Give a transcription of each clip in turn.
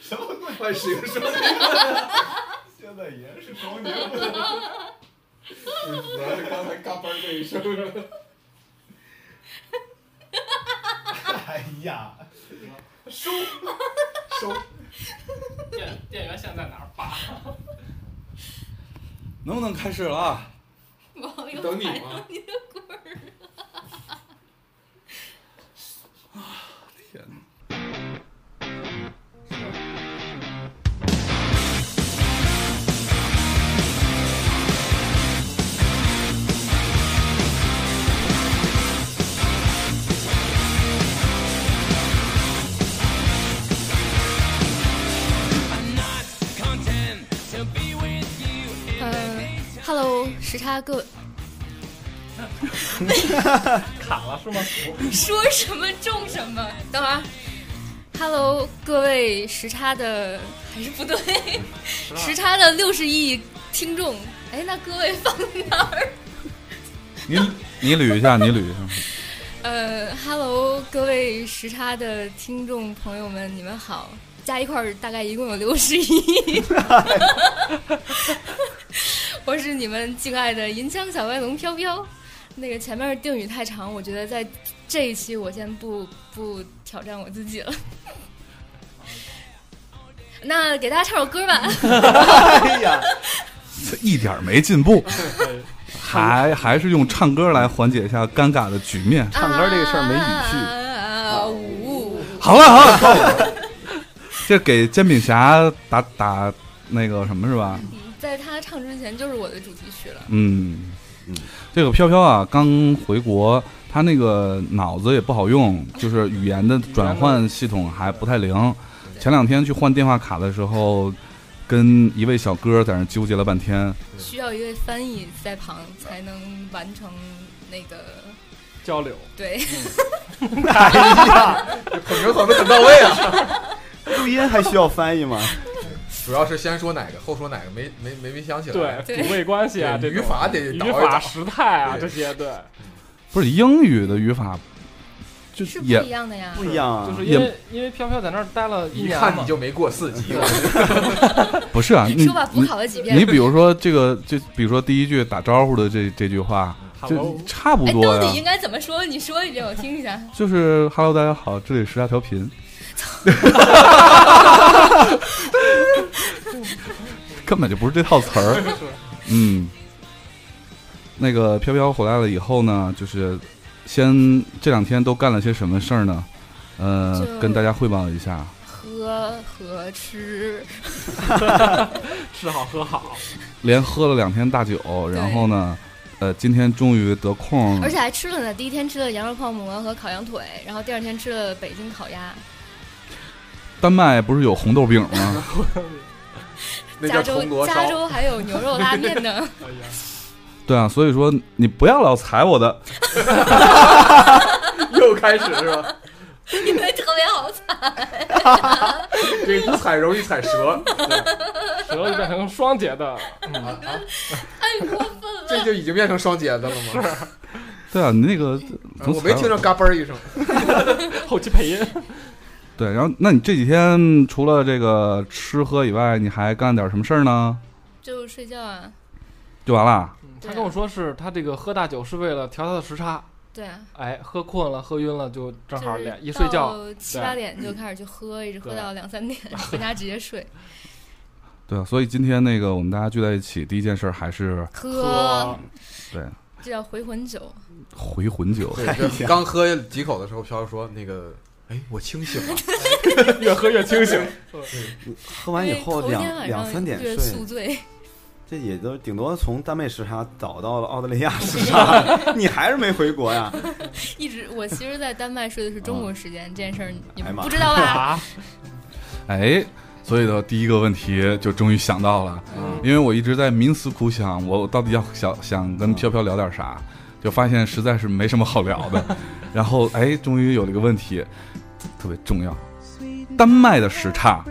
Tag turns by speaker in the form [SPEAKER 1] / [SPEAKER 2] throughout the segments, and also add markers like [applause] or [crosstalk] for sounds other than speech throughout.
[SPEAKER 1] 什么鬼？
[SPEAKER 2] 快使用双
[SPEAKER 1] 现在也是双牛。我
[SPEAKER 2] 手指啊！刚才嘎嘣这一声，
[SPEAKER 1] 哎呀，
[SPEAKER 2] 收收。
[SPEAKER 3] 店店员现在哪儿拔？
[SPEAKER 4] 能不能开始了啊？
[SPEAKER 5] 网友
[SPEAKER 2] 等你
[SPEAKER 5] 踩
[SPEAKER 2] 吗
[SPEAKER 5] 到你的棍儿。
[SPEAKER 4] 天哪！
[SPEAKER 5] 嗯，Hello，时差各位，
[SPEAKER 3] 卡了是吗？
[SPEAKER 5] 说什么种什么。等会儿，Hello，各位时差的还是不对，时差的六十亿听众。哎，那各位放哪儿？
[SPEAKER 4] 你你捋一下，你捋一下。
[SPEAKER 5] 呃，Hello，各位时差的听众朋友们，你们好。加一块儿大概一共有六十亿。我是你们敬爱的银枪小白龙飘飘。那个前面定语太长，我觉得在这一期我先不不挑战我自己了。那给大家唱首歌吧。
[SPEAKER 1] 哎呀，
[SPEAKER 4] 这一点儿没进步，还还是用唱歌来缓解一下尴尬的局面。
[SPEAKER 1] 唱歌这个事儿没语序
[SPEAKER 5] 啊呜
[SPEAKER 4] 好了好了，够了。这给煎饼侠打打那个什么是吧？
[SPEAKER 5] 在他唱之前就是我的主题曲了。
[SPEAKER 4] 嗯，这个飘飘啊，刚回国，他那个脑子也不好用，就是语言的转换系统还不太灵。前两天去换电话卡的时候，跟一位小哥在那纠结了半天。
[SPEAKER 5] 需要一位翻译在旁才能完成那个
[SPEAKER 3] 交流。
[SPEAKER 5] 对
[SPEAKER 4] [laughs]
[SPEAKER 1] 哎呀，
[SPEAKER 2] 捧哏捧的很到位啊！
[SPEAKER 1] 录音还需要翻译吗？
[SPEAKER 2] 主要是先说哪个，后说哪个，没没没没想起
[SPEAKER 3] [laughs] 对
[SPEAKER 2] 来。，
[SPEAKER 5] 对
[SPEAKER 3] 主谓关系啊，这
[SPEAKER 2] 语
[SPEAKER 3] 种
[SPEAKER 2] 法得
[SPEAKER 3] 语
[SPEAKER 2] 倒一
[SPEAKER 3] 法、
[SPEAKER 2] 倒。
[SPEAKER 3] 时态啊
[SPEAKER 2] 对
[SPEAKER 3] 这些，对，
[SPEAKER 4] 不是英语的语法，就是
[SPEAKER 5] 不
[SPEAKER 4] 也
[SPEAKER 5] 一样的呀
[SPEAKER 1] 不。一样啊
[SPEAKER 3] 就，是因为因为飘飘在那儿待了
[SPEAKER 2] 一
[SPEAKER 3] 年
[SPEAKER 2] 看
[SPEAKER 3] 嘛
[SPEAKER 2] 你就没过四级，
[SPEAKER 5] [laughs]
[SPEAKER 4] 不是啊。你
[SPEAKER 5] 说吧，补
[SPEAKER 4] 你
[SPEAKER 5] 考了几遍？
[SPEAKER 4] 你比如说这个，就比如说第一句打招呼的这这句话，
[SPEAKER 3] ，Hello
[SPEAKER 4] 就差不
[SPEAKER 5] 哎，
[SPEAKER 4] 多
[SPEAKER 5] 到底应
[SPEAKER 4] 呀。
[SPEAKER 5] 该怎么说？你说一遍我听一下。
[SPEAKER 4] 就是 “Hello，大家好，这里是大调
[SPEAKER 5] [laughs]
[SPEAKER 4] 频。根本就不是这套词儿。
[SPEAKER 5] [laughs]
[SPEAKER 4] 嗯，那个飘飘回来了以后呢，就是先这两天都干了些什么事儿呢？呃
[SPEAKER 5] 就，
[SPEAKER 4] 跟大家汇报一下。
[SPEAKER 5] 喝和吃，
[SPEAKER 3] 吃好喝好，
[SPEAKER 4] 连喝了两天大酒，然后呢，呃，今天终于得空，
[SPEAKER 5] 而且还吃了呢。第一天吃了羊肉泡馍和烤羊腿，然后第二天吃了北京烤鸭。
[SPEAKER 4] 丹麦不是有红豆饼
[SPEAKER 5] [laughs]
[SPEAKER 4] 吗？
[SPEAKER 2] 那
[SPEAKER 5] 加
[SPEAKER 2] 叫
[SPEAKER 5] 州
[SPEAKER 2] 铜锣
[SPEAKER 5] 加
[SPEAKER 2] 烧。
[SPEAKER 5] 州还有牛肉拉面呢。
[SPEAKER 3] [laughs] 哎呀，
[SPEAKER 4] 对啊，所以说你不要老踩我的，
[SPEAKER 2] [laughs] 又开始是吧？
[SPEAKER 5] 你们特别好猜。
[SPEAKER 2] 这一踩容易踩
[SPEAKER 5] [laughs]
[SPEAKER 2] 折，
[SPEAKER 3] 舌头就变成双节 [laughs] 的，
[SPEAKER 2] 这就已经变成双节的了吗？
[SPEAKER 4] 对啊，你那个
[SPEAKER 2] 啊
[SPEAKER 4] 总
[SPEAKER 2] 我没
[SPEAKER 4] 踩
[SPEAKER 2] 听着嘎嘣儿一声。
[SPEAKER 3] 后期配音，
[SPEAKER 4] 对，然后那你这几天除了这个吃喝以外，你还干点什么事儿呢？
[SPEAKER 5] 就睡觉啊，
[SPEAKER 4] 就完了。
[SPEAKER 3] 嗯他跟我说是他这个喝大酒是为了调他的时差，
[SPEAKER 5] 对啊，
[SPEAKER 3] 哎，喝困了喝晕了就正好
[SPEAKER 5] 就是
[SPEAKER 3] 两一睡觉，啊
[SPEAKER 5] 到七八点就开始去喝，一直喝
[SPEAKER 3] 对啊
[SPEAKER 5] 到两三点， [laughs] 回家直接睡。
[SPEAKER 4] 对啊，所以今天那个我们大家聚在一起，第一件事还是
[SPEAKER 3] 啊
[SPEAKER 5] 喝，
[SPEAKER 4] 对
[SPEAKER 5] 这叫回魂酒。
[SPEAKER 4] 回魂酒。
[SPEAKER 2] 对，这刚喝几口的时候，飘飘说那个，哎，我清醒了。
[SPEAKER 3] [laughs] 越喝越清醒，
[SPEAKER 1] 喝完以后
[SPEAKER 5] 因为头天
[SPEAKER 1] 两
[SPEAKER 5] 晚
[SPEAKER 1] 两
[SPEAKER 5] 上
[SPEAKER 1] 三点
[SPEAKER 5] 就是
[SPEAKER 1] 睡
[SPEAKER 5] 宿，醉， [laughs]
[SPEAKER 1] 这也就顶多从丹麦时差倒到了澳大利亚时
[SPEAKER 5] [laughs]
[SPEAKER 1] 差，你还是没回国呀？
[SPEAKER 5] 一直我其实，在丹麦睡的是中国时间，这件事儿你
[SPEAKER 1] 哎
[SPEAKER 5] 们
[SPEAKER 1] 妈
[SPEAKER 5] 不知道
[SPEAKER 1] [laughs]
[SPEAKER 5] 吧？
[SPEAKER 3] 啊，
[SPEAKER 4] 哎，所以呢，第一个问题就终于想到了，因为我一直在冥思苦想，我到底要想想跟飘飘聊点啥，就发现实在是没什么好聊的。然后哎，终于有了一个问题，特别重要，丹麦的时差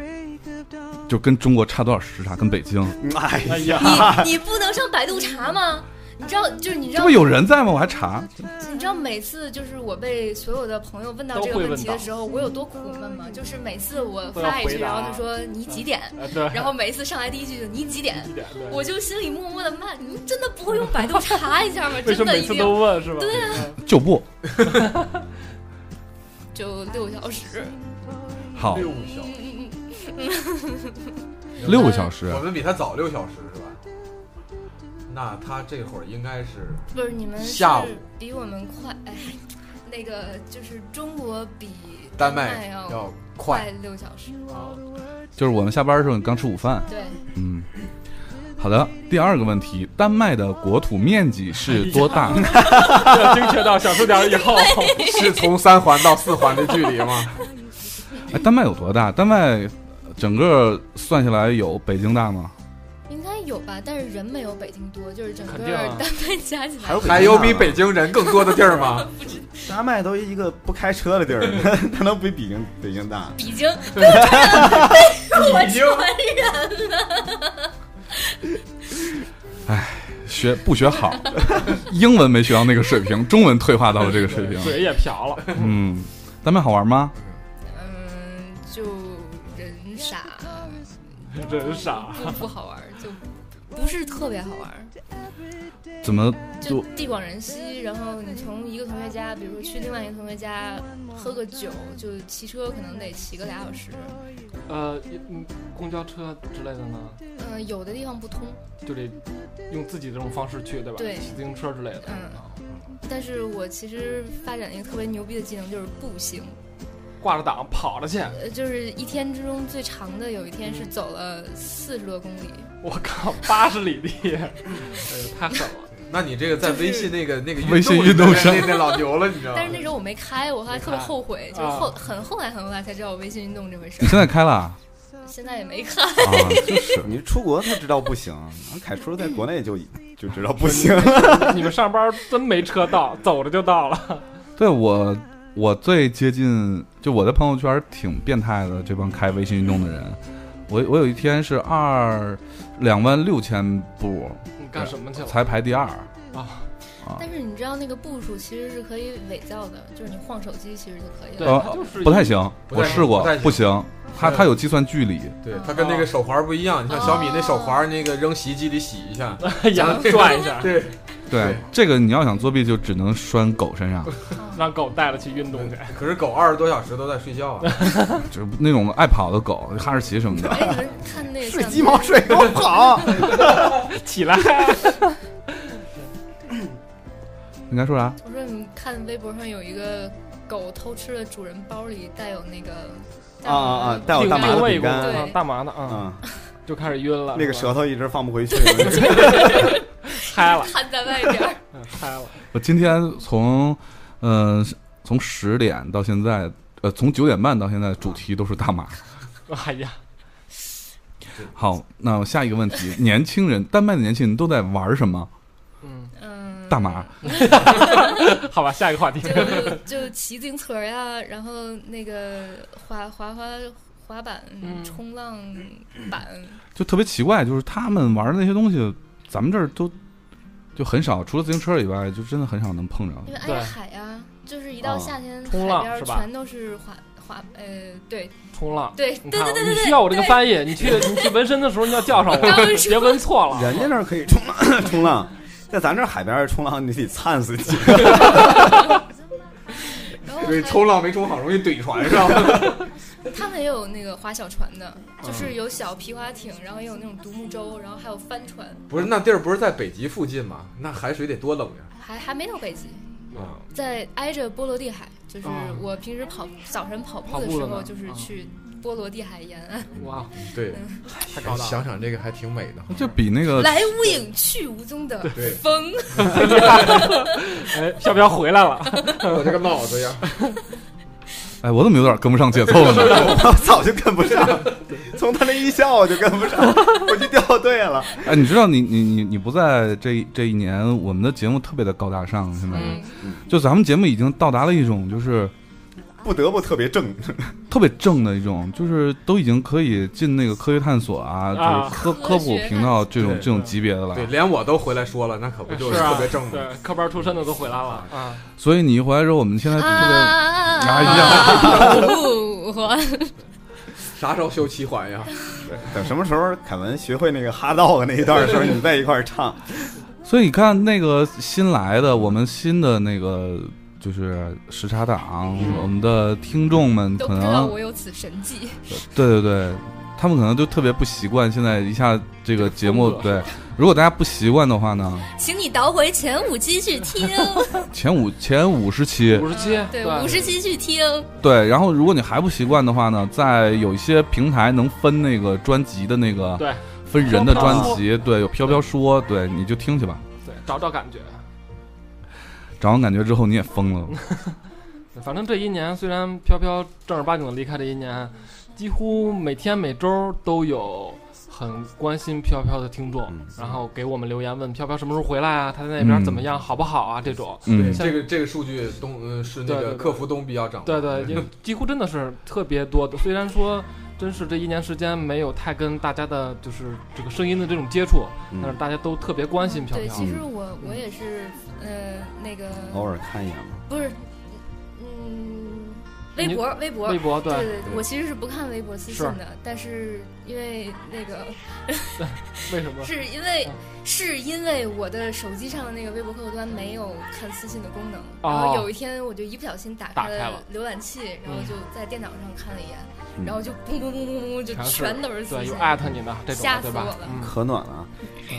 [SPEAKER 4] 就跟中国差多少时差？跟北京
[SPEAKER 1] 哎呀，
[SPEAKER 5] 你你不能上百度查吗？你知道，就是你知
[SPEAKER 4] 这
[SPEAKER 5] 道
[SPEAKER 4] 不，有人在吗？我还查，
[SPEAKER 5] 你知道每次就是我被所有的朋友问到这个问题的时候，我有多苦闷吗？就是每次我发一句，
[SPEAKER 3] 都要回答
[SPEAKER 5] 然后他说你几点，
[SPEAKER 3] 哎对，
[SPEAKER 1] 嗯
[SPEAKER 5] 然后每一次上来第一句就你几点，
[SPEAKER 3] 一点对
[SPEAKER 5] 我就心里默默的骂，你真的不会用百度查一下吗？
[SPEAKER 3] 为
[SPEAKER 5] 真
[SPEAKER 3] 什么
[SPEAKER 5] 的
[SPEAKER 3] 每
[SPEAKER 5] 一
[SPEAKER 3] 次
[SPEAKER 5] 定
[SPEAKER 3] 都问是吧？
[SPEAKER 5] 对
[SPEAKER 3] 啊，
[SPEAKER 4] 就不
[SPEAKER 5] 就六个小时，嗯
[SPEAKER 4] 好
[SPEAKER 2] [laughs] 六小时，
[SPEAKER 4] 六个小时
[SPEAKER 2] 我，们比他早六小时是吧？那他这会儿应该是
[SPEAKER 5] 不是你们是
[SPEAKER 2] 下午
[SPEAKER 5] 比我们快，哎，那个就是中国比
[SPEAKER 2] 丹
[SPEAKER 5] 麦哦
[SPEAKER 2] 麦
[SPEAKER 5] 要
[SPEAKER 2] 要
[SPEAKER 5] [laughs]
[SPEAKER 2] 快，
[SPEAKER 5] 六小时，
[SPEAKER 4] 就是我们下班的时候你刚吃午饭。
[SPEAKER 5] 对，
[SPEAKER 4] 嗯，好的，第二个问题，丹麦的国土面积是多大？
[SPEAKER 3] 要精确到小数点以后，
[SPEAKER 2] 是从三环到四环的距离吗？
[SPEAKER 4] 哎，丹麦有多大？丹麦呃整个算下来有北京大吗？
[SPEAKER 5] 应该有吧，但是人没有北京多，就是整个
[SPEAKER 3] 肯定啊
[SPEAKER 5] 丹麦加起来
[SPEAKER 1] 还有
[SPEAKER 2] 还
[SPEAKER 4] 啊
[SPEAKER 2] 有比北京人更多的地儿吗？ [laughs]
[SPEAKER 1] 丹麦都一个不开车的地儿， [laughs] 它能比北京北京大？
[SPEAKER 5] 已经
[SPEAKER 2] 已经
[SPEAKER 4] 学不学好， [laughs] 英文没学到那个水平，中文退化到了这个水平。
[SPEAKER 3] 嘴也瓢了。
[SPEAKER 4] 嗯，丹麦好玩吗？
[SPEAKER 5] 嗯，就人傻，
[SPEAKER 3] 人傻
[SPEAKER 5] 不不好玩儿，就不是特别好玩儿，
[SPEAKER 4] 怎么
[SPEAKER 5] 就
[SPEAKER 4] 就
[SPEAKER 5] 地广人稀。然后你从一个同学家，比如说去另外一个同学家喝个酒，就骑车可能得骑个俩小时。
[SPEAKER 3] 呃，嗯，公交车之类的呢，
[SPEAKER 5] 嗯、有的地方不通，
[SPEAKER 3] 就得用自己这种方式去，对吧？
[SPEAKER 5] 对
[SPEAKER 3] 骑自行车之类的。啊
[SPEAKER 5] 嗯但是我其实发展了一个特别牛逼的技能，就是步行。
[SPEAKER 3] 挂着档跑着去，
[SPEAKER 5] 呃，就是一天之中最长的有一天是走了四十多公里。
[SPEAKER 3] 我靠，八十里
[SPEAKER 5] [laughs]
[SPEAKER 3] 地，哎呦太狠了。 [laughs]
[SPEAKER 2] 那你这个在微信那个那个
[SPEAKER 4] 微信运动
[SPEAKER 2] 上
[SPEAKER 4] 上
[SPEAKER 2] 那那老牛了，你知
[SPEAKER 1] 啊
[SPEAKER 2] 道吗
[SPEAKER 5] 但是？那时候我没开，我后来特别后
[SPEAKER 3] 没
[SPEAKER 5] 悔，就
[SPEAKER 3] 开
[SPEAKER 5] 是
[SPEAKER 3] 啊
[SPEAKER 5] 后很后来很后来才知道我微信运动这回事
[SPEAKER 4] 你
[SPEAKER 5] 儿，
[SPEAKER 4] 现在开了啊？
[SPEAKER 5] 现在也没开。
[SPEAKER 4] 啊就是
[SPEAKER 1] 你出国他知道不行，凯叔在国内就就知道不行。
[SPEAKER 3] 你们上班真没车到，走着就到了。 [laughs]
[SPEAKER 4] 对我，我最接近就我的朋友圈挺变态的，这帮开微信运动的人。我我有一天是二两万六千步
[SPEAKER 3] 你干什么去了？
[SPEAKER 4] 才排第二，
[SPEAKER 3] 啊，
[SPEAKER 4] 啊
[SPEAKER 5] 但是你知道那个步数其实是可以伪造的，就是你晃手机其实就可以
[SPEAKER 3] 对，
[SPEAKER 5] 了。
[SPEAKER 4] 呃
[SPEAKER 3] 他就是
[SPEAKER 4] 不太行，
[SPEAKER 2] 不太
[SPEAKER 4] 我试过
[SPEAKER 2] 不太行
[SPEAKER 4] 不行，它
[SPEAKER 2] 对
[SPEAKER 4] 它有计算距离，
[SPEAKER 2] 对，它跟那个手环不一样，你像小米那手环，那个扔洗衣机里洗一下，
[SPEAKER 3] 一样
[SPEAKER 5] [laughs]
[SPEAKER 3] 转一下，
[SPEAKER 2] 对，
[SPEAKER 4] 对
[SPEAKER 2] 对
[SPEAKER 4] 这个你要想作弊就只能拴狗身上，
[SPEAKER 3] 让狗带了去运动去。
[SPEAKER 2] 可是狗二十多小时都在睡觉啊，
[SPEAKER 4] 就是那种爱跑的狗，哈士奇什
[SPEAKER 2] [laughs]
[SPEAKER 4] 么的。
[SPEAKER 5] 哎，你们看那个
[SPEAKER 1] 睡 [laughs]
[SPEAKER 5] 像
[SPEAKER 1] 鸡毛睡，给我
[SPEAKER 5] [laughs]
[SPEAKER 1] 跑！
[SPEAKER 3] 起来，
[SPEAKER 4] 你该说啥？
[SPEAKER 5] 我说你们看微博上有一个狗偷吃了主人包里带有那个
[SPEAKER 1] 啊啊啊带有
[SPEAKER 3] 定
[SPEAKER 1] 大麻的
[SPEAKER 3] 定位
[SPEAKER 1] 饼
[SPEAKER 3] 过
[SPEAKER 1] 干
[SPEAKER 3] 啊
[SPEAKER 5] 对
[SPEAKER 3] 大麻的啊，
[SPEAKER 1] 嗯，
[SPEAKER 3] 就开始晕了。
[SPEAKER 1] 那个
[SPEAKER 3] 是吧
[SPEAKER 1] 舌头一直放不回去。 [laughs]
[SPEAKER 3] 嗨了，
[SPEAKER 5] 看在外边儿，
[SPEAKER 3] 嗯嗨了， [laughs]
[SPEAKER 4] 我今天从，呃，从十点到现在，呃，从九点半到现在，主题都是大麻。
[SPEAKER 3] 哎呀，
[SPEAKER 4] 好，那下一个问题， [laughs] 年轻人，丹麦的年轻人都在玩什么？
[SPEAKER 3] 嗯，
[SPEAKER 5] 嗯，
[SPEAKER 4] 大麻，
[SPEAKER 3] 好吧，下一个话题。 [laughs]
[SPEAKER 5] 就就骑自行车呀，然后那个滑滑滑滑板、
[SPEAKER 3] 嗯
[SPEAKER 5] 冲浪板，
[SPEAKER 4] 就特别奇怪，就是他们玩的那些东西，咱们这儿都就很少，除了自行车以外，就真的很少能碰着
[SPEAKER 5] 因。为挨
[SPEAKER 3] 对
[SPEAKER 5] 着海呀，就是一到
[SPEAKER 1] 哦
[SPEAKER 5] 夏天，
[SPEAKER 3] 冲
[SPEAKER 5] 海
[SPEAKER 3] 浪
[SPEAKER 5] 边儿
[SPEAKER 3] 是吧
[SPEAKER 5] 全都是滑滑，呃，对
[SPEAKER 3] 冲浪，
[SPEAKER 5] 对对
[SPEAKER 3] 你
[SPEAKER 5] 对
[SPEAKER 3] 看，
[SPEAKER 5] 对
[SPEAKER 3] 你
[SPEAKER 5] 对
[SPEAKER 3] 需
[SPEAKER 5] 对，
[SPEAKER 3] 要我这个翻译， [laughs] 你去你去纹身的时候你要叫上
[SPEAKER 5] 刚
[SPEAKER 3] 我，
[SPEAKER 5] 刚说
[SPEAKER 3] 别纹错了。
[SPEAKER 1] 人家那儿可以冲浪， [clears throat] 冲浪，在咱这儿海边儿冲浪，你得惨死几个。
[SPEAKER 5] 然后
[SPEAKER 2] 对，
[SPEAKER 5] 还
[SPEAKER 2] 冲浪没冲好容易怼船上。
[SPEAKER 5] 他们也有那个划小船的，就是有小皮划艇，然后也有那种独木舟，然后还有帆船，
[SPEAKER 2] 不是，那地儿不是在北极附近吗？那海水得多冷呀！
[SPEAKER 5] 还还没到北极，
[SPEAKER 2] 啊，
[SPEAKER 5] 在挨着波罗的海。就是
[SPEAKER 3] 哦
[SPEAKER 5] 我平时跑早晨跑步
[SPEAKER 3] 跑
[SPEAKER 5] 的
[SPEAKER 3] 步
[SPEAKER 5] 时
[SPEAKER 3] 了
[SPEAKER 5] 候，
[SPEAKER 3] 呢
[SPEAKER 5] 就是
[SPEAKER 3] 哦
[SPEAKER 5] 去波罗的海沿岸，
[SPEAKER 3] 哇，
[SPEAKER 2] 嗯对，
[SPEAKER 3] 太高档了。
[SPEAKER 2] 想这个还挺美的
[SPEAKER 4] 就比那个
[SPEAKER 5] 来无影去无踪的
[SPEAKER 2] [laughs] 对
[SPEAKER 5] 风。
[SPEAKER 3] 哎，飘飘回来了，
[SPEAKER 2] 我这个脑子呀，
[SPEAKER 4] 哎，我怎么有点跟不上节奏
[SPEAKER 5] [laughs]
[SPEAKER 4] 呢？
[SPEAKER 1] 我早就跟不上，从他那一笑我就跟不上，我就掉队了。
[SPEAKER 4] 哎，你知道你你你你不在这一这一年，我们的节目特别的高大上，现在、
[SPEAKER 5] 嗯，
[SPEAKER 4] 就咱们节目已经到达了一种就是
[SPEAKER 1] 不得不特别正，
[SPEAKER 4] 特别正的一种，就是都已经可以进那个科学探索啊，
[SPEAKER 3] 啊
[SPEAKER 4] 就是科
[SPEAKER 5] 科
[SPEAKER 4] 科普
[SPEAKER 5] 学
[SPEAKER 4] 频道这种
[SPEAKER 2] 对
[SPEAKER 4] 这种级别的了
[SPEAKER 2] 对，。连我都回来说了，那可不就是
[SPEAKER 3] 啊
[SPEAKER 2] 特别正吗？
[SPEAKER 3] 对，科班出身的都回来了啊。
[SPEAKER 4] 所以你一回来之后，我们现在特别
[SPEAKER 5] 啊
[SPEAKER 4] 拿一样，
[SPEAKER 5] [laughs] 不我
[SPEAKER 2] 啥时候修齐环呀？
[SPEAKER 1] 等什么时候凯文学会那个哈道的那一段的时候，你们在一块儿唱。
[SPEAKER 4] 所以你看那个新来的，我们新的那个就是时差党，我们的听众们
[SPEAKER 5] 都
[SPEAKER 4] 可
[SPEAKER 5] 不知道
[SPEAKER 4] 能
[SPEAKER 5] 我有此神技，
[SPEAKER 4] 对对对，他们可能就特别不习惯现在一下这个节目
[SPEAKER 3] 这
[SPEAKER 5] [laughs]
[SPEAKER 3] 个风格
[SPEAKER 4] 对。如果大家不习惯的话呢，
[SPEAKER 5] 请你倒回前五期去听，
[SPEAKER 4] 前五前五十期
[SPEAKER 3] 五十七，
[SPEAKER 5] 对五十期去听，
[SPEAKER 4] 对，然后如果你还不习惯的话呢，在有一些平台能分那个专辑的那个
[SPEAKER 3] 对
[SPEAKER 4] 分人的
[SPEAKER 3] 飘
[SPEAKER 4] 专
[SPEAKER 3] 飘
[SPEAKER 4] 辑，对，有飘飘说，对，你就听去吧。
[SPEAKER 3] 对，找找感觉。
[SPEAKER 4] 找完感觉之后你也疯了，
[SPEAKER 3] 反正这一年虽然飘飘正儿八经的离开这一年，几乎每天每周都有很关心飘飘的听众，
[SPEAKER 1] 嗯
[SPEAKER 3] 然后给我们留言问飘飘什么时候回来啊，他在那边怎么样，好不好啊这种。
[SPEAKER 4] 嗯，
[SPEAKER 2] 这个这个数据东嗯是那
[SPEAKER 3] 对对
[SPEAKER 2] 个
[SPEAKER 3] 对
[SPEAKER 2] 客服东比较掌握。
[SPEAKER 3] 对对，因为几乎真的是特别多的。虽然说，真是这一年时间没有太跟大家的，就是这个声音的这种接触，
[SPEAKER 1] 嗯
[SPEAKER 3] 但是大家都特别关心飘
[SPEAKER 5] 对，
[SPEAKER 3] 飘。
[SPEAKER 5] 其实我我也是，呃，那个
[SPEAKER 1] 偶尔看一眼嘛，
[SPEAKER 5] 不是，嗯，微博微博
[SPEAKER 3] 微博
[SPEAKER 5] 对
[SPEAKER 3] 对，
[SPEAKER 5] 对对，我其实是不看微博私信的，但是因为那个
[SPEAKER 3] 为什么？
[SPEAKER 5] 是因为
[SPEAKER 3] 嗯
[SPEAKER 5] 是因为我的手机上的那个微博客户端没有看私信的功能，
[SPEAKER 3] 哦
[SPEAKER 5] 然后有一天我就一不小心打
[SPEAKER 3] 打
[SPEAKER 5] 开
[SPEAKER 3] 开
[SPEAKER 5] 了
[SPEAKER 3] 了
[SPEAKER 5] 浏览器，然后就在电脑上看了一眼，
[SPEAKER 1] 嗯
[SPEAKER 5] 然后就嘣嘣嘣嘣嘣就
[SPEAKER 3] 全是
[SPEAKER 5] 全都是私
[SPEAKER 3] 对，
[SPEAKER 5] 信
[SPEAKER 3] 有，艾特你的这种
[SPEAKER 5] 吓
[SPEAKER 3] 的，
[SPEAKER 5] 死
[SPEAKER 3] 对
[SPEAKER 5] 我
[SPEAKER 3] 吧
[SPEAKER 5] 了？
[SPEAKER 3] 嗯，
[SPEAKER 1] 可暖了。啊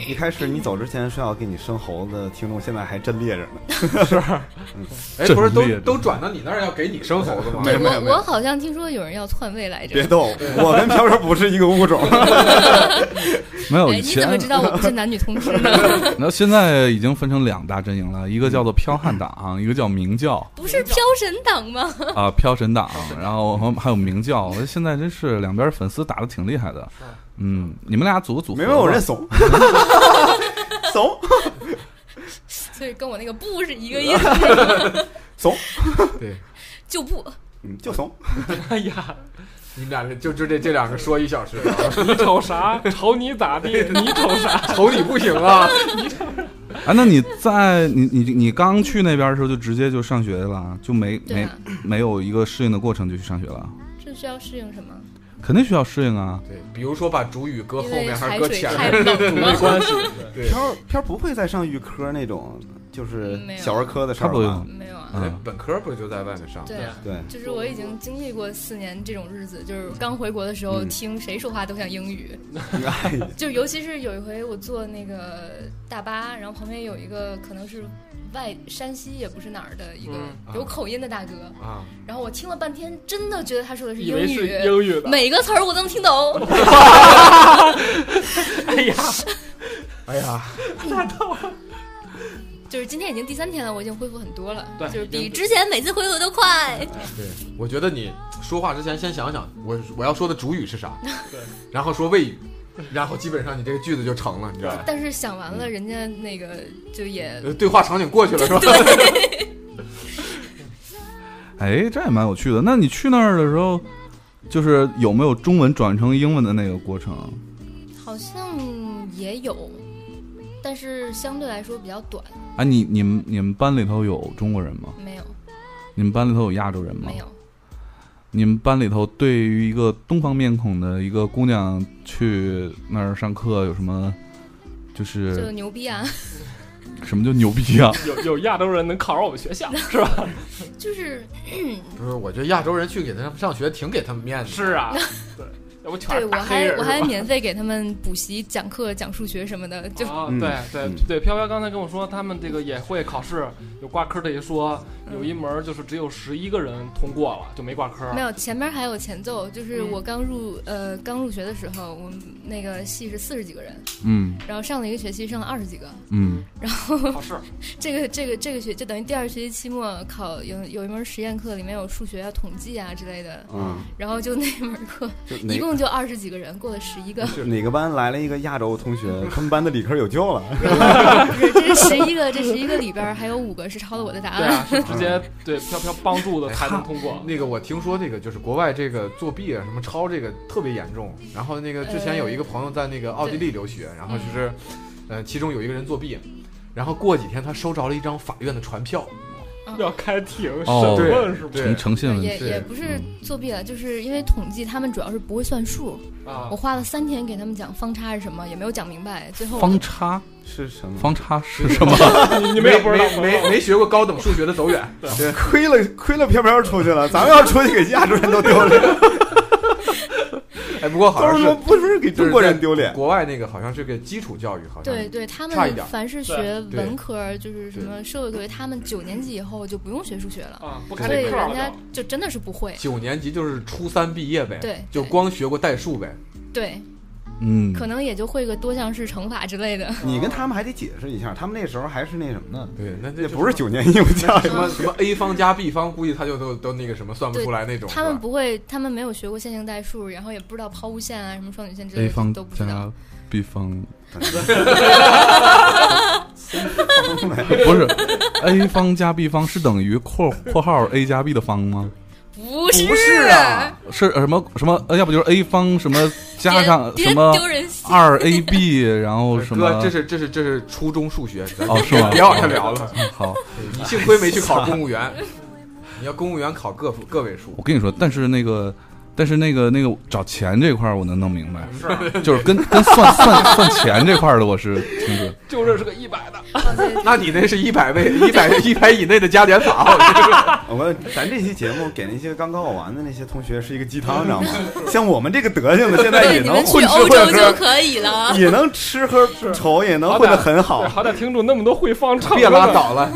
[SPEAKER 1] 一开始你走之前说要给你生猴子的听众，现在还真列着呢。
[SPEAKER 2] 哎，不是
[SPEAKER 4] 真
[SPEAKER 2] 都
[SPEAKER 4] 烈
[SPEAKER 2] 都转到你那儿要给你生猴子吗？
[SPEAKER 1] 没有没有
[SPEAKER 5] 我
[SPEAKER 1] 没有
[SPEAKER 5] 我好像听说有人要篡位来着哎
[SPEAKER 1] 别。逗，我跟飘飘不是一个物
[SPEAKER 5] [laughs]
[SPEAKER 1] 种。
[SPEAKER 4] 没有
[SPEAKER 5] 哎，
[SPEAKER 4] 以
[SPEAKER 5] 你怎
[SPEAKER 4] 前
[SPEAKER 5] 么知，道我不是男女通吃 [laughs] 呢？
[SPEAKER 4] 那现在已经分成两大阵营了，一个叫做飘汉
[SPEAKER 1] [laughs]
[SPEAKER 4] 党，一个叫明教
[SPEAKER 5] 不是飘神党吗？ [laughs]
[SPEAKER 4] 啊、飘神党，
[SPEAKER 1] [laughs]
[SPEAKER 4] 然后还有还有明教，我觉得现在真是两边粉丝打的挺厉害的，嗯，你们俩组个组合
[SPEAKER 1] 没
[SPEAKER 4] 吧，
[SPEAKER 1] 有，我认
[SPEAKER 5] [laughs]
[SPEAKER 1] 怂，怂
[SPEAKER 5] 所以跟我那个不是一个意思，
[SPEAKER 1] 怂，
[SPEAKER 2] 对，
[SPEAKER 5] 就不。
[SPEAKER 1] 嗯，就怂。
[SPEAKER 3] [laughs] 哎呀，
[SPEAKER 2] 你们俩这就就这这两个说一小时，
[SPEAKER 3] 你瞅啥？瞅你咋地？你瞅啥？
[SPEAKER 2] 瞅你不行啊！
[SPEAKER 4] 啊，那你在你你你刚去那边的时候就直接就上学了，就没、
[SPEAKER 5] 对
[SPEAKER 4] 没
[SPEAKER 5] 啊，
[SPEAKER 4] 没有一个适应的过程就去上学了，
[SPEAKER 5] 这需要适应什么？
[SPEAKER 4] 肯定需要适应啊。
[SPEAKER 2] 对，比如说把主语搁后
[SPEAKER 5] 因为
[SPEAKER 2] 面还
[SPEAKER 5] 海
[SPEAKER 2] 是搁
[SPEAKER 5] 水
[SPEAKER 2] 前
[SPEAKER 5] 太
[SPEAKER 2] 面，
[SPEAKER 5] 冷
[SPEAKER 2] [laughs]
[SPEAKER 5] 了。
[SPEAKER 3] 关系。
[SPEAKER 2] 对，
[SPEAKER 1] 飘飘不会再上预科那种，就是
[SPEAKER 5] 没有
[SPEAKER 1] 小儿科的事儿
[SPEAKER 4] 他不
[SPEAKER 1] 吧
[SPEAKER 4] 用？
[SPEAKER 5] 没有啊，
[SPEAKER 4] 嗯
[SPEAKER 2] 哎本科不就在外面上？
[SPEAKER 5] 对啊，
[SPEAKER 1] 对，
[SPEAKER 5] 就是我已经经历过四年这种日子，就是刚回国的时候，
[SPEAKER 1] 嗯
[SPEAKER 5] 听谁说话都像英
[SPEAKER 3] [laughs]
[SPEAKER 5] 语，
[SPEAKER 1] 哎呀，
[SPEAKER 5] [laughs] 就尤其是有一回我坐那个大巴，然后旁边有一个可能是外山西也不是哪儿的一个
[SPEAKER 3] 嗯
[SPEAKER 5] 有口音的大哥，
[SPEAKER 2] 啊，
[SPEAKER 5] 然后我听了半天，真的觉得他说的是
[SPEAKER 3] 以
[SPEAKER 5] 英
[SPEAKER 3] 为是
[SPEAKER 5] 语，
[SPEAKER 3] 英语的，
[SPEAKER 5] 每个词儿我都能听懂。
[SPEAKER 3] 哎呀，
[SPEAKER 2] 哎呀，
[SPEAKER 5] 就是今天已经第三天了，我已经恢复很多了，
[SPEAKER 3] 对
[SPEAKER 5] 就是
[SPEAKER 3] 已
[SPEAKER 5] 比
[SPEAKER 3] 经
[SPEAKER 5] 之前每次恢复都快。 [laughs]
[SPEAKER 2] 对，我觉得你说话之前先想想，我我要说的主语是啥，然后说谓语，然后基本上你这个句子就成了，你知道吧？
[SPEAKER 5] 但是想完了，人家那个就也
[SPEAKER 2] 呃对话场景过去了是吧？
[SPEAKER 4] 哎，这也蛮有趣的。那你去那儿的时候，就是有没有中文转成英文的那个过程？
[SPEAKER 5] 好像也有，但是相对来说比较短，
[SPEAKER 4] 啊，你你们你们班里头有中国人吗？
[SPEAKER 5] 没有
[SPEAKER 4] 你们班里头有亚洲人吗
[SPEAKER 5] 没？有。
[SPEAKER 3] 哦
[SPEAKER 4] 你们班里头对于一个东方面孔的一个姑娘去那儿上课有什么？就
[SPEAKER 5] 就是牛逼啊！ [laughs]
[SPEAKER 4] 什么叫牛逼啊？
[SPEAKER 3] 有有亚洲人能考上我们学校是吧？
[SPEAKER 5] 就是
[SPEAKER 2] 不是，我觉得亚洲人去给他们上学挺给他们面子。
[SPEAKER 3] 是
[SPEAKER 5] [laughs]
[SPEAKER 3] 啊，对，要不全
[SPEAKER 5] 对
[SPEAKER 3] 是
[SPEAKER 5] 我
[SPEAKER 3] 大黑
[SPEAKER 5] 还
[SPEAKER 3] 人
[SPEAKER 5] 我
[SPEAKER 3] 是吧
[SPEAKER 5] 还免费给他们补习、讲课、讲数学什么的，就
[SPEAKER 3] 啊，
[SPEAKER 1] 嗯
[SPEAKER 3] 对对
[SPEAKER 1] 嗯
[SPEAKER 3] 对，飘飘刚才跟我说，他们这个也会考试，有挂科的一说，有一门儿就是只有十一个人通过了，就没挂科。
[SPEAKER 5] 没有。前面还有前奏，就是
[SPEAKER 3] 嗯
[SPEAKER 5] 我刚入呃刚入学的时候，我们那个系是四十几个人，
[SPEAKER 4] 嗯
[SPEAKER 5] 然后上了一个学期上了二十几个，
[SPEAKER 4] 嗯，
[SPEAKER 3] 考
[SPEAKER 5] 啊
[SPEAKER 3] 试，
[SPEAKER 5] 这个这个这个学就等于第二学期期末考有有一门实验课，里面有数学啊、统计啊之类的，
[SPEAKER 1] 嗯，
[SPEAKER 5] 然后就那门课
[SPEAKER 1] 就
[SPEAKER 5] 一
[SPEAKER 1] 哪
[SPEAKER 5] 共共就二十几个人，过了十一个，
[SPEAKER 1] 是哪个班来了一个亚洲同学，他们班的理科有救了。 [laughs]
[SPEAKER 5] 不是 [laughs] 这十一个，这十一个里边儿还有五个是抄了我的答
[SPEAKER 3] 对
[SPEAKER 5] 案。
[SPEAKER 3] 啊，是直接对飘飘帮助的才能通过。
[SPEAKER 2] 那个我听说这个就是国外这个作弊啊，什么抄这个特别严重。然后那个之前有一个朋友在那个奥地利留学，然后就是，呃，其中有一个人作弊，然后过几天他收着了一张法院的传票，
[SPEAKER 3] 要开庭
[SPEAKER 4] 哦
[SPEAKER 3] 审问是
[SPEAKER 2] 对
[SPEAKER 3] 不
[SPEAKER 4] 诚诚信问
[SPEAKER 5] 也
[SPEAKER 4] 题，
[SPEAKER 2] 是
[SPEAKER 5] 也不是作弊了，就是因为统计他们主要是不会算数，
[SPEAKER 3] 是啊
[SPEAKER 5] 我？花了三天给他们讲方差是什么，也没有讲明白，最后我
[SPEAKER 4] 方差
[SPEAKER 1] 是什么？
[SPEAKER 4] 方差是什么？
[SPEAKER 3] 你你
[SPEAKER 2] 你
[SPEAKER 3] 们也不知道
[SPEAKER 2] 没没没学过高等数学的走远，对，
[SPEAKER 1] 亏了亏了，飘飘出去了。咱们要出去给亚洲人都丢 [laughs] 脸，
[SPEAKER 2] 哎，不过好
[SPEAKER 1] 都
[SPEAKER 2] 像
[SPEAKER 1] 是
[SPEAKER 2] 是
[SPEAKER 1] 说不是给中国人丢脸。
[SPEAKER 2] 国外那个好像是个基础教育，好像
[SPEAKER 5] 对对，他
[SPEAKER 2] 差一
[SPEAKER 5] 们
[SPEAKER 2] 点儿
[SPEAKER 5] 凡是学
[SPEAKER 3] 对
[SPEAKER 2] 对
[SPEAKER 5] 文科儿，就是什么社会科，他们九年级以后就不用学数学了，
[SPEAKER 3] 啊，不开
[SPEAKER 5] 所以
[SPEAKER 3] 这课
[SPEAKER 5] 人
[SPEAKER 3] 了
[SPEAKER 5] 家
[SPEAKER 3] 都。
[SPEAKER 5] 就真的是不会。
[SPEAKER 2] 九年级就是初三毕业呗，
[SPEAKER 5] 对
[SPEAKER 2] 就
[SPEAKER 5] 对
[SPEAKER 2] 光学过代数呗，
[SPEAKER 5] 对，
[SPEAKER 4] 嗯，
[SPEAKER 5] 可能也就会个多项式乘法之类的。
[SPEAKER 1] 你跟他们还得解释一下，他们那时候还是那什么呢？
[SPEAKER 2] 对，那
[SPEAKER 1] 那
[SPEAKER 2] 这
[SPEAKER 1] 不是九年义务教育 [laughs]
[SPEAKER 2] 什么什么 a 方加 b 方，估计他就都都那个什么算不出来那种。
[SPEAKER 5] 他
[SPEAKER 2] 是
[SPEAKER 5] 们
[SPEAKER 2] 吧
[SPEAKER 5] 不会，他们没有学过线性代数，然后也不知道抛物线啊、什么双曲线之类
[SPEAKER 4] a
[SPEAKER 5] 的
[SPEAKER 4] 方
[SPEAKER 5] 都不知道。
[SPEAKER 4] 加 b 方
[SPEAKER 1] 吗？
[SPEAKER 4] 不是 a 方加 b 方是等于
[SPEAKER 5] [laughs]
[SPEAKER 4] 括括号 a 加 b 的方吗？
[SPEAKER 5] 不是，
[SPEAKER 1] 不是啊
[SPEAKER 4] 是呃什么什么？呃，要不就是 a 方什么加
[SPEAKER 5] 别
[SPEAKER 4] 上
[SPEAKER 5] 别
[SPEAKER 4] 什么
[SPEAKER 5] 丢人心。
[SPEAKER 4] 二 a b，然后什么
[SPEAKER 2] 哥，？这是这是这是初中数学，咱
[SPEAKER 4] 哦，是吗？
[SPEAKER 2] 别往下聊了。
[SPEAKER 4] 嗯。好，
[SPEAKER 2] 你幸亏没去考公务员，你要公务员考个个位数
[SPEAKER 4] 我，跟你说，但是那个，但是那个那个找钱这块儿我能弄明白，就是啊跟跟算算算钱这块儿的我是清 [laughs] 楚。
[SPEAKER 3] 就这是个一百的，
[SPEAKER 5] 哦对
[SPEAKER 2] 那你那是一百倍一百一百以内的加减法，
[SPEAKER 1] 我们咱这期节目给那些刚高考完的那些同学是一个鸡汤，知道吗？像我们这个德行的，现在
[SPEAKER 5] 对，
[SPEAKER 1] 也
[SPEAKER 5] 你
[SPEAKER 1] 能
[SPEAKER 5] 们去
[SPEAKER 1] 混吃
[SPEAKER 5] 欧洲
[SPEAKER 1] 混
[SPEAKER 5] 就
[SPEAKER 1] 喝，
[SPEAKER 5] 可以了。
[SPEAKER 1] [laughs] 也能吃喝愁，也能
[SPEAKER 3] 好
[SPEAKER 1] 混
[SPEAKER 3] 歹
[SPEAKER 1] 得很好
[SPEAKER 3] 对。好歹听众那么多会放唱，
[SPEAKER 2] 别拉。倒
[SPEAKER 4] [laughs]
[SPEAKER 2] 了。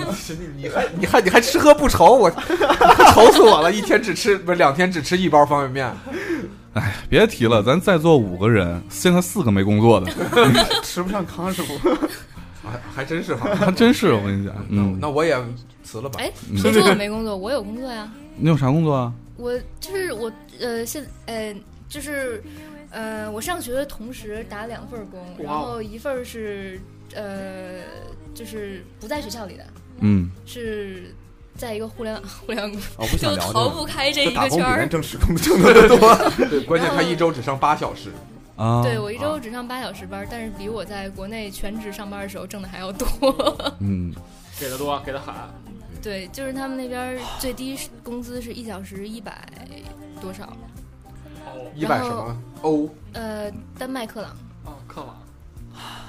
[SPEAKER 2] 你还你还你还吃喝不愁，我 [laughs] 愁死我了！一天只吃不是两天只吃一包方便面，
[SPEAKER 4] 哎，别提了，咱在座五个人，现在四个没工作的， [laughs]
[SPEAKER 1] 吃不上康师傅，
[SPEAKER 2] 还还真是哈。
[SPEAKER 4] 还真是我跟你讲，嗯，
[SPEAKER 2] 那我也辞了吧。 [laughs]
[SPEAKER 5] 哎，谁说我没工作？我有工作呀。
[SPEAKER 4] 你有啥工作啊？
[SPEAKER 5] 我就是我呃现呃就是呃我上学的同时打两份工，然
[SPEAKER 3] 哇哦
[SPEAKER 5] 后一份儿是呃就是不在学校里的，
[SPEAKER 4] 嗯，
[SPEAKER 5] 是在一个互联网互联网公司，
[SPEAKER 1] [laughs] 我不想
[SPEAKER 5] 就
[SPEAKER 1] 聊
[SPEAKER 5] 逃
[SPEAKER 1] 这
[SPEAKER 5] 不开这
[SPEAKER 1] 个。
[SPEAKER 5] 一
[SPEAKER 1] 打
[SPEAKER 5] 个
[SPEAKER 1] 工
[SPEAKER 5] 圈
[SPEAKER 1] 比咱
[SPEAKER 5] 儿。
[SPEAKER 1] 挣时工挣得
[SPEAKER 4] [laughs]
[SPEAKER 1] 多。
[SPEAKER 2] 对，关键他一周只上八小时，
[SPEAKER 4] 啊，
[SPEAKER 5] 对我一周
[SPEAKER 2] 啊
[SPEAKER 5] 只上八小时班儿，但是比我在国内全职上班的时候挣的还要多。
[SPEAKER 4] 嗯，
[SPEAKER 3] 给的多，给的狠。
[SPEAKER 5] 对，就是他们那边儿最低是工资是一小时一百多少，
[SPEAKER 3] 哦，
[SPEAKER 2] 一百什么欧
[SPEAKER 5] 呃，丹麦克朗，
[SPEAKER 3] 哦，克朗。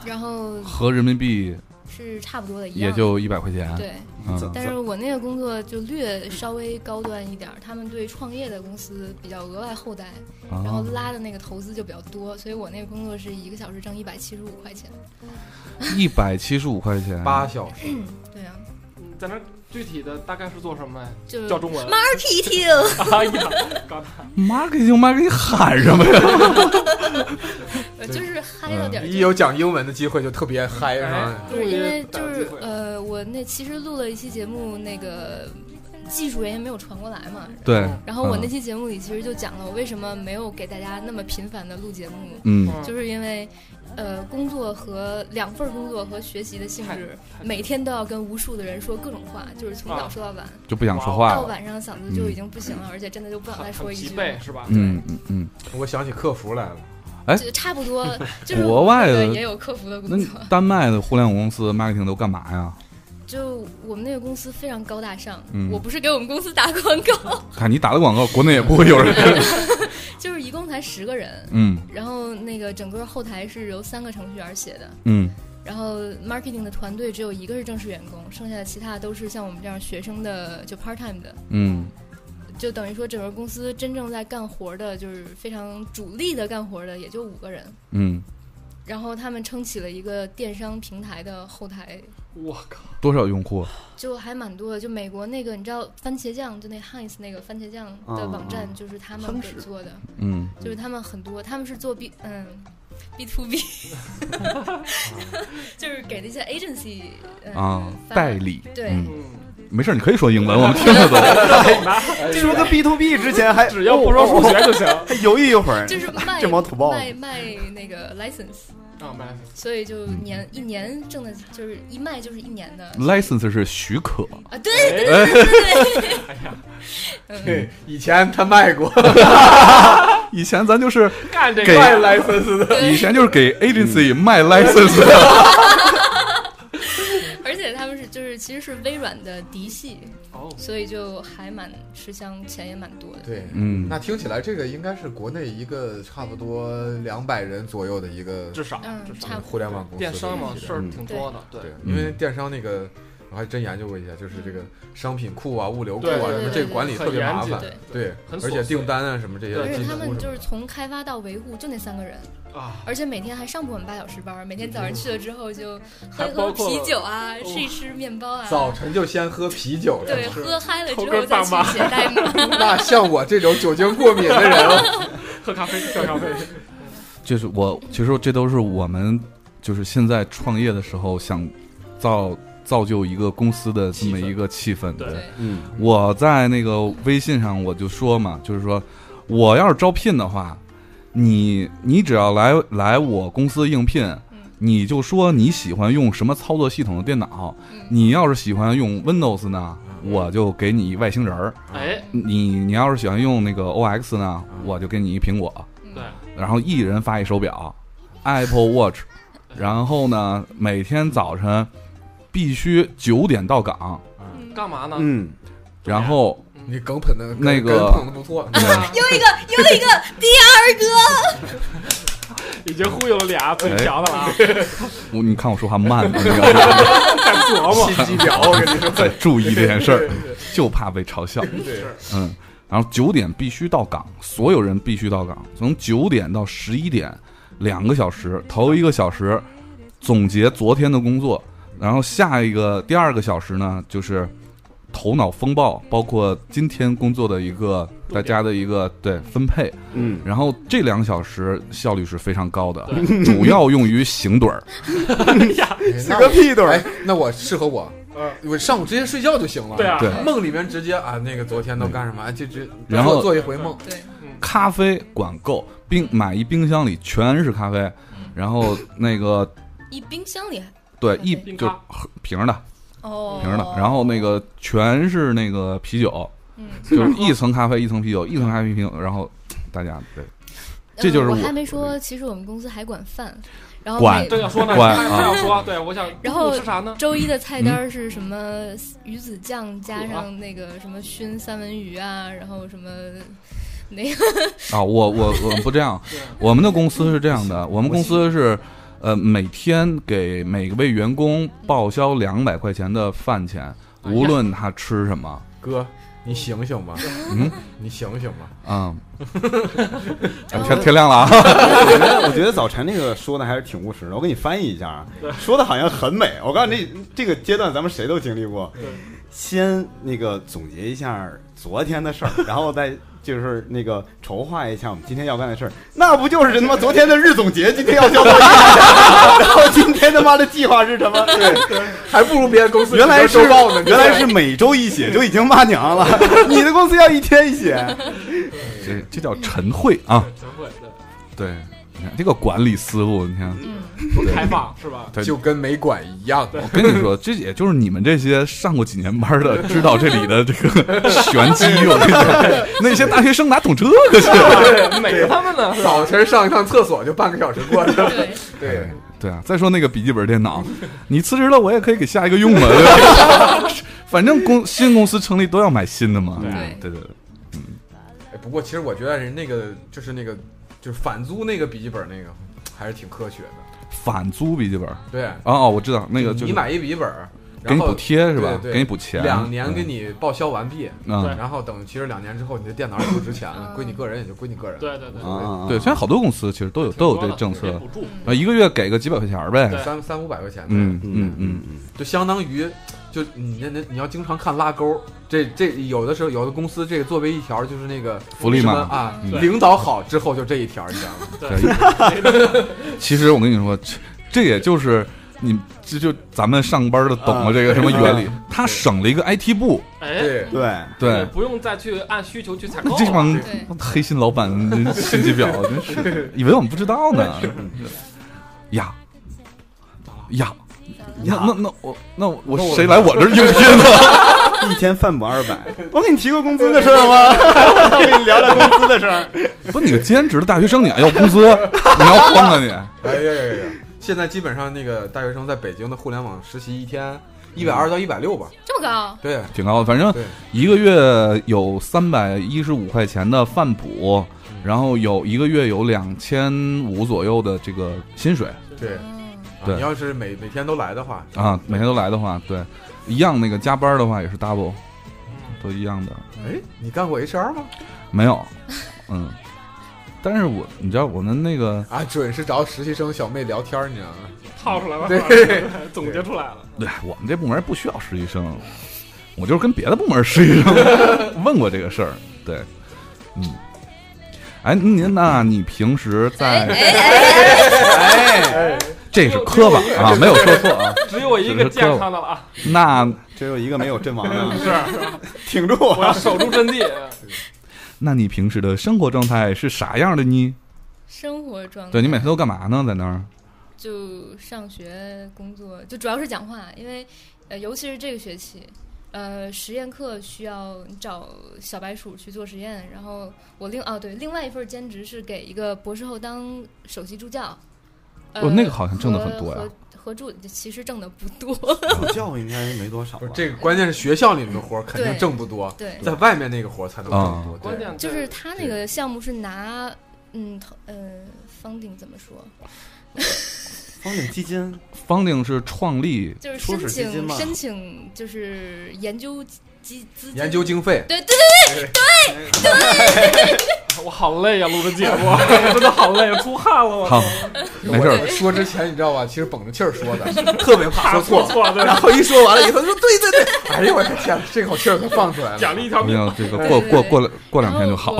[SPEAKER 5] 然后
[SPEAKER 4] 合人民币
[SPEAKER 5] 是差不多的，一
[SPEAKER 4] 也
[SPEAKER 5] 样
[SPEAKER 4] 就一百块钱，
[SPEAKER 5] 对。
[SPEAKER 4] 嗯，
[SPEAKER 5] [laughs] 但是我那个工作就略稍微高端一点儿，他们对创业的公司比较额外厚待，然后
[SPEAKER 4] [laughs] 啊，
[SPEAKER 5] 拉的那个投资就比较多，所以我那个工作是一个小时挣一百七十五块钱。
[SPEAKER 4] 一百七十五块钱，
[SPEAKER 2] 八小时，
[SPEAKER 5] 对啊，
[SPEAKER 3] 你嗯在那儿具体的大概是做什么呀？
[SPEAKER 5] 就
[SPEAKER 3] 教中文。[laughs]
[SPEAKER 5] marketing，
[SPEAKER 3] 哎呀，高大。
[SPEAKER 4] 妈给你妈给你喊什么呀？ [laughs]
[SPEAKER 5] 呃就是嗨到点
[SPEAKER 4] 嗯
[SPEAKER 5] 儿
[SPEAKER 2] 一
[SPEAKER 5] 就。
[SPEAKER 2] 有讲英文的机会就特别
[SPEAKER 3] 哎
[SPEAKER 2] 嗨，是
[SPEAKER 4] 哎
[SPEAKER 2] 吧？
[SPEAKER 5] 就是因为就
[SPEAKER 3] 终于逮
[SPEAKER 5] 是
[SPEAKER 3] 到机会了
[SPEAKER 5] 呃，我那其实录了一期节目，那个技术原因没有传过来嘛。
[SPEAKER 4] 对，
[SPEAKER 5] 然后我
[SPEAKER 4] 嗯
[SPEAKER 5] 那期节目里其实就讲了我为什么没有给大家那么频繁的录节目，
[SPEAKER 4] 嗯，
[SPEAKER 5] 就是因为，呃，工作和两份儿工作和学习的性质，每天都要跟无数的人说各种话，就是从
[SPEAKER 4] 啊
[SPEAKER 5] 早说到晚，
[SPEAKER 4] 就不想说话
[SPEAKER 5] 到
[SPEAKER 4] 了，
[SPEAKER 5] 晚上嗓子就已经不行了，而且真的就不想再
[SPEAKER 3] 很
[SPEAKER 5] 说
[SPEAKER 3] 很
[SPEAKER 5] 一
[SPEAKER 3] 疲
[SPEAKER 5] 句。
[SPEAKER 3] 惫是吧？
[SPEAKER 4] 嗯嗯嗯，
[SPEAKER 2] 我想起客服来了，
[SPEAKER 4] 哎
[SPEAKER 5] 就差不
[SPEAKER 4] [laughs]
[SPEAKER 5] 多，就是
[SPEAKER 4] 国外的
[SPEAKER 5] 对也有客服的
[SPEAKER 4] 那
[SPEAKER 5] 工作。
[SPEAKER 4] 丹麦的互联网公司 marketing 都干嘛呀？
[SPEAKER 5] 就我们那个公司非常高大上，
[SPEAKER 4] 嗯
[SPEAKER 5] 我不是给我们公司打广告， [laughs]
[SPEAKER 4] 看你打的广告，国内也不会有人。 [laughs]
[SPEAKER 5] 就是一共才十个人，
[SPEAKER 4] 嗯
[SPEAKER 5] 然后那个整个后台是由三个程序员写的，
[SPEAKER 4] 嗯
[SPEAKER 5] 然后 marketing 的团队只有一个是正式员工，剩下的其他都是像我们这样学生的，就 part time 的。
[SPEAKER 4] 嗯，
[SPEAKER 5] 就等于说整个公司真正在干活的，就是非常主力的干活的，也就五个人。
[SPEAKER 4] 嗯，
[SPEAKER 5] 然后他们撑起了一个电商平台的后台，
[SPEAKER 3] 我靠，
[SPEAKER 4] 多少用户？啊
[SPEAKER 5] 就还蛮多的。就美国那个，你知道番茄酱，就那 Heinz 那个番茄酱的网站，就是他们给做的，
[SPEAKER 4] 嗯，
[SPEAKER 5] 就是他们很多，他们是做 B 嗯 B to
[SPEAKER 4] [laughs]
[SPEAKER 5] B，就是给那些 agency 嗯
[SPEAKER 4] 啊，
[SPEAKER 5] 发
[SPEAKER 4] 代理，
[SPEAKER 5] 对
[SPEAKER 4] 嗯
[SPEAKER 3] 嗯，
[SPEAKER 4] 没事儿，你可以说英文，我们听 [laughs] 得懂。
[SPEAKER 1] 说个 B to B 之前还
[SPEAKER 3] 只要不说数学就行。
[SPEAKER 1] 还犹豫一会儿， [laughs]
[SPEAKER 5] 就是卖
[SPEAKER 1] 这毛土包子
[SPEAKER 5] 卖卖那个 license，
[SPEAKER 3] 啊，麦克
[SPEAKER 5] 所以就年一年挣的就是一卖就是一年的
[SPEAKER 4] License 是许可，
[SPEAKER 5] 啊，对对
[SPEAKER 3] 哎，
[SPEAKER 5] 嗯，
[SPEAKER 2] 对，以前他卖过，
[SPEAKER 4] 以前咱就是
[SPEAKER 3] 哎
[SPEAKER 4] 嗯
[SPEAKER 3] 干这
[SPEAKER 4] 给
[SPEAKER 3] 个
[SPEAKER 2] [laughs] 卖 license 的，
[SPEAKER 4] [laughs] 以前就是给 agency 卖 license [laughs] 的，
[SPEAKER 5] 而且他们是就是其实是微软的嫡系，
[SPEAKER 3] 哦，
[SPEAKER 5] 所以就还蛮吃香，钱也蛮多的。
[SPEAKER 2] 对。
[SPEAKER 4] 嗯，
[SPEAKER 2] 那听起来，这个应该是国内一个差不多两百人左右的一个
[SPEAKER 3] 至少
[SPEAKER 5] 嗯
[SPEAKER 3] 至少
[SPEAKER 5] 差不多
[SPEAKER 2] 互联网公司的
[SPEAKER 3] 电
[SPEAKER 2] 一个
[SPEAKER 3] 商嘛
[SPEAKER 2] 体制
[SPEAKER 3] 事儿挺多的，对
[SPEAKER 2] 对，
[SPEAKER 4] 嗯
[SPEAKER 2] 因为电商那个我还真研究过一下，就是这个商品库啊、物流库啊
[SPEAKER 3] 对对
[SPEAKER 2] 什么，
[SPEAKER 5] 对
[SPEAKER 2] 这个管理特别麻烦
[SPEAKER 3] 很
[SPEAKER 5] 严，
[SPEAKER 2] 对，
[SPEAKER 3] 很琐
[SPEAKER 2] 而
[SPEAKER 3] 碎
[SPEAKER 2] 且订单啊什么这些
[SPEAKER 3] 对
[SPEAKER 5] 而且
[SPEAKER 2] 技
[SPEAKER 5] 他
[SPEAKER 2] 术
[SPEAKER 5] 们
[SPEAKER 2] 什
[SPEAKER 5] 就
[SPEAKER 2] 么
[SPEAKER 5] 是从开发到维护就那三个人，
[SPEAKER 3] 啊，
[SPEAKER 5] 而且每天还上不满八小时班儿，每天早上去了之后就喝
[SPEAKER 3] 还
[SPEAKER 5] 一
[SPEAKER 3] 包
[SPEAKER 5] 喝
[SPEAKER 3] 括
[SPEAKER 5] 啤酒啊，
[SPEAKER 3] 哦
[SPEAKER 5] 吃一吃面包啊，
[SPEAKER 2] 早晨就先喝啤酒，
[SPEAKER 5] 对，
[SPEAKER 2] 是吧
[SPEAKER 5] 喝嗨了之
[SPEAKER 3] 偷根
[SPEAKER 5] 后再
[SPEAKER 3] 棒棒
[SPEAKER 5] 去写代码。
[SPEAKER 2] [laughs] 那像我这种酒精过敏的
[SPEAKER 3] [laughs]
[SPEAKER 2] 人，
[SPEAKER 3] 喝咖啡，喝咖啡，
[SPEAKER 4] 就是我其实这都是我们就是现在创业的时候想造造就一个公司的这么一个气氛的。
[SPEAKER 5] 对，
[SPEAKER 1] 嗯，
[SPEAKER 4] 我在那个微信上我就说嘛，就是说我要是招聘的话，你你只要来来我公司应聘
[SPEAKER 5] 嗯，
[SPEAKER 4] 你就说你喜欢用什么操作系统的电脑，
[SPEAKER 5] 嗯，
[SPEAKER 4] 你要是喜欢用 Windows 呢，我就给你一外星人儿；
[SPEAKER 3] 哎，
[SPEAKER 4] 你你要是喜欢用那个 OX 呢
[SPEAKER 2] 嗯，
[SPEAKER 4] 我就给你一苹果。
[SPEAKER 5] 嗯
[SPEAKER 3] 对，
[SPEAKER 4] 然后一人发一手表，Apple
[SPEAKER 5] [laughs]
[SPEAKER 4] Watch，然后呢，每天早晨必须九点到岗，
[SPEAKER 5] 嗯
[SPEAKER 3] 干嘛呢？
[SPEAKER 1] 嗯，
[SPEAKER 4] 然后
[SPEAKER 2] 你梗捧的
[SPEAKER 4] 那个
[SPEAKER 2] 梗捧的不错，
[SPEAKER 5] [laughs] 又一个又一个第二个，
[SPEAKER 3] 已经忽悠了俩最
[SPEAKER 1] 哎
[SPEAKER 3] 强的了啊，
[SPEAKER 4] 我你看我说话慢，
[SPEAKER 2] [laughs]
[SPEAKER 4] 你知道吗
[SPEAKER 3] 敢琢磨，
[SPEAKER 2] 心机婊，我跟你说，
[SPEAKER 4] 得注意这件事
[SPEAKER 2] 对
[SPEAKER 4] 儿，
[SPEAKER 2] 对
[SPEAKER 4] 就怕被嘲笑。
[SPEAKER 2] 对
[SPEAKER 3] 是
[SPEAKER 4] 嗯，然后九点必须到岗，所有人必须到岗，从九点到十一点，两个小时，头一个小时总结昨天的工作，然后下一个第二个小时呢就是头脑风暴，包括今天工作的一个大家的一个对分配，
[SPEAKER 1] 嗯，
[SPEAKER 4] 然后这两个小时效率是非常高的，
[SPEAKER 3] 对
[SPEAKER 4] 主要用于行盹儿。
[SPEAKER 2] 对，
[SPEAKER 1] 是个屁墩儿
[SPEAKER 2] 哎，那我适合我，
[SPEAKER 3] 嗯
[SPEAKER 2] 我上午直接睡觉就行了。
[SPEAKER 3] 对啊，
[SPEAKER 4] 对
[SPEAKER 2] 梦里面直接啊，那个昨天都干什么？
[SPEAKER 1] 嗯
[SPEAKER 2] 哎就直
[SPEAKER 4] 然后
[SPEAKER 2] 做做一回梦，
[SPEAKER 5] 对，
[SPEAKER 4] 咖啡管够，冰买一冰箱里全是咖啡，
[SPEAKER 3] 嗯
[SPEAKER 4] 然后那
[SPEAKER 3] [laughs]
[SPEAKER 4] 个
[SPEAKER 5] 一冰箱里
[SPEAKER 4] 对
[SPEAKER 5] 咖啡
[SPEAKER 4] 一
[SPEAKER 3] 冰
[SPEAKER 4] 就
[SPEAKER 3] 咖
[SPEAKER 4] 瓶儿的。
[SPEAKER 5] 哦，
[SPEAKER 4] 瓶儿的，然后那个全是那个啤
[SPEAKER 3] 哦
[SPEAKER 4] 酒，
[SPEAKER 5] 嗯，
[SPEAKER 4] 就是一
[SPEAKER 3] [laughs]
[SPEAKER 4] 层咖啡一层啤酒，一层咖啡一瓶，然后大家对这
[SPEAKER 5] 呃
[SPEAKER 4] 就是
[SPEAKER 5] 我
[SPEAKER 4] 我
[SPEAKER 5] 还没说，其实我们公司还管饭，然后
[SPEAKER 4] 管
[SPEAKER 5] 每
[SPEAKER 3] 正要说呢，
[SPEAKER 4] 管
[SPEAKER 3] 他他要说，对我想，
[SPEAKER 5] 然后
[SPEAKER 3] 我吃啥呢？
[SPEAKER 5] 周一的菜单是什么
[SPEAKER 4] 嗯
[SPEAKER 5] 鱼子酱加上那个什么熏三文鱼啊，然后什么那个
[SPEAKER 4] 啊，我我我们不这样
[SPEAKER 3] 对，
[SPEAKER 4] 我们的公司是这样的，我们公司是。呃，每天给每位员工报销两百块钱的饭钱，
[SPEAKER 3] 哎呀
[SPEAKER 4] 无论他吃什么，
[SPEAKER 2] 哥，你醒醒吧，
[SPEAKER 4] 嗯
[SPEAKER 2] 你醒醒吧。
[SPEAKER 3] [laughs]
[SPEAKER 4] 嗯，啊天天亮了啊，
[SPEAKER 1] 我觉得我觉得早晨那个说的还是挺务实的，我给你翻译一下啊，说的好像很美。我告诉你，这个阶段咱们谁都经历过
[SPEAKER 3] 对，
[SPEAKER 1] 先那个总结一下昨天的事儿，然后再。就是那个筹划一下我们今天要干的事儿，那不就是他妈昨天的日总结，今天要交作业，然后今天他妈的计划是什么？对，
[SPEAKER 2] 还不如别人公司
[SPEAKER 1] 原来
[SPEAKER 2] 收
[SPEAKER 1] 是
[SPEAKER 2] 报呢。
[SPEAKER 1] 原来是每周一写就已经骂娘了，你的公司要一天一写，
[SPEAKER 4] 这这叫晨会啊，
[SPEAKER 3] 对，真会，对，
[SPEAKER 4] 对，你看这个管理思路，你看，
[SPEAKER 3] 不开放是吧？
[SPEAKER 4] 对
[SPEAKER 2] 就跟没管一样。
[SPEAKER 4] 我跟你说，这也就是你们这些上过几年班的，知道这里的这个玄机。我跟你讲，那些大学生哪懂这个去？
[SPEAKER 3] 对， [laughs] 美他们呢，
[SPEAKER 2] 早晨上一趟厕所就半个小时
[SPEAKER 1] [laughs]
[SPEAKER 2] 过去了。
[SPEAKER 5] 对，
[SPEAKER 2] 对，
[SPEAKER 4] 对啊，再说那个笔记本电脑，你辞职了，我也可以给下一个用嘛，啊对吧？反正公新公司成立都要买新的嘛。
[SPEAKER 3] 对
[SPEAKER 5] 啊
[SPEAKER 4] 对对对，
[SPEAKER 2] 哎不过其实我觉得人那个就是那个就是返租那个笔记本那个还是挺科学的。
[SPEAKER 4] 反租笔记本。
[SPEAKER 2] 对，
[SPEAKER 4] 哦，我知道那个就是
[SPEAKER 2] 你买一笔记本，
[SPEAKER 4] 给
[SPEAKER 2] 然
[SPEAKER 4] 你
[SPEAKER 2] 后
[SPEAKER 4] 补贴是吧？
[SPEAKER 2] 对对
[SPEAKER 4] 给你补钱，
[SPEAKER 2] 两年给你报销完毕，
[SPEAKER 4] 嗯。
[SPEAKER 2] 然后等其实两年之后你的电脑也不值钱了，归你个人也就归你个人。
[SPEAKER 3] 对对对，
[SPEAKER 1] 啊
[SPEAKER 4] 嗯，对，现在好多公司其实都有都有这政
[SPEAKER 3] 挺
[SPEAKER 4] 策
[SPEAKER 3] 多的，补助，
[SPEAKER 5] 嗯
[SPEAKER 4] 啊，一个月给个几百块钱儿呗。
[SPEAKER 3] 对
[SPEAKER 2] 三三五百块钱，
[SPEAKER 4] 嗯
[SPEAKER 1] 嗯
[SPEAKER 4] 嗯嗯
[SPEAKER 1] 嗯，嗯，
[SPEAKER 2] 就相当于，就你那那你要经常看拉钩，这这有的时候有的公司这个作为一条就是那个
[SPEAKER 4] 福利
[SPEAKER 2] 什么
[SPEAKER 4] 嘛
[SPEAKER 2] 啊，
[SPEAKER 4] 嗯
[SPEAKER 2] 领导好之后就这一条，你知道吗？
[SPEAKER 3] 对
[SPEAKER 4] 对，其实我跟你说，这这也就是你这就咱们上班的懂了这个什么原理，他省了一个 IT 部，
[SPEAKER 3] 哎，
[SPEAKER 2] 对，
[SPEAKER 1] 对，
[SPEAKER 4] 对，哦
[SPEAKER 3] 不用再去按需求去采购
[SPEAKER 4] 那这
[SPEAKER 3] 了。
[SPEAKER 4] 帮
[SPEAKER 5] 对
[SPEAKER 4] 黑心老板心 [laughs] 机婊，真是以为我们不知道呢。呀呀呀，那那我那我我谁来我这儿应聘
[SPEAKER 1] [laughs]
[SPEAKER 4] 呢？ [laughs]
[SPEAKER 1] 一天饭补二百，我给你提过工资的事儿吗？ [laughs] 我跟你聊聊工资的事儿。
[SPEAKER 4] 不，你个兼职的大学生，你还要工资，你要慌啊你！
[SPEAKER 2] 哎呀呀呀！现在基本上那个大学生在北京的互联网实习一天一百二到一百六吧，
[SPEAKER 5] 这么高，
[SPEAKER 2] 对
[SPEAKER 3] 嗯
[SPEAKER 4] 挺高的，反正
[SPEAKER 2] 对，
[SPEAKER 4] 一个月有三百一十五块钱的饭补，然后有一个月有两千五左右的这个薪水
[SPEAKER 2] 对，
[SPEAKER 5] 嗯，
[SPEAKER 2] 啊
[SPEAKER 4] 对
[SPEAKER 2] 你要是每每天都来的话，
[SPEAKER 4] 啊，每天都来的话，对，一样那个加班的话也是 double，都一样的，
[SPEAKER 2] 哎，你干过 HR 吗？
[SPEAKER 4] 没有，嗯，但是我你知道我们那个
[SPEAKER 2] 啊，准是找实习生小妹聊天儿，你知道吗？
[SPEAKER 3] 套出来了，
[SPEAKER 2] 对，
[SPEAKER 3] [laughs] 总结出来了。
[SPEAKER 4] 对我们这部门不需要实习生，我就是跟别的部门实习生 [laughs] 问过这个事儿，对，嗯，哎，您那你平时在 [laughs]
[SPEAKER 2] 哎，
[SPEAKER 4] 这是磕巴啊，没有说错啊。
[SPEAKER 3] 只有我一个健康的了啊！
[SPEAKER 4] 那
[SPEAKER 1] [laughs] 只有一个没有阵亡的，
[SPEAKER 3] 是，
[SPEAKER 1] [laughs] 挺住
[SPEAKER 3] 我要
[SPEAKER 1] 啊！
[SPEAKER 3] 守住阵地。
[SPEAKER 4] 那你平时的生活状态是啥样的呢？
[SPEAKER 5] 生活状态
[SPEAKER 4] 对你每天都干嘛呢？在那儿？
[SPEAKER 5] 就上学、工作，就主要是讲话，因为呃，尤其是这个学期，呃，实验课需要你找小白鼠去做实验，然后我另哦对，另外一份兼职是给一个博士后当首席助教，呃，
[SPEAKER 4] 哦那个好像挣得很多呀
[SPEAKER 5] 和。和和助其实挣的不多，
[SPEAKER 1] 教应该没多少啊
[SPEAKER 2] 不
[SPEAKER 1] 吧
[SPEAKER 2] 是这个，关键是学校里面的活儿肯定
[SPEAKER 5] 对
[SPEAKER 2] 挣不多，
[SPEAKER 5] 对，
[SPEAKER 2] 在外面那个活儿才能挣得多。
[SPEAKER 3] [laughs] 嗯关
[SPEAKER 2] 对，
[SPEAKER 3] 键
[SPEAKER 5] 就是他那个项目是拿嗯投呃方顶怎么说，
[SPEAKER 1] 风险基金
[SPEAKER 4] 方定是创立
[SPEAKER 5] 就是
[SPEAKER 1] 初
[SPEAKER 5] 申
[SPEAKER 1] 始基金
[SPEAKER 5] 请
[SPEAKER 1] 嘛
[SPEAKER 5] 申请就是研究基资金
[SPEAKER 2] 研究经费，
[SPEAKER 5] 对对
[SPEAKER 3] 我好累啊呀、录的节 [laughs] 目我真的好累，出汗了。我
[SPEAKER 4] 好，没事
[SPEAKER 2] 我
[SPEAKER 4] 儿，
[SPEAKER 2] 说之前你知道吧？其实绷着气儿说的，特别怕
[SPEAKER 3] 怕
[SPEAKER 2] 说错。
[SPEAKER 3] 错对
[SPEAKER 2] [laughs] 然后一说完了以后，说对对对，哎呦我的天，这口气儿可放出来
[SPEAKER 3] 奖
[SPEAKER 2] 了。
[SPEAKER 3] 励一条
[SPEAKER 4] 不
[SPEAKER 3] 命。
[SPEAKER 4] 行，这个过过过两过
[SPEAKER 5] 然
[SPEAKER 4] 两
[SPEAKER 5] 后
[SPEAKER 4] 天就好
[SPEAKER 5] 我。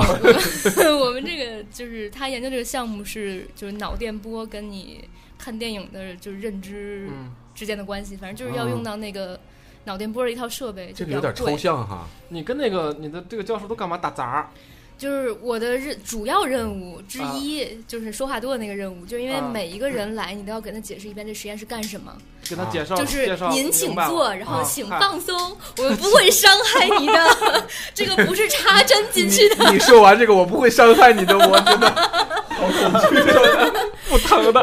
[SPEAKER 5] 我 [laughs] 我们这个就是他研究这个项目是就是脑电波跟你看电影的就是认知
[SPEAKER 3] 嗯，
[SPEAKER 5] 之间的关系，
[SPEAKER 4] 哦
[SPEAKER 5] 反正就是要用到那个脑电波的一套设备，就
[SPEAKER 2] 这个
[SPEAKER 5] 比
[SPEAKER 2] 有
[SPEAKER 5] 较
[SPEAKER 2] 点抽
[SPEAKER 5] 贵。
[SPEAKER 2] 象哈，
[SPEAKER 3] 你跟那个你的这个教授都干嘛打杂儿？
[SPEAKER 5] 就是我的任主要任务之一就是说话多的那个任务，就是因为
[SPEAKER 3] 啊
[SPEAKER 5] 每一个人来，你都要给他解释一遍这实验是干什么，
[SPEAKER 3] 跟他介绍，
[SPEAKER 2] 啊
[SPEAKER 5] 就是
[SPEAKER 3] 介绍
[SPEAKER 5] 您请
[SPEAKER 3] 明白了
[SPEAKER 5] 坐，然后请
[SPEAKER 3] 啊
[SPEAKER 5] 放松，我们不会伤害你的， [laughs] 这个不是插针进去的。
[SPEAKER 2] 你你说完这个，我不会伤害你的，我真的。
[SPEAKER 3] 不疼的。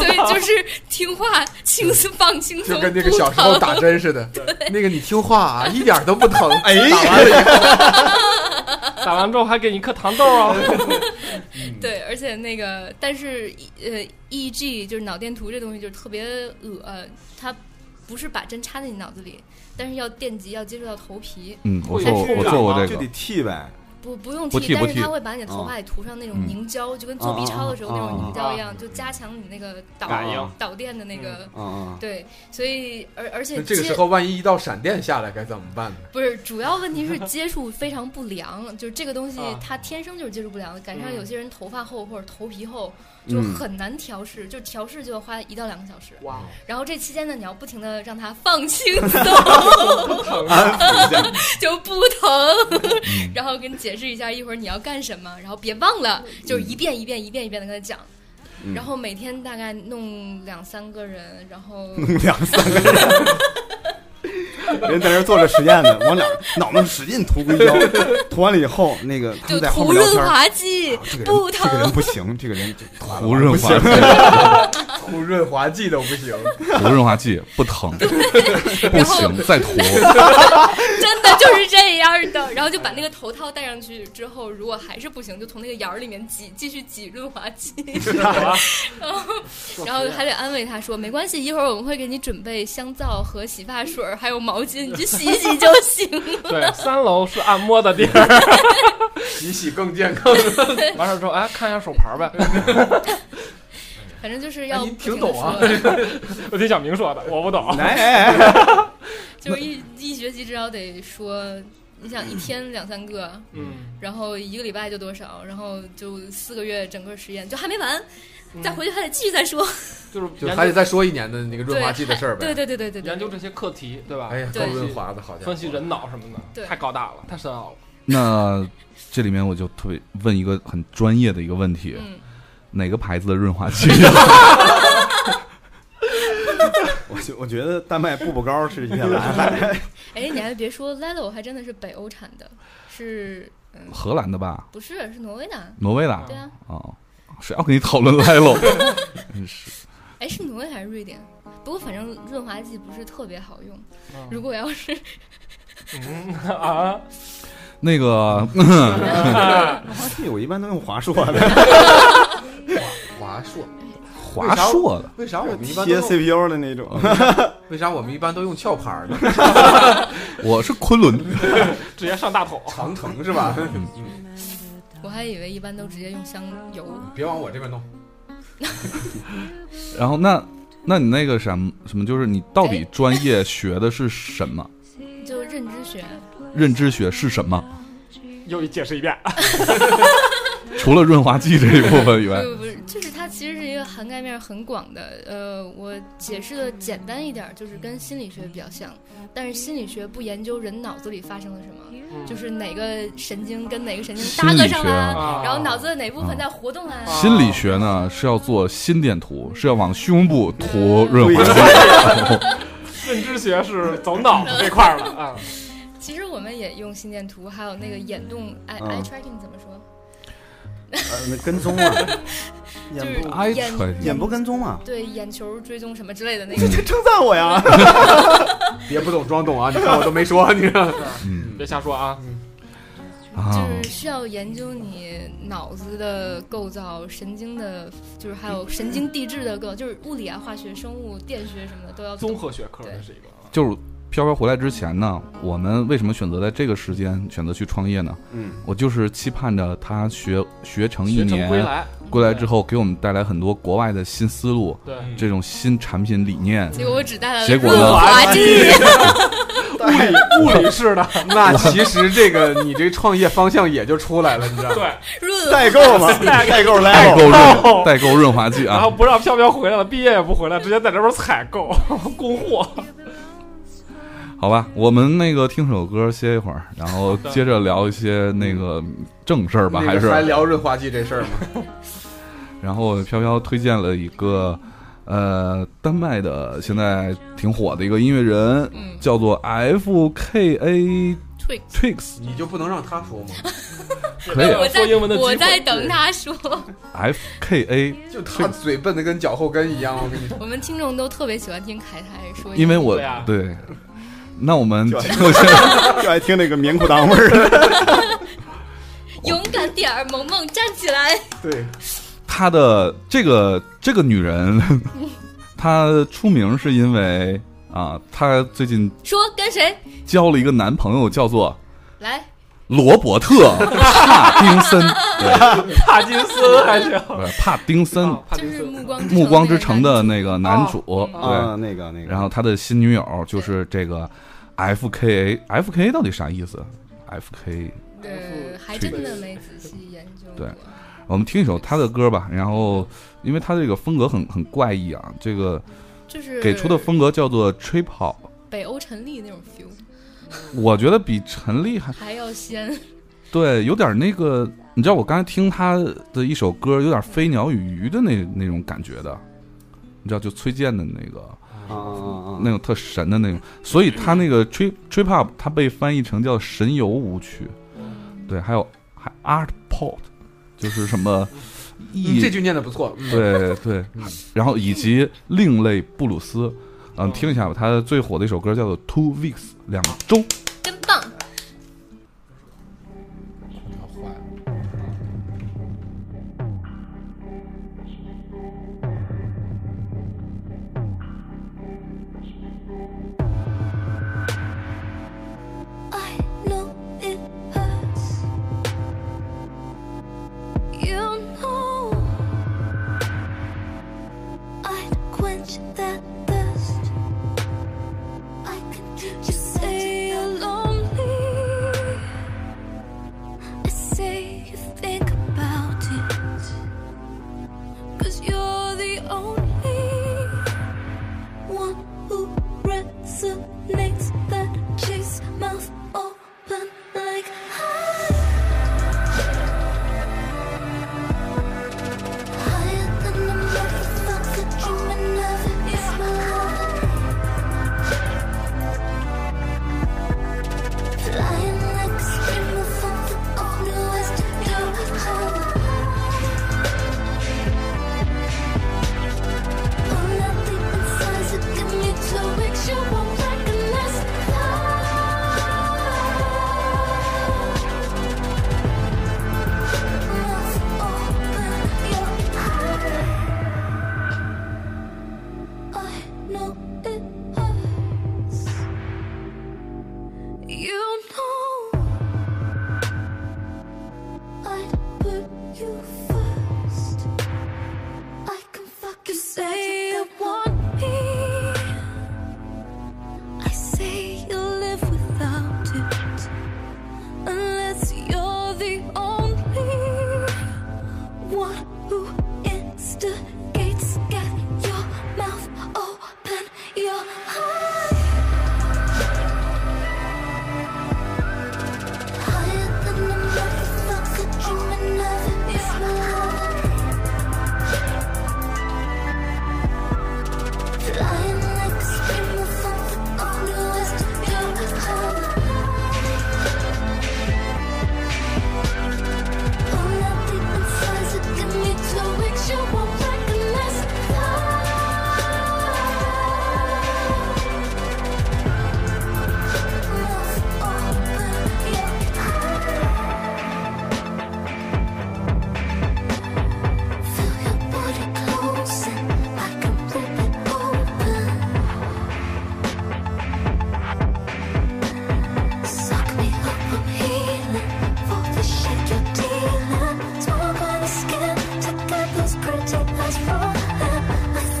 [SPEAKER 5] 对，就是听话，轻松放轻松，
[SPEAKER 2] 就跟那个
[SPEAKER 5] 不
[SPEAKER 2] 小时候
[SPEAKER 5] 疼
[SPEAKER 2] 打针似的，那个你听话啊，一点儿都不疼。
[SPEAKER 1] 哎
[SPEAKER 2] 打完了以后，
[SPEAKER 3] 打完之后还给你颗糖豆啊。
[SPEAKER 5] 对，而且那个，但是呃，EEG 就是脑电图这东西就是特别恶、呃它不是把针插在你脑子里，但是要电极要接触到头皮，
[SPEAKER 4] 嗯，我做过我做过这
[SPEAKER 1] 就
[SPEAKER 4] 个
[SPEAKER 1] 得，剃呗。
[SPEAKER 5] 不不用
[SPEAKER 4] 不
[SPEAKER 5] 剃，
[SPEAKER 4] 剃不
[SPEAKER 5] 但是它
[SPEAKER 4] 剃
[SPEAKER 5] 会把你的头发里涂上那种
[SPEAKER 4] 嗯
[SPEAKER 5] 凝胶，就跟做 B 超的时候
[SPEAKER 1] 啊
[SPEAKER 5] 那
[SPEAKER 1] 啊啊
[SPEAKER 5] 种凝胶一样，
[SPEAKER 3] 啊
[SPEAKER 5] 就加强你那个导
[SPEAKER 1] 感应
[SPEAKER 5] 导电的那个。
[SPEAKER 1] 嗯
[SPEAKER 5] 对，所以而而且
[SPEAKER 2] 那这个
[SPEAKER 5] 接
[SPEAKER 2] 时候万一一道闪电下来该怎么办呢？
[SPEAKER 5] 不是主要问题是接触非常不良， [laughs] 就是这个东西
[SPEAKER 3] 啊
[SPEAKER 5] 它天生就是接触不良，赶上
[SPEAKER 3] 嗯
[SPEAKER 5] 有些人头发厚或者头皮厚就
[SPEAKER 1] 嗯
[SPEAKER 5] 很难调试，就调试就要花一到两个小时。
[SPEAKER 3] [laughs] 哇，
[SPEAKER 5] 然后这期间呢，你要不停的让它放轻
[SPEAKER 1] [laughs]
[SPEAKER 5] 松，
[SPEAKER 3] 哦
[SPEAKER 1] 嗯，安抚一下。
[SPEAKER 5] 就不疼，
[SPEAKER 4] 嗯，
[SPEAKER 5] 然后跟你解释一下一会儿你要干什么，然后别忘了，就是一遍一遍一遍一遍的跟他讲。
[SPEAKER 1] 嗯
[SPEAKER 5] 然后每天大概弄两三个人，然后
[SPEAKER 1] 两三个人，人在那儿做着实验呢，往两脑门使劲涂硅胶， [laughs] 涂完了以后，那个他
[SPEAKER 5] 就
[SPEAKER 1] 们 [laughs] 在后
[SPEAKER 5] 涂
[SPEAKER 1] 面聊天儿，
[SPEAKER 5] 润
[SPEAKER 1] 啊
[SPEAKER 5] 滑剂，
[SPEAKER 1] 这个
[SPEAKER 5] 不
[SPEAKER 1] 人这个人
[SPEAKER 5] 疼。
[SPEAKER 1] 不行，这个人这完了
[SPEAKER 4] [laughs] 涂润
[SPEAKER 1] [laughs]
[SPEAKER 4] 滑 [laughs]
[SPEAKER 1] 不行
[SPEAKER 2] 涂润滑剂都不行，
[SPEAKER 4] 涂润滑剂不疼，不
[SPEAKER 5] 然后
[SPEAKER 4] 行，再涂。
[SPEAKER 5] [laughs] 真的就是这样的。然后就把那个头套戴上去之后，如果还是不行，就从那个眼儿里面挤，继续挤润滑剂。
[SPEAKER 2] [laughs]
[SPEAKER 3] 哦
[SPEAKER 5] 然后，然后还得安慰他说：“没关系，一会儿我们会给你准备香皂和洗发水儿，还有毛巾，你去洗一洗就行。
[SPEAKER 2] 啊
[SPEAKER 3] 对，三楼是按摩的地
[SPEAKER 2] [laughs]
[SPEAKER 3] 儿。
[SPEAKER 2] 洗洗更健康。
[SPEAKER 3] 完事儿之后，哎，看一下手牌
[SPEAKER 2] [laughs]
[SPEAKER 3] 呗。
[SPEAKER 5] 反正就是要
[SPEAKER 2] 哎你
[SPEAKER 5] 不停
[SPEAKER 2] 挺
[SPEAKER 5] 地
[SPEAKER 2] 懂啊
[SPEAKER 5] 说，
[SPEAKER 3] 我听小
[SPEAKER 1] 哎
[SPEAKER 3] 明说的，我不懂。
[SPEAKER 1] 哎哎哎，
[SPEAKER 5] 就是一一学期至少得说。你想一天两三个，
[SPEAKER 3] 嗯，
[SPEAKER 5] 然后一个礼拜就多少，然后就四个月整个实验就还没完，再回去还得继续再说。
[SPEAKER 3] 嗯就是
[SPEAKER 2] 就
[SPEAKER 3] 研
[SPEAKER 2] 还得
[SPEAKER 3] 究
[SPEAKER 2] 再说一年的那个润滑剂的事儿呗。
[SPEAKER 5] 对对对对对对，
[SPEAKER 3] 研究这些课题，对吧？
[SPEAKER 2] 哎呀，高
[SPEAKER 5] 对
[SPEAKER 2] 润滑的好家伙！
[SPEAKER 3] 分析人脑什么的，
[SPEAKER 5] 对
[SPEAKER 3] 太高大了，啊太深奥了。
[SPEAKER 4] [laughs] 那这里面我就特别问一个很专业的一个问题：
[SPEAKER 5] 嗯，
[SPEAKER 4] 哪个牌子的润滑
[SPEAKER 5] [laughs]
[SPEAKER 4] 剂？ [laughs]
[SPEAKER 1] 我觉我觉得丹麦步步高是接下来，
[SPEAKER 5] 哎，你还别说，Lelo 还真的是北欧产的，是嗯，
[SPEAKER 4] 荷兰的吧，
[SPEAKER 5] 不是是挪威的？
[SPEAKER 4] 挪威的啊
[SPEAKER 5] 对啊，
[SPEAKER 4] 哦谁要跟你讨论
[SPEAKER 5] [laughs]
[SPEAKER 4] Lilo？真是
[SPEAKER 5] 哎，是挪威还是瑞典？不过反正润滑剂不是特别好用。
[SPEAKER 4] 哦
[SPEAKER 3] 嗯
[SPEAKER 5] 如果要是
[SPEAKER 3] 嗯 [laughs] 啊，
[SPEAKER 4] 那个，
[SPEAKER 1] 滑梯 [laughs] 我一般都用华硕的，
[SPEAKER 2] 华硕，
[SPEAKER 4] 华硕的，
[SPEAKER 2] 为啥我们一般都
[SPEAKER 1] 贴
[SPEAKER 2] 用
[SPEAKER 1] CPU 的哦那种。
[SPEAKER 2] 为啥我们一般都用壳牌 [laughs] 儿呢？
[SPEAKER 4] 我是昆仑。
[SPEAKER 3] 直接上大头。
[SPEAKER 2] 长城是 [laughs] 吧？
[SPEAKER 5] 我还以为一般都直接用香油，
[SPEAKER 2] 别往我这边弄。
[SPEAKER 4] 然后那，那你那个什么什么，就是你到底
[SPEAKER 5] 哎
[SPEAKER 4] 专业学的是什么？
[SPEAKER 5] 就认知学。
[SPEAKER 4] 认知学是什么？
[SPEAKER 3] 又解释一遍，
[SPEAKER 4] 除了润滑剂这一部分以外，
[SPEAKER 5] 不不是，就是它其实是一个涵盖面很广的。呃，我解释的简单一点儿，就是跟心理学比较像，但是心理学不研究人脑子里发生了什么，
[SPEAKER 3] 嗯
[SPEAKER 5] 就是哪个神经跟哪个神经搭
[SPEAKER 4] 心理学
[SPEAKER 5] 个上啦、
[SPEAKER 4] 啊
[SPEAKER 5] 然后脑子的哪部分
[SPEAKER 4] 啊
[SPEAKER 5] 在活动啦、
[SPEAKER 3] 啊
[SPEAKER 4] 心理学呢是要做心电图，是要往胸部涂润滑剂。 [laughs]
[SPEAKER 3] 认知学是走脑子这块儿了 [laughs] 啊。
[SPEAKER 5] 其实我们也用心电图，还有那个
[SPEAKER 4] 嗯
[SPEAKER 5] 眼动 eye、
[SPEAKER 1] 啊
[SPEAKER 5] eye tracking 怎么说？
[SPEAKER 1] 呃，那跟
[SPEAKER 5] [laughs]
[SPEAKER 1] 踪啊，
[SPEAKER 5] 就
[SPEAKER 1] 眼部
[SPEAKER 5] 是
[SPEAKER 4] Eye
[SPEAKER 5] 眼
[SPEAKER 4] tracking
[SPEAKER 1] 眼部跟踪啊嘛，
[SPEAKER 5] 对眼球追踪什么之类的那
[SPEAKER 1] [laughs] 这
[SPEAKER 4] 嗯
[SPEAKER 5] 个。
[SPEAKER 1] 这称赞我呀！
[SPEAKER 2] 别不懂装懂啊！你看我都没说， [laughs] 你看。
[SPEAKER 4] 嗯
[SPEAKER 3] 别瞎说啊！
[SPEAKER 4] 啊，
[SPEAKER 5] 就是需要研究你脑子的构造、神经的，就是还有神经递质的构造，就是物理啊、化学、生物、电学什么的都要懂
[SPEAKER 3] 综合学科这是一个啊，
[SPEAKER 4] 就是飘飘回来之前呢，我们为什么选择在这个时间选择去创业呢？
[SPEAKER 1] 嗯，
[SPEAKER 4] 我就是期盼着他学学成一
[SPEAKER 3] 学
[SPEAKER 4] 年
[SPEAKER 3] 成归来，
[SPEAKER 4] 归来之后，给我们带来很多国外的新思路，
[SPEAKER 3] 对，
[SPEAKER 4] 这种新产品理念。
[SPEAKER 5] 结果我只带来了
[SPEAKER 4] 结果呢啊
[SPEAKER 5] 润
[SPEAKER 4] [laughs]
[SPEAKER 5] 滑剂，
[SPEAKER 3] 物理物理式的，
[SPEAKER 2] [laughs] 那其实这个你这创业方向也就出来了，你知道吗？
[SPEAKER 3] 对，
[SPEAKER 4] [laughs]
[SPEAKER 5] 润滑
[SPEAKER 1] 代购 [laughs] 嘛，代购
[SPEAKER 4] 代
[SPEAKER 1] level，
[SPEAKER 4] 购润代购润滑剂
[SPEAKER 3] 哦然
[SPEAKER 4] 啊
[SPEAKER 3] 后，不让飘飘回来了，毕业也不回来，直接在这边采 [laughs] 购供货。
[SPEAKER 4] 好吧，我们那个听首歌歇一会儿，然后
[SPEAKER 3] 的
[SPEAKER 4] 接着聊一些那个正事儿吧，
[SPEAKER 2] [laughs] 那个
[SPEAKER 4] 还是
[SPEAKER 2] 还聊润滑剂这事儿吗？
[SPEAKER 4] 然后飘飘推荐了一个，呃，丹麦的现在挺火的一个音乐人， [laughs]
[SPEAKER 5] 嗯
[SPEAKER 4] 叫做 F K A
[SPEAKER 5] Twix。
[SPEAKER 4] Twix，
[SPEAKER 2] 你就不能让他说吗？
[SPEAKER 4] 可以
[SPEAKER 5] 我
[SPEAKER 3] 说英文的
[SPEAKER 5] 在
[SPEAKER 3] 机会
[SPEAKER 5] 我在等他说，
[SPEAKER 4] F K A，
[SPEAKER 2] 就他嘴笨的跟脚后跟一样，我跟你说。
[SPEAKER 5] 我们听众都特别喜欢听凯凯说，
[SPEAKER 4] 因为我
[SPEAKER 3] 对啊
[SPEAKER 4] 对，那 [laughs] 我们
[SPEAKER 1] 就
[SPEAKER 4] 就先
[SPEAKER 1] 就爱听那个棉裤裆 [laughs] 味儿。
[SPEAKER 5] 勇敢点儿，萌萌站起来，
[SPEAKER 2] 对，
[SPEAKER 4] 她的这个这个女人， [laughs] 她出名是因为啊，她最近
[SPEAKER 5] 说跟谁
[SPEAKER 4] 交了一个男朋友，叫做
[SPEAKER 5] 来，
[SPEAKER 4] 罗伯特帕丁森，
[SPEAKER 3] [laughs]
[SPEAKER 4] 对
[SPEAKER 3] 帕金森还行，
[SPEAKER 4] 不是帕丁森，
[SPEAKER 3] 啊帕
[SPEAKER 5] 就
[SPEAKER 3] 金
[SPEAKER 5] 是《
[SPEAKER 3] 森
[SPEAKER 5] 暮光
[SPEAKER 4] 《暮光之城》的
[SPEAKER 5] 那
[SPEAKER 4] 那个男主，
[SPEAKER 3] 哦
[SPEAKER 4] 对。
[SPEAKER 1] 啊，那个那个，
[SPEAKER 4] 然后他的新女友就是这个 F K A F K 到底啥意思？F K，
[SPEAKER 5] 个男主对，还真的没仔细研究过。
[SPEAKER 4] 对我们听一首他的歌吧。然后，因为他这个风格很很怪异啊，这个
[SPEAKER 5] 就是
[SPEAKER 4] 给出的风格叫做 trip hop，
[SPEAKER 5] 北欧陈丽那种 feel，
[SPEAKER 4] 我觉得比陈粒还
[SPEAKER 5] 还要先 [laughs]
[SPEAKER 4] 对，有点那个，你知道我刚才听他的一首歌，有点飞鸟与鱼的那那种感觉的，你知道就崔健的那个
[SPEAKER 1] 啊啊
[SPEAKER 4] 那种特神的那种，所以他那个 trip trip hop 它被翻译成叫神游舞曲，对，还有还 art pop，就是什么
[SPEAKER 2] 嗯
[SPEAKER 4] 艺
[SPEAKER 2] 这句念的不错。嗯，
[SPEAKER 4] [laughs] 对对，然后以及另类布鲁斯，嗯，听一下吧，他最火的一首歌叫做 Two Weeks 两周，
[SPEAKER 5] 真棒。
[SPEAKER 6] I know it hurts. You know I'd quench that thirst. I can you say I lost. I can fucking say you want me. I say you live without it. Unless you're the only one who instigates. Get your mouth open, your heart. Higher than the motherfucker dreaming of is my love. Flying like a streamer from the only west of your heart. All I deep inside is give me to it. You won't recognize love. Pretty eyes falling. My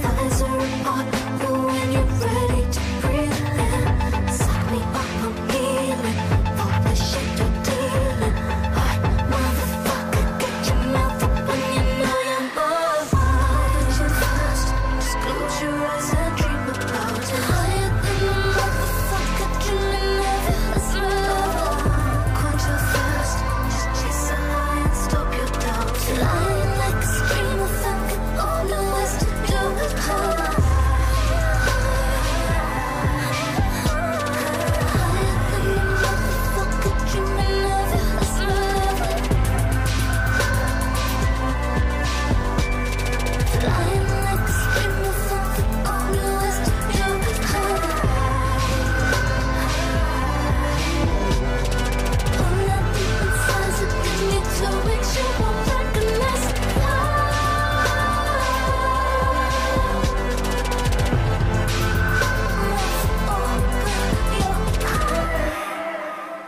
[SPEAKER 6] thighs are apart, but when you're ready to breathe in, Suck me up, I'm healing. All the shit you're dealing. Hot motherfucker, get your mouth open, you know you're mine. Put you first, just close your eyes and dream about it. Higher than a motherfucker, dreaming of it. It's my love. Quench your thirst, just chase a high and stop your doubt. Flying like a streamer, fucking all the ways to do it. You won't recognize love. Mouth open, your heart.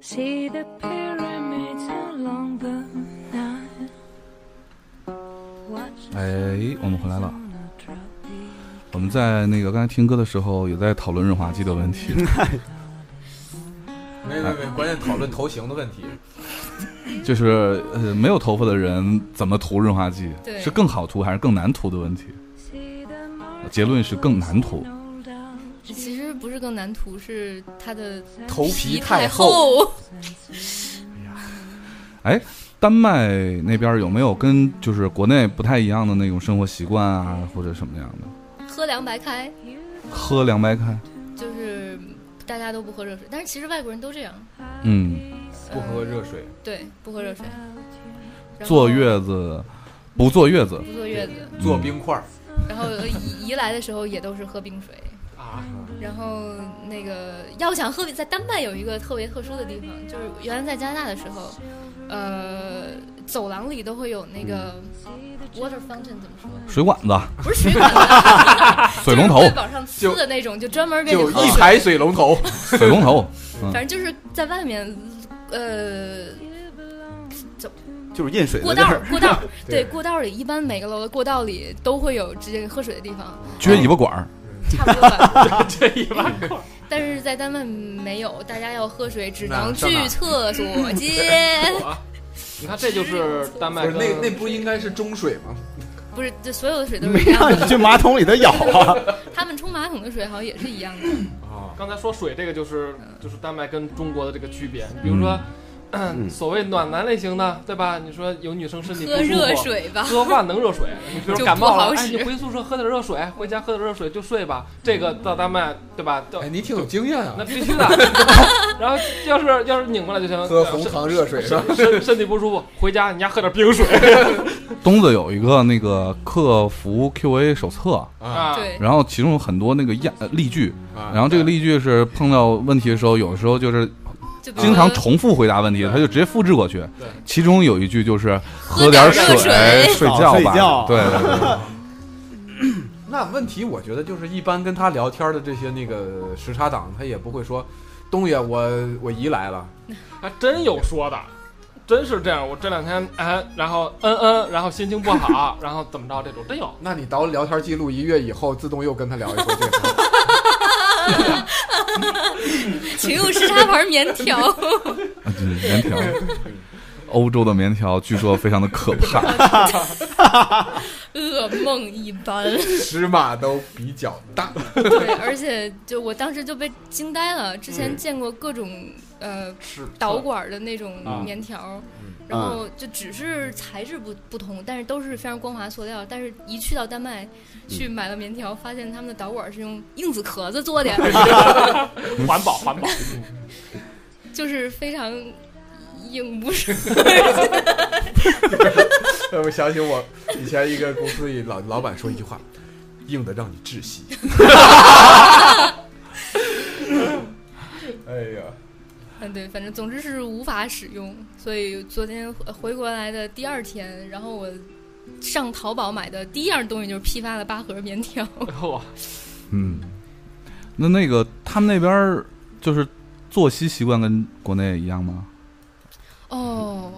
[SPEAKER 7] See the pyramids along the Nile. Watch the
[SPEAKER 4] 哎，我们回来了。
[SPEAKER 7] Arizona tropic.
[SPEAKER 4] 我们在那个刚才听歌的时候，也在讨论润滑剂的问题，
[SPEAKER 2] 没没没，关键讨论头型的问题。
[SPEAKER 4] 就是呃没有头发的人怎么涂润滑剂，
[SPEAKER 5] 对
[SPEAKER 4] 是更好涂还是更难涂的问题。
[SPEAKER 7] See the
[SPEAKER 4] 结论是更难涂。
[SPEAKER 7] marble down
[SPEAKER 5] 其实不是更难涂，是它的
[SPEAKER 2] 头皮
[SPEAKER 5] 太
[SPEAKER 2] 太厚，。
[SPEAKER 4] 丹麦那边有没有跟就是国内不太一样的那种生活习惯啊，或者什么样的？
[SPEAKER 5] 喝凉白开
[SPEAKER 4] 喝凉白开，
[SPEAKER 5] 就是大家都不喝热水，但是其实外国人都这样，呃
[SPEAKER 4] 嗯，
[SPEAKER 2] 不喝热水，
[SPEAKER 5] 对，不喝热水，然后
[SPEAKER 4] 坐月子不坐月子，
[SPEAKER 5] 不坐月子，
[SPEAKER 2] 做冰块儿
[SPEAKER 5] 然
[SPEAKER 2] [laughs]
[SPEAKER 5] 后移移来的时候也都是喝冰水。
[SPEAKER 3] [laughs]
[SPEAKER 2] 啊，
[SPEAKER 5] 然后那个要想喝，在丹麦有一个特别特殊的地方，就是原来在加拿大的时候，呃，走廊里都会有那个 water fountain 怎么说？
[SPEAKER 4] 水管子、
[SPEAKER 5] 不是水管子，
[SPEAKER 4] [laughs] 水龙头
[SPEAKER 5] 就是会、往上呲的那种，就专门给你
[SPEAKER 2] 就
[SPEAKER 5] 喝
[SPEAKER 2] 一
[SPEAKER 5] 水。
[SPEAKER 2] 排水龙头，
[SPEAKER 4] 水龙头，
[SPEAKER 5] 反正就是在外面，呃，
[SPEAKER 1] 就是印水
[SPEAKER 5] 过
[SPEAKER 1] 的地
[SPEAKER 5] 道
[SPEAKER 1] 儿
[SPEAKER 5] 儿。过道儿，
[SPEAKER 2] 对
[SPEAKER 5] 对，过道儿里一般每个楼的过道里都会有直接喝水的地方，
[SPEAKER 4] 撅尾巴管儿，
[SPEAKER 5] 差不多吧。 [laughs]
[SPEAKER 2] 这一排
[SPEAKER 5] 但是在丹麦没有，大家要喝水只
[SPEAKER 2] 那
[SPEAKER 5] 能
[SPEAKER 2] 上
[SPEAKER 5] 去
[SPEAKER 2] 哪
[SPEAKER 5] 厕所间。
[SPEAKER 3] 你看，这就是丹麦
[SPEAKER 2] 不是
[SPEAKER 3] 跟
[SPEAKER 2] 那那不应该是中水吗？
[SPEAKER 5] 不是，这所有的水都是
[SPEAKER 1] 没
[SPEAKER 5] 一样
[SPEAKER 1] [laughs] 让你
[SPEAKER 5] 的。
[SPEAKER 1] 去马桶里头舀啊！
[SPEAKER 5] 他们冲马桶的水好像也是一样的。
[SPEAKER 2] 啊，
[SPEAKER 3] 刚才说水这个就是
[SPEAKER 5] 嗯
[SPEAKER 3] 就是丹麦跟中国的这个区别，比如说、
[SPEAKER 2] 嗯
[SPEAKER 3] [clears throat] 所谓暖男类型的，对吧？你说有女生身体不
[SPEAKER 5] 喝
[SPEAKER 3] 舒服，
[SPEAKER 5] 热水吧，
[SPEAKER 3] 喝万能热水，你比如
[SPEAKER 5] [laughs] 就
[SPEAKER 3] 感冒
[SPEAKER 5] 不好
[SPEAKER 3] 了，哎，
[SPEAKER 5] 使
[SPEAKER 3] 你回宿舍喝点热水，回家喝点热水就睡吧。这个到丹麦，对吧？到
[SPEAKER 2] 嗯哎，你挺有经验啊
[SPEAKER 3] 那，必
[SPEAKER 2] [laughs]
[SPEAKER 3] 须的。然后要是要是拧过来就行，
[SPEAKER 2] 喝红糖热水是吧？
[SPEAKER 3] 身身身体不舒服，回家你家喝点冰水
[SPEAKER 4] 东子有一个那个客服 QA 手册，
[SPEAKER 2] 啊
[SPEAKER 3] 啊。
[SPEAKER 5] 对，
[SPEAKER 4] 然后其中有很多那个样呃例句，
[SPEAKER 2] 啊，
[SPEAKER 4] 然后这个例句是碰到问题的时候，有的时候就是
[SPEAKER 5] 就比如
[SPEAKER 4] 经常
[SPEAKER 5] 说
[SPEAKER 4] 重复回答问题，他就直接复制过去
[SPEAKER 2] 对。
[SPEAKER 4] 其中有一句就是喝
[SPEAKER 5] 点
[SPEAKER 4] 点水
[SPEAKER 5] 热水
[SPEAKER 4] 睡
[SPEAKER 1] 早
[SPEAKER 4] 觉
[SPEAKER 1] 睡
[SPEAKER 4] 吧
[SPEAKER 1] 觉，
[SPEAKER 4] 对对对。
[SPEAKER 2] 那问题我觉得就是一般跟他聊天的这些那个时差党，他也不会说东爷，我我姨来了，
[SPEAKER 3] 还真有说的，真是这样。我这两天哎，然后嗯嗯，然后心情不好， [laughs] 然后怎么着这种真有。
[SPEAKER 2] 那你导聊天记录一月以后，自动又跟他聊一回这 [laughs] 个。
[SPEAKER 5] 请用时差牌棉条。 [laughs]
[SPEAKER 4] 啊对棉条，欧洲的棉条据说非常的可怕。
[SPEAKER 5] 噩梦一般。
[SPEAKER 2] 尺码都比较大， [laughs]
[SPEAKER 5] 对，而且就我当时就被惊呆了，之
[SPEAKER 2] 嗯
[SPEAKER 5] 前见过各种呃
[SPEAKER 2] 是
[SPEAKER 5] 导管的那种
[SPEAKER 1] 啊
[SPEAKER 5] 棉条
[SPEAKER 2] 嗯。
[SPEAKER 5] 然后就只是材质不不同，但是都是非常光滑塑料。但是一去到丹
[SPEAKER 2] 嗯
[SPEAKER 5] 麦，去买了棉条，发现他们的导管是用硬纸壳子
[SPEAKER 2] [laughs]
[SPEAKER 5] 做的，
[SPEAKER 3] 环保环
[SPEAKER 5] [laughs]
[SPEAKER 3] 保，哎
[SPEAKER 5] 就是非常硬，不是？ [laughs]
[SPEAKER 2] 我想起我以前一个公司里老老板说一句话，硬的让你窒息。 [laughs] 哎呀，
[SPEAKER 5] 嗯，对，反正总之是无法使用。所以昨天回回国来的第二天，然后我上淘宝买的第一样东西就是批发了八盒棉条。
[SPEAKER 3] 我
[SPEAKER 4] 嗯，那那个他们那边儿就是作息习惯跟国内一样吗？
[SPEAKER 5] 哦，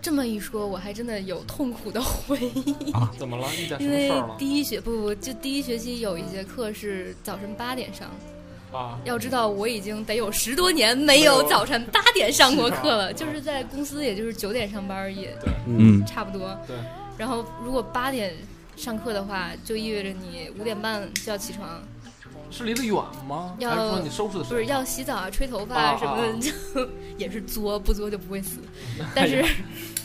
[SPEAKER 5] 这么一说，我还真的有痛苦的回忆，
[SPEAKER 3] 怎么了？遇见什
[SPEAKER 5] 因
[SPEAKER 3] 么
[SPEAKER 5] 为
[SPEAKER 3] 事儿了
[SPEAKER 5] 第一学不不，就第一学期有一节课是早晨八点上。
[SPEAKER 3] 啊？
[SPEAKER 5] 要知道，我已经得有十多年没有早晨八点上过课了，
[SPEAKER 3] 啊
[SPEAKER 5] 就是在公司，也就是九点上班，也
[SPEAKER 4] 嗯，
[SPEAKER 5] 差不多。
[SPEAKER 3] 对。
[SPEAKER 5] 然后，如果八点上课的话，就意味着你五点半就要起床，
[SPEAKER 3] 是离得远吗？
[SPEAKER 5] 要
[SPEAKER 3] 还是说你收拾的时
[SPEAKER 5] 不
[SPEAKER 3] 候
[SPEAKER 5] 是要洗澡啊、吹头发
[SPEAKER 3] 啊啊
[SPEAKER 5] 什么的，
[SPEAKER 3] 啊
[SPEAKER 5] 就 [laughs] 也是作，不作就不会死。
[SPEAKER 3] [laughs]
[SPEAKER 5] 但是，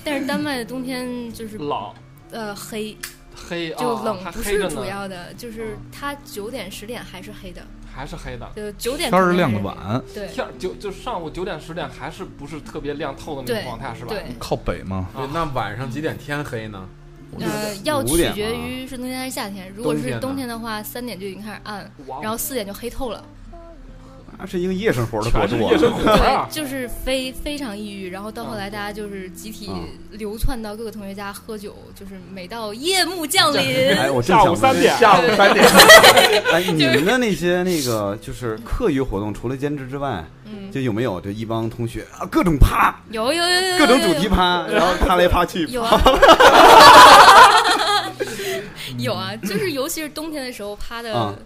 [SPEAKER 5] 但是丹麦的冬天就是
[SPEAKER 3] 冷
[SPEAKER 5] 呃黑，
[SPEAKER 3] 黑啊，
[SPEAKER 5] 就冷
[SPEAKER 3] 还
[SPEAKER 5] 不
[SPEAKER 3] 黑
[SPEAKER 5] 是
[SPEAKER 3] 着
[SPEAKER 5] 主
[SPEAKER 3] 呢，
[SPEAKER 5] 要的，就是它九点十点还是黑的，
[SPEAKER 3] 还是黑的。
[SPEAKER 5] 就九点
[SPEAKER 4] 天儿
[SPEAKER 5] 可能
[SPEAKER 4] 亮
[SPEAKER 5] 是
[SPEAKER 4] 的晚，
[SPEAKER 5] 对
[SPEAKER 3] 天儿就就上午九点十点还是不是特别亮透的那
[SPEAKER 5] 对
[SPEAKER 3] 种状态是吧？
[SPEAKER 5] 对，
[SPEAKER 4] 靠北嘛，
[SPEAKER 3] 啊
[SPEAKER 2] 那晚上几点天黑呢？
[SPEAKER 5] 呃，要
[SPEAKER 1] 五
[SPEAKER 5] 取
[SPEAKER 1] 点
[SPEAKER 5] 决
[SPEAKER 1] 嘛
[SPEAKER 5] 于是冬天还是夏天。如果
[SPEAKER 2] 冬天
[SPEAKER 5] 是
[SPEAKER 2] 呢
[SPEAKER 5] 冬天的话，三点就已经开始暗，
[SPEAKER 3] 哇哦
[SPEAKER 5] 然后四点就黑透了，
[SPEAKER 1] [laughs] 那是一个夜生活的国度
[SPEAKER 3] 全是夜生
[SPEAKER 1] 啊。
[SPEAKER 3] 活啊
[SPEAKER 5] 对，就是非非常抑郁。然后到后来，大家就是集体
[SPEAKER 4] 嗯
[SPEAKER 5] 流窜到各个同学家喝酒，就是每到夜幕降临，
[SPEAKER 1] 哎，我正
[SPEAKER 3] 下
[SPEAKER 1] 想
[SPEAKER 3] 午
[SPEAKER 1] 问
[SPEAKER 3] 三点，
[SPEAKER 2] 下午嗯三 [laughs] 点，
[SPEAKER 1] [laughs] 哎，你们的那些那个就是课余活动，除了兼职之外，
[SPEAKER 5] 嗯，
[SPEAKER 1] 就有没有就一帮同学啊，各种趴，
[SPEAKER 5] 有有有有有
[SPEAKER 1] 各种
[SPEAKER 5] 有
[SPEAKER 1] 主题趴，然后趴来趴
[SPEAKER 5] [laughs]
[SPEAKER 1] 去。[laughs]
[SPEAKER 5] 有啊，有啊，就是尤其是冬天的时候趴
[SPEAKER 1] 啊
[SPEAKER 5] 的，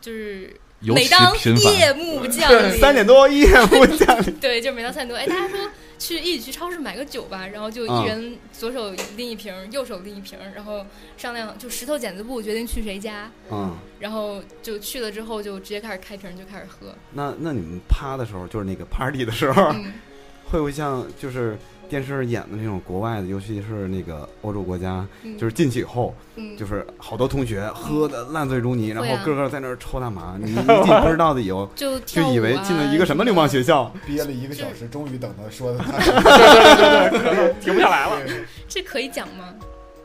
[SPEAKER 5] 就是
[SPEAKER 4] 尤
[SPEAKER 5] 每
[SPEAKER 4] 其
[SPEAKER 5] 当
[SPEAKER 4] 频繁。
[SPEAKER 5] 夜幕降临，
[SPEAKER 1] 三点多夜幕降临，
[SPEAKER 5] 对，就是每到三点多，哎，大家说去一起去超市买个酒吧，然后就
[SPEAKER 1] 啊
[SPEAKER 5] 一人左手拎一瓶，右手拎一瓶，然后商量就石头剪子布决定去谁家，
[SPEAKER 1] [laughs] 嗯，
[SPEAKER 5] 然后就去了之后就直接开始开瓶就开始
[SPEAKER 1] [laughs]
[SPEAKER 5] 喝，
[SPEAKER 1] 那那你们趴的时候，就是那个 party 的时候，
[SPEAKER 5] 嗯，
[SPEAKER 1] 会不会像就是电视演的那种国外的，尤其是那个欧洲国家，
[SPEAKER 5] 嗯
[SPEAKER 1] 就是进去以后，
[SPEAKER 5] 嗯
[SPEAKER 1] 就是好多同学喝的烂醉如泥，然
[SPEAKER 5] 会啊
[SPEAKER 1] 后个个在那儿抽大麻，你你自己不知道的以
[SPEAKER 3] [laughs]
[SPEAKER 1] 后，
[SPEAKER 5] 就跳
[SPEAKER 1] 就
[SPEAKER 5] 舞、啊、
[SPEAKER 1] 以为进了一个什么流氓学校，
[SPEAKER 8] 憋了一个小时，终于等到
[SPEAKER 2] [laughs]
[SPEAKER 8] 说的
[SPEAKER 3] 停不下来了。
[SPEAKER 5] 这可以讲吗？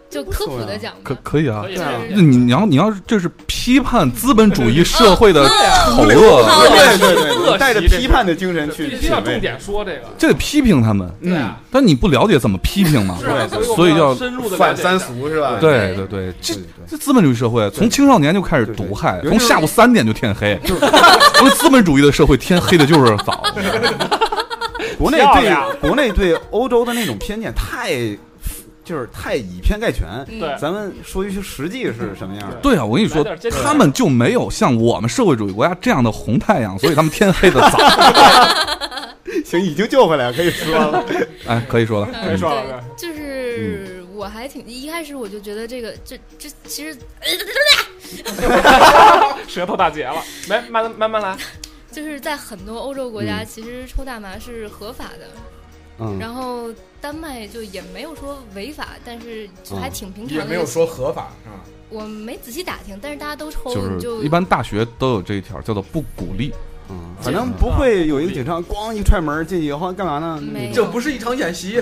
[SPEAKER 5] 就科普的讲
[SPEAKER 4] 可
[SPEAKER 5] 吗？
[SPEAKER 4] 可以啊
[SPEAKER 3] 可，以
[SPEAKER 1] 对啊
[SPEAKER 3] 可以
[SPEAKER 4] 那你你要你要这是批判资本主义社会
[SPEAKER 5] [laughs]
[SPEAKER 4] 的
[SPEAKER 5] 啊
[SPEAKER 4] 丑恶，
[SPEAKER 1] 对对
[SPEAKER 3] [laughs]
[SPEAKER 1] 对，
[SPEAKER 3] 恶
[SPEAKER 1] 你
[SPEAKER 3] 啊习
[SPEAKER 1] 带着
[SPEAKER 3] 这是
[SPEAKER 1] 批判的精神去
[SPEAKER 3] 必须
[SPEAKER 1] 品
[SPEAKER 3] 要重
[SPEAKER 1] 味，
[SPEAKER 3] 点说这个。
[SPEAKER 4] 这得批评他们。
[SPEAKER 3] 对
[SPEAKER 1] 嗯
[SPEAKER 3] 啊，
[SPEAKER 4] 但你不了解怎么批评
[SPEAKER 5] [laughs]
[SPEAKER 4] 嘛？
[SPEAKER 3] 是啊，
[SPEAKER 1] 对
[SPEAKER 3] 我们
[SPEAKER 4] 所以要
[SPEAKER 3] 深入的
[SPEAKER 2] 反三俗是吧？
[SPEAKER 4] 对对对，这
[SPEAKER 1] 对对对。
[SPEAKER 4] 这资本主义社会啊从青少年就开始毒害，
[SPEAKER 1] 对对
[SPEAKER 4] 从下午三点就天黑。 [laughs] 我们资本主义的社会天黑的就是早。
[SPEAKER 1] 嗯国内
[SPEAKER 3] 漂
[SPEAKER 1] 对
[SPEAKER 3] 亮
[SPEAKER 1] 国内对欧洲的那种偏见太，就是太以偏概全。
[SPEAKER 5] 嗯
[SPEAKER 3] 对
[SPEAKER 1] [laughs] 咱们说一句实际是什么样的？
[SPEAKER 4] 对啊，我跟你说
[SPEAKER 3] 来点，这个
[SPEAKER 4] 他们就没有像我们社会主义国家这样的红太阳，所以他们天黑的早。
[SPEAKER 1] [laughs] 行，已经救回来了，可以说了。
[SPEAKER 4] 哎，可以说了，
[SPEAKER 5] 嗯
[SPEAKER 3] 没说
[SPEAKER 5] 对 [laughs]
[SPEAKER 3] 了，
[SPEAKER 5] 就是我还挺一开始我就觉得这个这这其实
[SPEAKER 3] 舌头大结了，没慢慢慢来。
[SPEAKER 5] 就是在很多欧洲国家，
[SPEAKER 1] 嗯
[SPEAKER 5] 其实抽大麻是合法的，
[SPEAKER 1] 嗯，
[SPEAKER 5] 然后丹麦就也没有说违法，但是就还挺平常
[SPEAKER 2] 也
[SPEAKER 5] 的。
[SPEAKER 2] 没有说合法是 [laughs] 吧？
[SPEAKER 5] 我没仔细打听，但是大家都抽，
[SPEAKER 4] 就
[SPEAKER 5] 你就是
[SPEAKER 4] 一般大学都有这一条，叫做不鼓励。
[SPEAKER 1] 嗯，反正不会有一个警察咣一踹门进去以后干嘛呢？
[SPEAKER 5] 没有
[SPEAKER 2] [laughs] 这不是一场演习，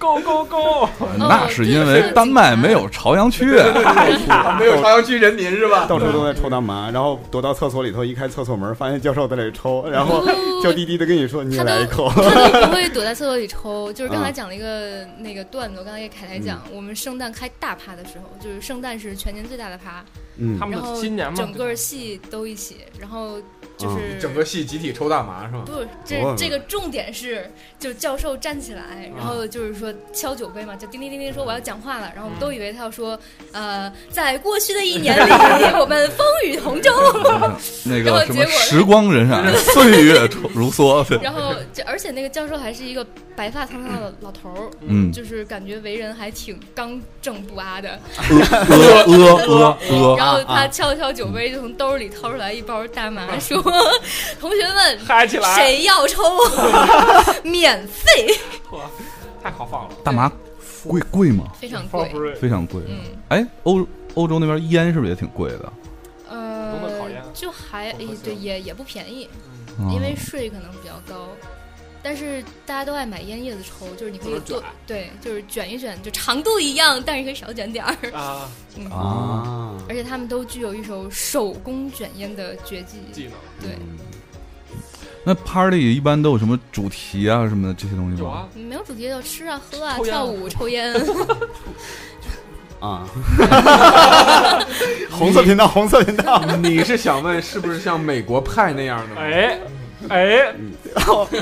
[SPEAKER 3] go go go！
[SPEAKER 4] 啊
[SPEAKER 5] 哦
[SPEAKER 4] 那是因为丹麦没有朝阳
[SPEAKER 5] [laughs]
[SPEAKER 4] 区。啊
[SPEAKER 2] 没有朝阳区人民是吧？
[SPEAKER 1] 到处都在抽大麻，然后躲到厕所里头，一开厕所门，发现教授在那里抽，然
[SPEAKER 5] [laughs]
[SPEAKER 1] 后 [laughs] 娇滴滴的跟你说：“你也
[SPEAKER 5] 他都
[SPEAKER 1] 来一口。
[SPEAKER 5] 他都不会躲在厕所里抽。就是刚才
[SPEAKER 1] 啊
[SPEAKER 5] 讲了一个那个段子，我刚才给凯凯讲，我们圣诞开大趴的时候，就是圣诞是全年最大的趴，”
[SPEAKER 1] 嗯
[SPEAKER 3] 他，们
[SPEAKER 5] 然
[SPEAKER 3] 的
[SPEAKER 5] 后
[SPEAKER 3] 新年嘛，
[SPEAKER 5] 整个系都一起，然后就是
[SPEAKER 2] 嗯整个系集体抽大麻是吗？
[SPEAKER 5] 不，
[SPEAKER 1] 多
[SPEAKER 5] 这这个重点是，就是教授站起来，然后就是说敲酒杯嘛，就叮叮叮叮说我要讲话了，然后我们都以为他要说，呃，在过去的一年里，我们风雨同舟，
[SPEAKER 4] 那
[SPEAKER 5] 然后
[SPEAKER 4] 个什么
[SPEAKER 5] 结果呢
[SPEAKER 4] 时光荏苒，岁月如梭。对，
[SPEAKER 5] 然后这而且那个教授还是一个白发苍苍的老头儿，
[SPEAKER 4] 嗯，
[SPEAKER 5] 就是感觉为人还挺刚正不阿的，
[SPEAKER 4] 呃呃呃呃
[SPEAKER 5] 然
[SPEAKER 4] 呃，
[SPEAKER 5] 后他敲敲酒杯，就从兜里掏出来一包大麻，说：“同学们，
[SPEAKER 3] 嗨起来，
[SPEAKER 5] 谁要抽， [laughs] 免费，
[SPEAKER 3] 哇太好放了。
[SPEAKER 4] 大麻贵贵吗？
[SPEAKER 5] 非常贵。
[SPEAKER 3] Corporate
[SPEAKER 4] 非常贵。
[SPEAKER 5] 嗯
[SPEAKER 4] 哎，欧欧洲那边烟是不是也挺贵的？
[SPEAKER 5] 呃，
[SPEAKER 3] 多么考验
[SPEAKER 5] 就还
[SPEAKER 3] 口
[SPEAKER 5] 诶
[SPEAKER 3] 服
[SPEAKER 5] 对
[SPEAKER 3] 性
[SPEAKER 5] 也也不便宜，
[SPEAKER 4] 嗯
[SPEAKER 5] 因为税可能比较高。但是大家都爱买烟叶子抽，就是你可以
[SPEAKER 3] 就是
[SPEAKER 5] 做
[SPEAKER 3] 卷
[SPEAKER 5] 对，就是卷一卷，就长度一样，但是可以少卷点儿。
[SPEAKER 3] 啊，
[SPEAKER 5] 嗯，
[SPEAKER 1] 啊，
[SPEAKER 5] 而且他们都具有一手手工卷烟的绝技。
[SPEAKER 3] 技能
[SPEAKER 5] 对，
[SPEAKER 4] 那 party 一般都有什么主题啊什么的这些东西
[SPEAKER 3] 有
[SPEAKER 4] 吗？
[SPEAKER 3] 啊，
[SPEAKER 5] 没有主题就吃啊、喝啊、
[SPEAKER 3] 抽烟啊
[SPEAKER 5] 跳舞、抽烟。
[SPEAKER 1] 啊！红色频道，红色频道，
[SPEAKER 2] 你是想问是不是像美国派那样的吗？
[SPEAKER 3] 哎哎，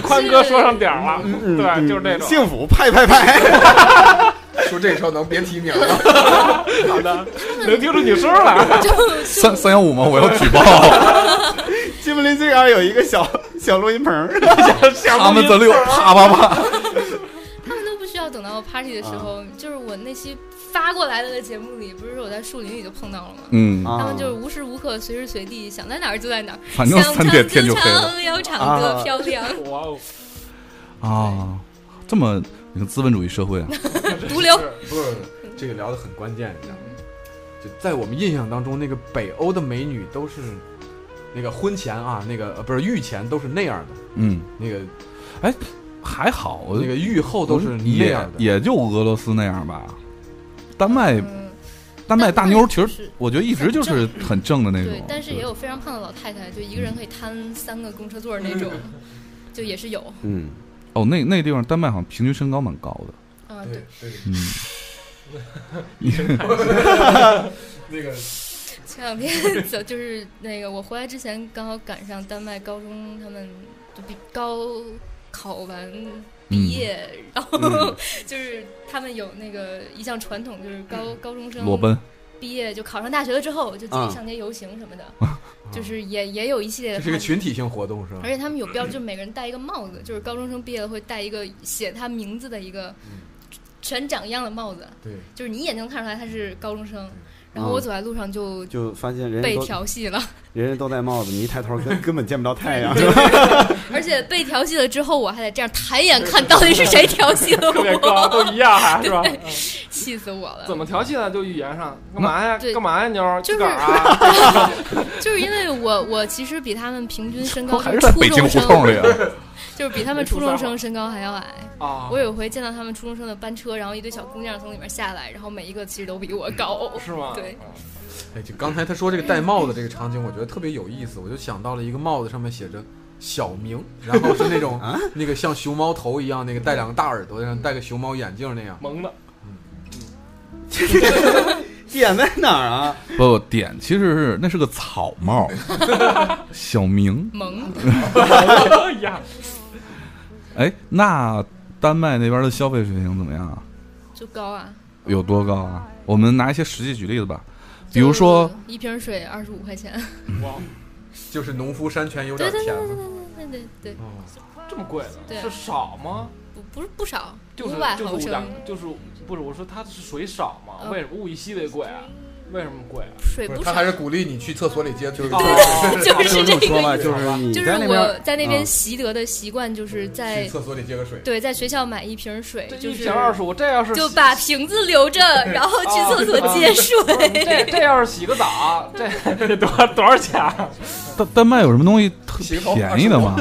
[SPEAKER 3] 宽哥说上点儿了，对，就是这
[SPEAKER 1] 嗯
[SPEAKER 3] 种。
[SPEAKER 1] 幸福派派 [laughs] 派，
[SPEAKER 2] 说这时候能别提名了，
[SPEAKER 3] 好的，能听出你声儿来。
[SPEAKER 4] 三三幺五吗？我要举报
[SPEAKER 1] 金门林最高有一个小 [laughs] 小录音棚，
[SPEAKER 4] 他们这里有啪啪啪。
[SPEAKER 5] [laughs] 他们都不需要等到 party
[SPEAKER 4] 啊
[SPEAKER 5] 的时候，就是我那期发过来的节目里，不是说我在树林里就碰到了吗？
[SPEAKER 4] 嗯，
[SPEAKER 5] 他
[SPEAKER 1] 啊
[SPEAKER 5] 们就是无时无刻、随时随地想在哪儿就在哪儿，
[SPEAKER 4] 反正
[SPEAKER 5] 想
[SPEAKER 4] 三
[SPEAKER 5] 唱
[SPEAKER 4] 点天就黑了
[SPEAKER 5] 唱，要唱歌
[SPEAKER 1] 啊
[SPEAKER 5] 漂亮，
[SPEAKER 3] 哇哦，
[SPEAKER 4] 啊！这么你看资本主义社会啊，
[SPEAKER 5] 毒瘤。
[SPEAKER 2] [laughs] 不是这个聊的很关键，你知道吗？就在我们印象当中，那个北欧的美女都是那个婚前啊，那个呃不是御前都是那样的，
[SPEAKER 4] 嗯，
[SPEAKER 2] 那个
[SPEAKER 4] 还好，我
[SPEAKER 2] 那个御后都是那
[SPEAKER 4] 嗯也
[SPEAKER 2] 样的。
[SPEAKER 4] 也就俄罗斯那样吧。丹麦
[SPEAKER 5] 嗯，
[SPEAKER 4] 丹麦哎大妞其
[SPEAKER 5] 是
[SPEAKER 4] 实我觉得一直就是很正的那种
[SPEAKER 5] 对，，但是也有非常胖的老太太，就一个人可以摊三个公车座儿那种，
[SPEAKER 4] 嗯
[SPEAKER 5] 就也是有。
[SPEAKER 1] 嗯，
[SPEAKER 4] 哦，那那地方丹麦好像平均身高蛮高的，
[SPEAKER 5] 啊，对，
[SPEAKER 2] 对，
[SPEAKER 4] 嗯，
[SPEAKER 2] 那个
[SPEAKER 5] 前
[SPEAKER 4] [laughs]
[SPEAKER 5] 两天走就是那个我回来之前刚好赶上丹麦高中他们就比高考完
[SPEAKER 4] 嗯
[SPEAKER 5] 毕业，然后 [laughs] 就是他们有那个一项传统，就是高、高中
[SPEAKER 4] 嗯
[SPEAKER 5] 生
[SPEAKER 4] 裸奔
[SPEAKER 5] 毕业就考上大学了之后，就自
[SPEAKER 1] 啊
[SPEAKER 5] 己上街游行什么
[SPEAKER 4] [laughs]
[SPEAKER 5] 的，就是也也有一系列
[SPEAKER 2] 这
[SPEAKER 5] 的
[SPEAKER 2] 是个
[SPEAKER 5] party
[SPEAKER 2] 群体性活动
[SPEAKER 4] 嗯
[SPEAKER 2] 是吧
[SPEAKER 5] 而？且他们有标，就每个人戴一个帽子，就是高中生毕业了会戴一个写他名字的一个全长一样的帽子，
[SPEAKER 2] 对，
[SPEAKER 5] 就是你一眼就能看出来他是高中生。然
[SPEAKER 4] 嗯
[SPEAKER 5] 后我走在路上就
[SPEAKER 1] 就发现人
[SPEAKER 5] 被
[SPEAKER 1] 家都
[SPEAKER 5] 调戏了，
[SPEAKER 1] 人家都戴帽子，你一抬头根 [laughs] 根本见不着太阳，
[SPEAKER 5] [laughs] 而且被调戏了之后，我还得这样抬眼看到底是谁调戏
[SPEAKER 4] [laughs]
[SPEAKER 5] 了
[SPEAKER 3] 特别高，
[SPEAKER 5] 我，
[SPEAKER 3] 都一样还 [laughs] 是吧？
[SPEAKER 5] 气死我了
[SPEAKER 3] 怎。么调戏呢？就语言上，干嘛呀？
[SPEAKER 5] 对
[SPEAKER 3] 干嘛呀，妞儿？
[SPEAKER 5] 就是
[SPEAKER 3] 自个儿啊，
[SPEAKER 5] 就是因为我我其实比他们平均身高，
[SPEAKER 4] 还是在北京胡
[SPEAKER 5] 初中生
[SPEAKER 4] 同里啊，
[SPEAKER 5] [laughs] 就是比他们初中生身高还要矮。
[SPEAKER 3] [laughs] 啊，
[SPEAKER 5] 我有回见到他们初中生的班车，然后一堆小姑娘从里面下来，然后每一个其实都比我高。
[SPEAKER 3] 是吗？
[SPEAKER 5] 对，
[SPEAKER 2] 哎，就刚才他说这个戴帽子这个场景，我觉得特别有意思，我就想到了一个帽子上面写着。小明，然后是那种、那个像熊猫头一样，那个戴两个大耳朵，然后戴个熊猫眼镜那
[SPEAKER 5] 嗯
[SPEAKER 2] 样。
[SPEAKER 3] 萌的，
[SPEAKER 1] 点在哪儿啊？
[SPEAKER 4] 不点其实是那是个草帽，
[SPEAKER 5] [laughs]
[SPEAKER 4] 小明，
[SPEAKER 5] 萌，
[SPEAKER 3] 哎 [laughs] 呀，
[SPEAKER 4] 哎，那丹麦那边的消费水平怎么样啊？
[SPEAKER 5] 就高啊。
[SPEAKER 4] 有多高啊？我们拿一些实际举例子吧，比如说
[SPEAKER 5] 就一瓶水二十五块钱，
[SPEAKER 3] 哇，
[SPEAKER 2] 就是农夫山泉有点
[SPEAKER 5] 对对
[SPEAKER 2] 甜
[SPEAKER 5] 对
[SPEAKER 2] 了。
[SPEAKER 5] 对对对，
[SPEAKER 2] 哦
[SPEAKER 3] 这么贵
[SPEAKER 5] 对
[SPEAKER 3] 的，
[SPEAKER 5] 啊
[SPEAKER 3] 是少吗？
[SPEAKER 5] 不不是不少，
[SPEAKER 3] 就是
[SPEAKER 5] 百
[SPEAKER 3] 就是
[SPEAKER 5] 毫
[SPEAKER 3] 五两
[SPEAKER 5] 升，
[SPEAKER 3] 就是不是我说它是水少嘛？
[SPEAKER 5] 呃
[SPEAKER 3] 为什么物以稀为贵啊？为什么贵啊？
[SPEAKER 5] 水
[SPEAKER 2] 不是，他
[SPEAKER 5] 少
[SPEAKER 2] 还。
[SPEAKER 5] [laughs]
[SPEAKER 2] 是鼓励你去厕所里接，就是
[SPEAKER 3] 哦
[SPEAKER 5] 就
[SPEAKER 1] 这
[SPEAKER 5] 是这
[SPEAKER 1] 么说吧，
[SPEAKER 5] 个，
[SPEAKER 1] 就是你
[SPEAKER 5] 就是
[SPEAKER 1] 在那
[SPEAKER 5] 我
[SPEAKER 1] 边
[SPEAKER 5] 在那边
[SPEAKER 1] 啊
[SPEAKER 5] 习得的习惯，就是
[SPEAKER 2] 去
[SPEAKER 5] 在
[SPEAKER 2] 厕所里接个水。
[SPEAKER 5] 对在学校买一瓶水
[SPEAKER 3] 这，
[SPEAKER 5] 就
[SPEAKER 3] 一
[SPEAKER 5] 是
[SPEAKER 3] 瓶二十哦五，这要是
[SPEAKER 5] 就
[SPEAKER 3] 洗
[SPEAKER 5] 把瓶子留着，然后 [laughs] 去厕所接
[SPEAKER 3] 这
[SPEAKER 5] 水。
[SPEAKER 3] 这要是洗个
[SPEAKER 5] [laughs]
[SPEAKER 3] 澡，这这多少多少钱啊？
[SPEAKER 4] 丹丹麦有什么东西特
[SPEAKER 2] 洗个头
[SPEAKER 4] 便宜的吗？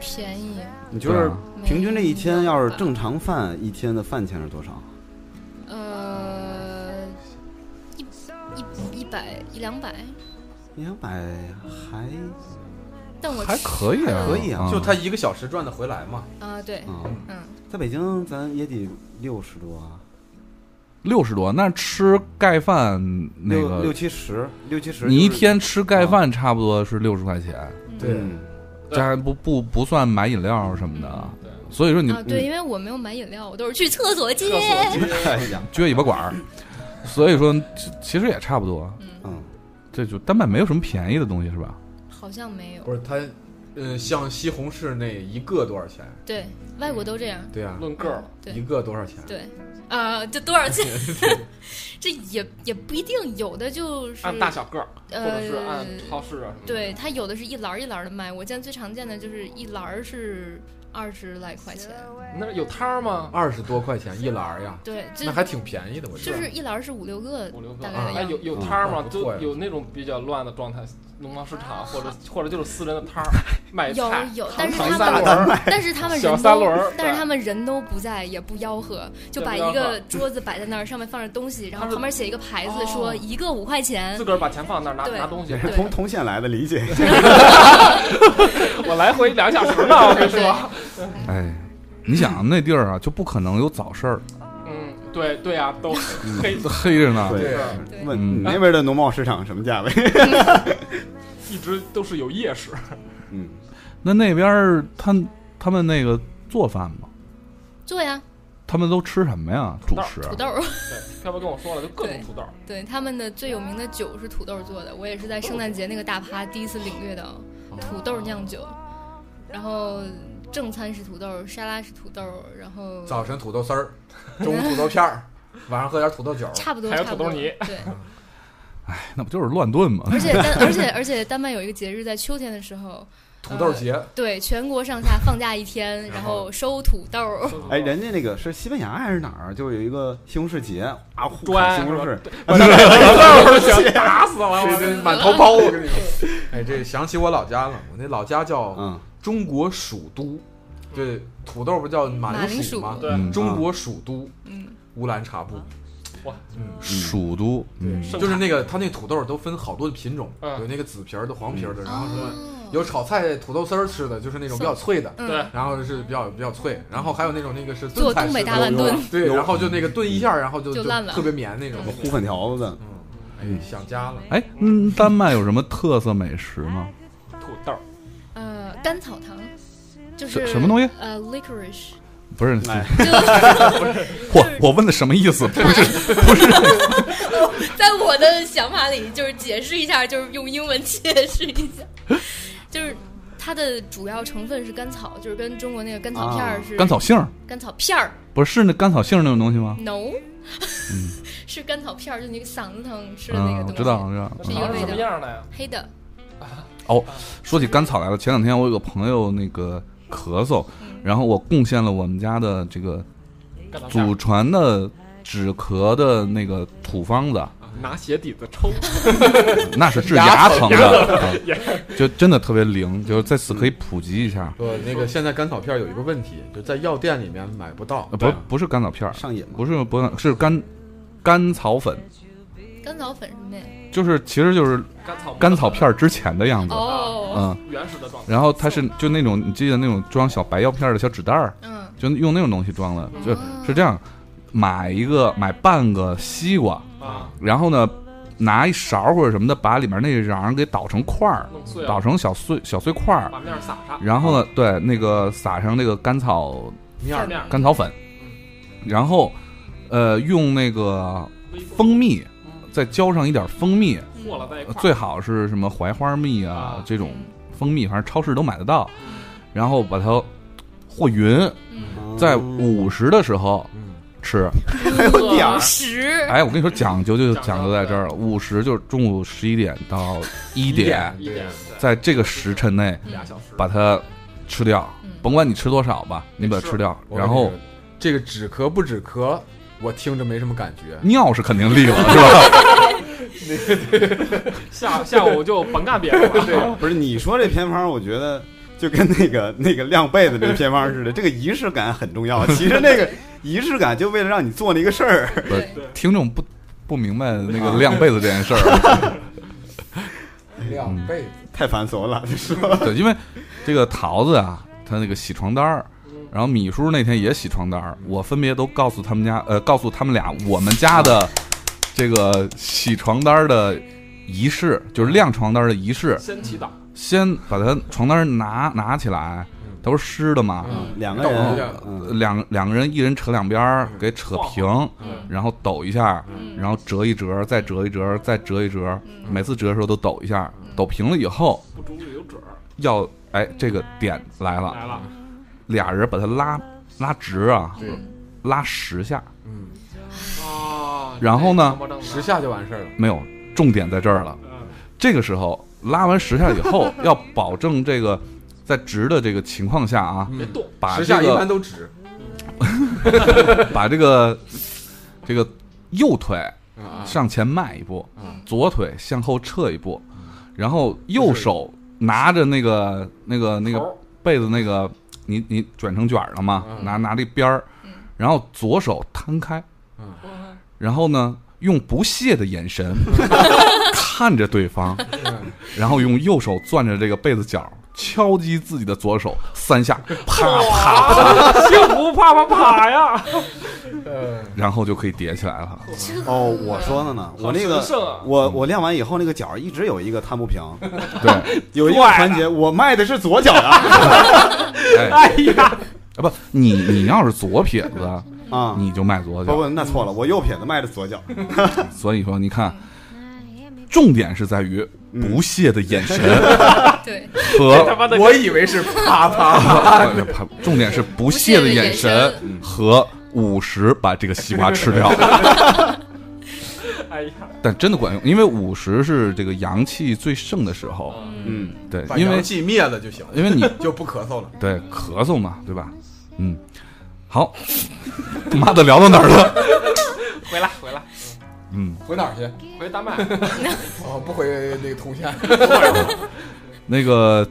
[SPEAKER 5] 便宜，
[SPEAKER 1] 你觉得
[SPEAKER 4] 对啊
[SPEAKER 1] 平均这一天要是
[SPEAKER 5] 没有
[SPEAKER 1] 正常饭，一天的饭钱是多少？
[SPEAKER 5] 吧呃一一一百一两百，
[SPEAKER 1] 两百还
[SPEAKER 5] 但我
[SPEAKER 4] 还可以啊，
[SPEAKER 1] 可以啊
[SPEAKER 2] 就他一个小时赚的回来嘛，
[SPEAKER 5] 啊对，
[SPEAKER 1] 啊，
[SPEAKER 5] 嗯，
[SPEAKER 1] 在北京咱也得六十多啊，
[SPEAKER 4] 六十多，那吃盖饭那
[SPEAKER 1] 六六
[SPEAKER 4] 个，
[SPEAKER 1] 七十，六七十。
[SPEAKER 4] 你一天吃盖饭差不多是六十块钱，
[SPEAKER 5] 嗯
[SPEAKER 8] 对
[SPEAKER 1] 嗯，
[SPEAKER 4] 这还不不不算买饮料什么的，
[SPEAKER 3] 对，
[SPEAKER 4] 所以说你
[SPEAKER 5] 啊对，因为我没有买饮料，我都是去厕所接。
[SPEAKER 1] 哎呀，
[SPEAKER 4] 撅尾巴管儿，所以说其其实也差不多，
[SPEAKER 5] 嗯，
[SPEAKER 1] 嗯，
[SPEAKER 4] 这就丹麦没有什么便宜的东西是吧？
[SPEAKER 5] 好像没有
[SPEAKER 8] 不，是他
[SPEAKER 2] 嗯，像西红柿那一个多少钱？
[SPEAKER 5] 对，外国都这样，
[SPEAKER 2] 对啊，
[SPEAKER 3] 论个儿，
[SPEAKER 2] 一
[SPEAKER 5] 对
[SPEAKER 2] 个多少钱？
[SPEAKER 5] 对，啊、这多少钱？ [laughs] 这也也不一定，有的就是
[SPEAKER 3] 按大小个儿，或者是
[SPEAKER 5] 嗯呃
[SPEAKER 3] 按，超市啊什么的。
[SPEAKER 5] 对，它有的是一篮儿一篮儿的卖。我见最常见的就是一篮儿是二十来块钱，
[SPEAKER 3] 那有摊儿吗？
[SPEAKER 2] 二十多块钱一篮儿呀，
[SPEAKER 5] 对，就
[SPEAKER 2] 那还挺便宜的，我觉
[SPEAKER 5] 就
[SPEAKER 2] 得。
[SPEAKER 5] 是一篮儿是五六个
[SPEAKER 3] 五六个
[SPEAKER 5] 大
[SPEAKER 2] 啊
[SPEAKER 5] 概的
[SPEAKER 3] 哎，
[SPEAKER 5] 样
[SPEAKER 3] 有
[SPEAKER 5] 子。
[SPEAKER 3] 有摊儿吗
[SPEAKER 2] 嗯？
[SPEAKER 3] 就
[SPEAKER 2] 不会
[SPEAKER 3] 有那种比较乱的状态，农贸市场或者或者就是私人的摊
[SPEAKER 5] [laughs]
[SPEAKER 3] 儿卖
[SPEAKER 5] 啊有
[SPEAKER 3] 菜，
[SPEAKER 5] 有，但是
[SPEAKER 3] 小
[SPEAKER 5] 他
[SPEAKER 3] 三
[SPEAKER 5] 们
[SPEAKER 3] 轮儿，
[SPEAKER 5] 但是他们
[SPEAKER 3] 小
[SPEAKER 5] 人
[SPEAKER 3] 三轮
[SPEAKER 5] 都
[SPEAKER 3] 儿，
[SPEAKER 5] 但是
[SPEAKER 3] 对
[SPEAKER 5] 他们人都不在，也不吆喝，就
[SPEAKER 3] 也不吆
[SPEAKER 5] 把一
[SPEAKER 3] 喝
[SPEAKER 5] 个桌子摆在那儿，上面放着东西，然后
[SPEAKER 3] 他是
[SPEAKER 5] 旁边写一个牌子，
[SPEAKER 3] 哦
[SPEAKER 5] 说一个五块钱
[SPEAKER 3] 自。个儿把钱放那儿拿
[SPEAKER 5] 对
[SPEAKER 3] 拿东西
[SPEAKER 1] 也。是
[SPEAKER 5] 对
[SPEAKER 1] 同同县来的，理解一下。
[SPEAKER 3] 我来回两小时呢，我跟你
[SPEAKER 5] 对
[SPEAKER 3] 说。
[SPEAKER 4] 哎，你想那地儿啊，就不可能有早市儿，
[SPEAKER 3] 嗯，对对啊，都
[SPEAKER 2] 嗯
[SPEAKER 3] 黑
[SPEAKER 4] 黑着呢。
[SPEAKER 1] 对，
[SPEAKER 5] 对
[SPEAKER 1] 问
[SPEAKER 4] 嗯
[SPEAKER 1] 你那边的农贸市场什么价位？
[SPEAKER 3] 一直都是有夜市，
[SPEAKER 1] 嗯，
[SPEAKER 4] 那那边儿他他们那个做饭吗？
[SPEAKER 5] 做呀，
[SPEAKER 4] 他们都吃什么呀？主
[SPEAKER 3] 豆
[SPEAKER 4] 食
[SPEAKER 5] 土豆儿。 [laughs]
[SPEAKER 3] 对，飘飘跟我说了，就各种
[SPEAKER 5] 对
[SPEAKER 3] 土豆儿，
[SPEAKER 5] 对，他们的最有名的酒是土豆做的，我也是在圣诞节那个大趴第一次领略到
[SPEAKER 3] 哦
[SPEAKER 5] 土豆酿酒。然后正餐是土豆，沙拉是土豆，然后
[SPEAKER 2] 早晨土豆丝儿，中午土豆片儿，晚上喝点土豆酒。
[SPEAKER 5] 差不多
[SPEAKER 3] 还有
[SPEAKER 5] 差不
[SPEAKER 3] 土豆
[SPEAKER 5] 多
[SPEAKER 3] 泥
[SPEAKER 5] 对，
[SPEAKER 4] 那不就是乱炖吗？
[SPEAKER 1] 嗯
[SPEAKER 4] [laughs]
[SPEAKER 5] 而且丹而且而且丹麦有一个节日，在秋天的时候，
[SPEAKER 2] 土豆节，
[SPEAKER 5] 对全国上下放假一天，然后收土豆。
[SPEAKER 3] 都是土豆
[SPEAKER 1] 哎，人家那个是西班牙还是哪儿？就有一个西红柿节啊，互
[SPEAKER 3] 砖
[SPEAKER 1] 砍西红柿
[SPEAKER 3] 是，儿想打死我，
[SPEAKER 2] 这这满头包，我跟你说。哎，这想起我老家了，我那老家叫
[SPEAKER 1] 嗯，
[SPEAKER 2] 中国蜀都，对，土豆不叫马
[SPEAKER 5] 马铃
[SPEAKER 2] 薯
[SPEAKER 5] 薯
[SPEAKER 2] 吗？
[SPEAKER 3] 对
[SPEAKER 4] 嗯，
[SPEAKER 2] 中国蜀都
[SPEAKER 5] 嗯，
[SPEAKER 2] 乌兰察布，
[SPEAKER 4] 蜀都，嗯，
[SPEAKER 3] 盛
[SPEAKER 2] 就是
[SPEAKER 3] 产
[SPEAKER 2] 那个它那土豆都分好多的品种，
[SPEAKER 3] 嗯
[SPEAKER 2] 有那个紫皮儿的、黄皮儿的，然后什么
[SPEAKER 5] 哦
[SPEAKER 2] 有炒菜土豆丝儿吃的，就是那种比较脆的，
[SPEAKER 5] 嗯
[SPEAKER 3] 对
[SPEAKER 2] 然后是比较比较脆，然后还有那种那个是
[SPEAKER 5] 做
[SPEAKER 2] 炖菜
[SPEAKER 5] 东北
[SPEAKER 2] 式
[SPEAKER 5] 大
[SPEAKER 2] 的，
[SPEAKER 5] 乱炖，
[SPEAKER 2] 啊对，然后就那个炖一下，然后就
[SPEAKER 5] 就烂了
[SPEAKER 2] 特别绵那种。
[SPEAKER 1] 糊粉条子，
[SPEAKER 2] 哎，想家了，
[SPEAKER 4] 哎，嗯，丹麦有什么特色美食吗？
[SPEAKER 3] 土豆儿，
[SPEAKER 5] 呃，甘草糖，就
[SPEAKER 4] 什
[SPEAKER 5] 是
[SPEAKER 4] 什么东西？
[SPEAKER 5] 呃，licorice，
[SPEAKER 4] 不是，
[SPEAKER 1] 哎，
[SPEAKER 4] [laughs]
[SPEAKER 5] 就 [laughs]
[SPEAKER 4] 我我问的什么意思？不是，
[SPEAKER 5] 在我的想法里，就是解释一下，就是用英文解释一
[SPEAKER 4] [laughs]
[SPEAKER 5] 下，就是它的主要成分是甘草，就是跟中国那个甘草片儿
[SPEAKER 1] 啊
[SPEAKER 5] 是、
[SPEAKER 4] 甘草杏儿，
[SPEAKER 5] 甘草片儿
[SPEAKER 4] 不是是那甘草杏儿那种东西吗？
[SPEAKER 5] ，no，、是 [laughs] 甘草片儿，就那个嗓子疼吃的那
[SPEAKER 4] 嗯，
[SPEAKER 5] 个
[SPEAKER 4] 我
[SPEAKER 5] 东西，
[SPEAKER 4] 知道，我知道。
[SPEAKER 3] 那
[SPEAKER 4] 嗯
[SPEAKER 5] 是一个
[SPEAKER 3] 糖是
[SPEAKER 5] 味
[SPEAKER 3] 什么
[SPEAKER 5] 道
[SPEAKER 3] 样的呀？
[SPEAKER 5] 黑的，
[SPEAKER 4] 说起甘草来了，前两天我有个朋友那个咳嗽，
[SPEAKER 5] 嗯
[SPEAKER 4] 然后我贡献了我们家的这个
[SPEAKER 3] 干到
[SPEAKER 4] 祖传的止咳的那个土方子，
[SPEAKER 3] 拿鞋底子抽，
[SPEAKER 4] 那是治牙疼嗯的，嗯就真的特别灵，就是在此可以普及一下。
[SPEAKER 2] 说那个现在甘草片儿有一个问题，就在药店里面买不到
[SPEAKER 4] 呃，不，不是甘草片儿，
[SPEAKER 1] 上瘾吗？
[SPEAKER 4] 不是不是是甘甘草粉，
[SPEAKER 5] 甘草粉什么的，
[SPEAKER 4] 就是其实就是
[SPEAKER 3] 甘草
[SPEAKER 4] 甘草片儿之前的样子，
[SPEAKER 5] 哦，
[SPEAKER 4] 嗯，
[SPEAKER 3] 原始的状态。
[SPEAKER 4] 然后它是就那种你记得那种装小白药片儿的小纸袋儿，
[SPEAKER 5] 嗯，
[SPEAKER 4] 就用那种东西装的，就
[SPEAKER 5] 哦
[SPEAKER 4] 是这样，买一个买半个西瓜，
[SPEAKER 3] 啊，
[SPEAKER 4] 然后呢拿一勺或者什么的把里面那瓤给捣成块儿，
[SPEAKER 3] 弄碎
[SPEAKER 4] 捣
[SPEAKER 3] 了，
[SPEAKER 4] 成小碎小碎块儿，
[SPEAKER 3] 把面儿撒上，
[SPEAKER 4] 然后呢对那个撒上那个甘草
[SPEAKER 2] 面
[SPEAKER 3] 是
[SPEAKER 2] 儿
[SPEAKER 3] 那样的
[SPEAKER 4] 甘草粉，然后呃用那个
[SPEAKER 3] 微波
[SPEAKER 4] 蜂蜜再浇上一点蜂蜜，
[SPEAKER 5] 嗯
[SPEAKER 3] 和了在一块儿，
[SPEAKER 4] 最好是什么槐花蜜啊
[SPEAKER 3] 啊
[SPEAKER 4] 这种蜂蜜，反正超市都买得到，然后把它和匀，
[SPEAKER 5] 嗯
[SPEAKER 4] 在
[SPEAKER 1] 哦
[SPEAKER 4] 午时的时候
[SPEAKER 2] 嗯
[SPEAKER 4] 吃。
[SPEAKER 3] 嗯
[SPEAKER 1] 还有点儿，
[SPEAKER 5] 十，
[SPEAKER 4] 哎，我跟你说讲究就
[SPEAKER 3] 讲究
[SPEAKER 4] 讲究在这儿了，午时就是中午十一点到一点，
[SPEAKER 3] 一点
[SPEAKER 4] 在这个时辰内
[SPEAKER 3] 俩小时，
[SPEAKER 4] 嗯把它吃掉
[SPEAKER 5] 嗯，
[SPEAKER 4] 甭管你吃多少吧，你把它
[SPEAKER 3] 是
[SPEAKER 4] 吃掉，
[SPEAKER 2] 我
[SPEAKER 4] 然后
[SPEAKER 2] 跟你说这个止咳不止咳，我听着没什么感觉。
[SPEAKER 4] 尿是肯定利了，是吧？ [laughs]
[SPEAKER 3] 下下午就甭干别的了。啊
[SPEAKER 1] 不是你说这偏方，我觉得就跟那个那个晾被子那偏方似的，这个仪式感很重要。其实那个仪式感就为了让你做那个事儿。 [laughs]
[SPEAKER 5] 对，
[SPEAKER 4] 听众不不明白那个晾被子这件事儿，
[SPEAKER 2] 两倍，
[SPEAKER 1] 太繁琐了，你说
[SPEAKER 4] [laughs] 对，因为这个桃子啊，他那个洗床单儿，然后米叔那天也洗床单儿，我分别都告诉他们家，呃，告诉他们俩我们家的这个洗床单儿的仪式，就是晾床单儿的仪式，
[SPEAKER 3] 先祈祷，
[SPEAKER 4] 先把他床单儿拿拿起来，它不是湿的吗？
[SPEAKER 3] 嗯，
[SPEAKER 1] 两个
[SPEAKER 2] 倒回去
[SPEAKER 1] 人，嗯，
[SPEAKER 4] 两两个人一人扯两边儿，给扯平，
[SPEAKER 5] 嗯
[SPEAKER 4] 然后抖一下，
[SPEAKER 5] 嗯
[SPEAKER 4] 然后折一折，再折一折，再折一折，
[SPEAKER 5] 嗯
[SPEAKER 4] 每次折的时候都抖一下，抖平了以后
[SPEAKER 3] 不中就有褶儿
[SPEAKER 4] 要哎这个点来了，
[SPEAKER 3] 来了，
[SPEAKER 4] 俩人把它拉拉直啊，
[SPEAKER 2] 对，
[SPEAKER 4] 拉十下，
[SPEAKER 2] 嗯，
[SPEAKER 3] 啊，
[SPEAKER 4] 然后呢
[SPEAKER 2] 十下就完事儿了。
[SPEAKER 4] 没有重点在这儿了。
[SPEAKER 3] 嗯，
[SPEAKER 4] 这个时候拉完十下以
[SPEAKER 2] [laughs]
[SPEAKER 4] 后，要保证这个在直的这个情况下啊，
[SPEAKER 2] 嗯
[SPEAKER 3] 别动，
[SPEAKER 4] 把
[SPEAKER 2] 十
[SPEAKER 4] 这
[SPEAKER 2] 下一般
[SPEAKER 4] 个
[SPEAKER 2] 都直
[SPEAKER 4] 把这个这个右腿
[SPEAKER 2] 啊啊，
[SPEAKER 4] 上前迈一步，
[SPEAKER 2] 嗯
[SPEAKER 4] 左腿向后撤一步，然后右手拿着那个那个那个
[SPEAKER 3] 头
[SPEAKER 4] 被子那个，你你卷成卷儿了吗？
[SPEAKER 2] 嗯
[SPEAKER 4] 拿拿这边儿，然后左手摊开，
[SPEAKER 2] 嗯
[SPEAKER 4] 然后呢用不屑的眼神看着对方，
[SPEAKER 2] 嗯
[SPEAKER 4] 然后用右手攥着这个被子角。敲击自己的左手三下，
[SPEAKER 2] 嗯
[SPEAKER 4] 啪嗯啪，
[SPEAKER 3] 幸福啪啪啪呀！
[SPEAKER 2] 呃，
[SPEAKER 4] 然后就可以叠起来
[SPEAKER 2] [laughs]
[SPEAKER 4] 了。
[SPEAKER 1] 哦，我说的呢，我那
[SPEAKER 3] 好神圣
[SPEAKER 1] 个
[SPEAKER 3] 啊
[SPEAKER 1] 我我晾完以后，那个角儿一直有一个摊不平，
[SPEAKER 4] 对，
[SPEAKER 1] 有一个环节我卖的是左脚呀，
[SPEAKER 4] [laughs] 哎，
[SPEAKER 3] 哎呀，
[SPEAKER 4] 啊不，你你要是左撇 [laughs] 子，
[SPEAKER 1] 啊，
[SPEAKER 4] 你就迈左
[SPEAKER 1] 不
[SPEAKER 4] 脚。
[SPEAKER 1] 不，那错了，我右撇子卖的左脚，
[SPEAKER 4] 所以说，你看，
[SPEAKER 5] 嗯
[SPEAKER 4] 重点是在于不屑的眼神 [laughs]
[SPEAKER 5] 对，
[SPEAKER 3] 他
[SPEAKER 4] 和
[SPEAKER 3] 妈的，
[SPEAKER 2] 我以为是啪啪
[SPEAKER 4] [laughs]
[SPEAKER 2] 啪，
[SPEAKER 4] 重点是不屑的眼神和五十把这个西瓜吃 [laughs] 掉，
[SPEAKER 3] 哎呀，
[SPEAKER 4] 但真的管用，因为五十是这个阳气最盛的时候，
[SPEAKER 1] 嗯，
[SPEAKER 4] 对，
[SPEAKER 2] 把
[SPEAKER 4] 因为
[SPEAKER 2] 阳气灭了就行，
[SPEAKER 4] 因为你
[SPEAKER 2] 就不咳嗽了。
[SPEAKER 4] 对咳嗽嘛，对吧？嗯，好，妈的聊到哪儿了？
[SPEAKER 3] 回来回来，
[SPEAKER 4] 嗯，
[SPEAKER 2] 回哪儿去？
[SPEAKER 3] 回
[SPEAKER 4] [laughs]
[SPEAKER 3] 大麦，
[SPEAKER 2] 哦，不回那个通县。
[SPEAKER 4] 那个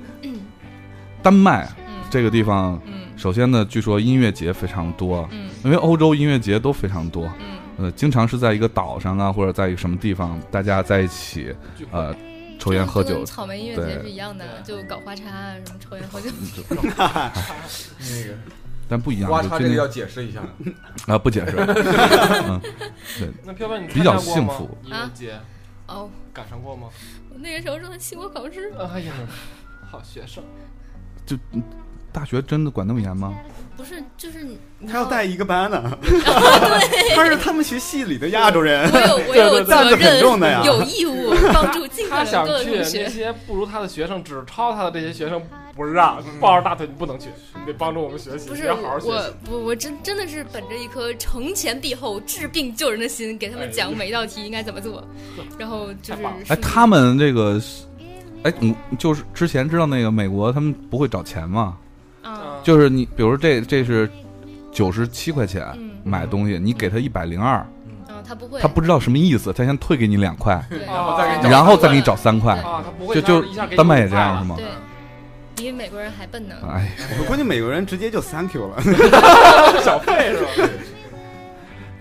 [SPEAKER 4] 丹麦
[SPEAKER 5] 嗯
[SPEAKER 4] 这个地方，
[SPEAKER 5] 嗯
[SPEAKER 4] 首先呢，据说音乐节非常多，
[SPEAKER 5] 嗯
[SPEAKER 4] 因为欧洲音乐节都非常多，
[SPEAKER 5] 嗯
[SPEAKER 4] 呃，经常是在一个岛上啊，或者在一个什么地方，大家在一起，呃，抽烟喝
[SPEAKER 5] 就
[SPEAKER 4] 酒
[SPEAKER 5] 跟，草莓音乐节
[SPEAKER 4] 对嗯
[SPEAKER 5] 是一样的，就搞花叉什么抽烟喝酒，
[SPEAKER 2] [laughs] 那
[SPEAKER 4] 但不一
[SPEAKER 2] 个
[SPEAKER 4] 样。
[SPEAKER 2] 花
[SPEAKER 4] 就
[SPEAKER 2] 叉这
[SPEAKER 4] 今
[SPEAKER 2] 个
[SPEAKER 4] 天
[SPEAKER 2] 要解释一下， [laughs]
[SPEAKER 4] 啊，不解释。嗯，
[SPEAKER 3] 那飘飘你
[SPEAKER 4] 比较
[SPEAKER 3] 参加过
[SPEAKER 4] 幸
[SPEAKER 3] 吗
[SPEAKER 4] 福
[SPEAKER 3] 音
[SPEAKER 5] 啊
[SPEAKER 3] 乐节
[SPEAKER 5] [laughs] 哦，
[SPEAKER 3] 赶上过吗？
[SPEAKER 5] 我那个时候正在期末考试，
[SPEAKER 3] 哎呀，好学生，
[SPEAKER 4] 就大学真的管那么严吗？
[SPEAKER 5] 不是就是你
[SPEAKER 1] 他要带一个班呢，他是他们学系里的亚洲人
[SPEAKER 5] 我，
[SPEAKER 1] [laughs]
[SPEAKER 5] 有我有责
[SPEAKER 1] 担子很重的呀
[SPEAKER 5] 任，有
[SPEAKER 1] [laughs]
[SPEAKER 5] 义务帮助尽可
[SPEAKER 3] 他想
[SPEAKER 5] 能多的
[SPEAKER 3] 去，
[SPEAKER 5] 同
[SPEAKER 3] 那
[SPEAKER 5] 学。
[SPEAKER 3] 些不如他的学生只抄他的这些学生不让，抱着大腿你不能去，你得帮助我们学习，
[SPEAKER 5] 不
[SPEAKER 3] 你
[SPEAKER 5] 是
[SPEAKER 3] 要好好学习
[SPEAKER 5] 我。，我我真真的是本着一颗惩前毖后、治病救人的心，给他们讲每道题应该怎么做，然后就是
[SPEAKER 3] 太棒
[SPEAKER 4] 哎，
[SPEAKER 5] 数
[SPEAKER 4] 他们这个，哎，你就是之前知道那个美国他们不会找钱吗？
[SPEAKER 3] 嗯
[SPEAKER 5] 啊，
[SPEAKER 4] 就是你，比如这这是九十七块钱
[SPEAKER 5] 嗯
[SPEAKER 4] 买东西，你给他一百零二，
[SPEAKER 5] 嗯，他不会，
[SPEAKER 4] 他不知道什么意思，他先退给你两块，
[SPEAKER 5] 对，
[SPEAKER 3] 啊
[SPEAKER 2] 我再给你找
[SPEAKER 4] 哦然后再给你找三块，
[SPEAKER 3] 啊，他不会
[SPEAKER 4] 就
[SPEAKER 3] 当
[SPEAKER 4] 就
[SPEAKER 3] 时一下给你
[SPEAKER 4] 丹麦也
[SPEAKER 3] 五
[SPEAKER 4] 这
[SPEAKER 3] 块
[SPEAKER 4] 样
[SPEAKER 3] 了
[SPEAKER 4] 是吗？
[SPEAKER 5] 对，比美国人还笨呢。
[SPEAKER 4] 哎，
[SPEAKER 1] 我估计美国人直接就 thank you 了，
[SPEAKER 3] 小费是吧？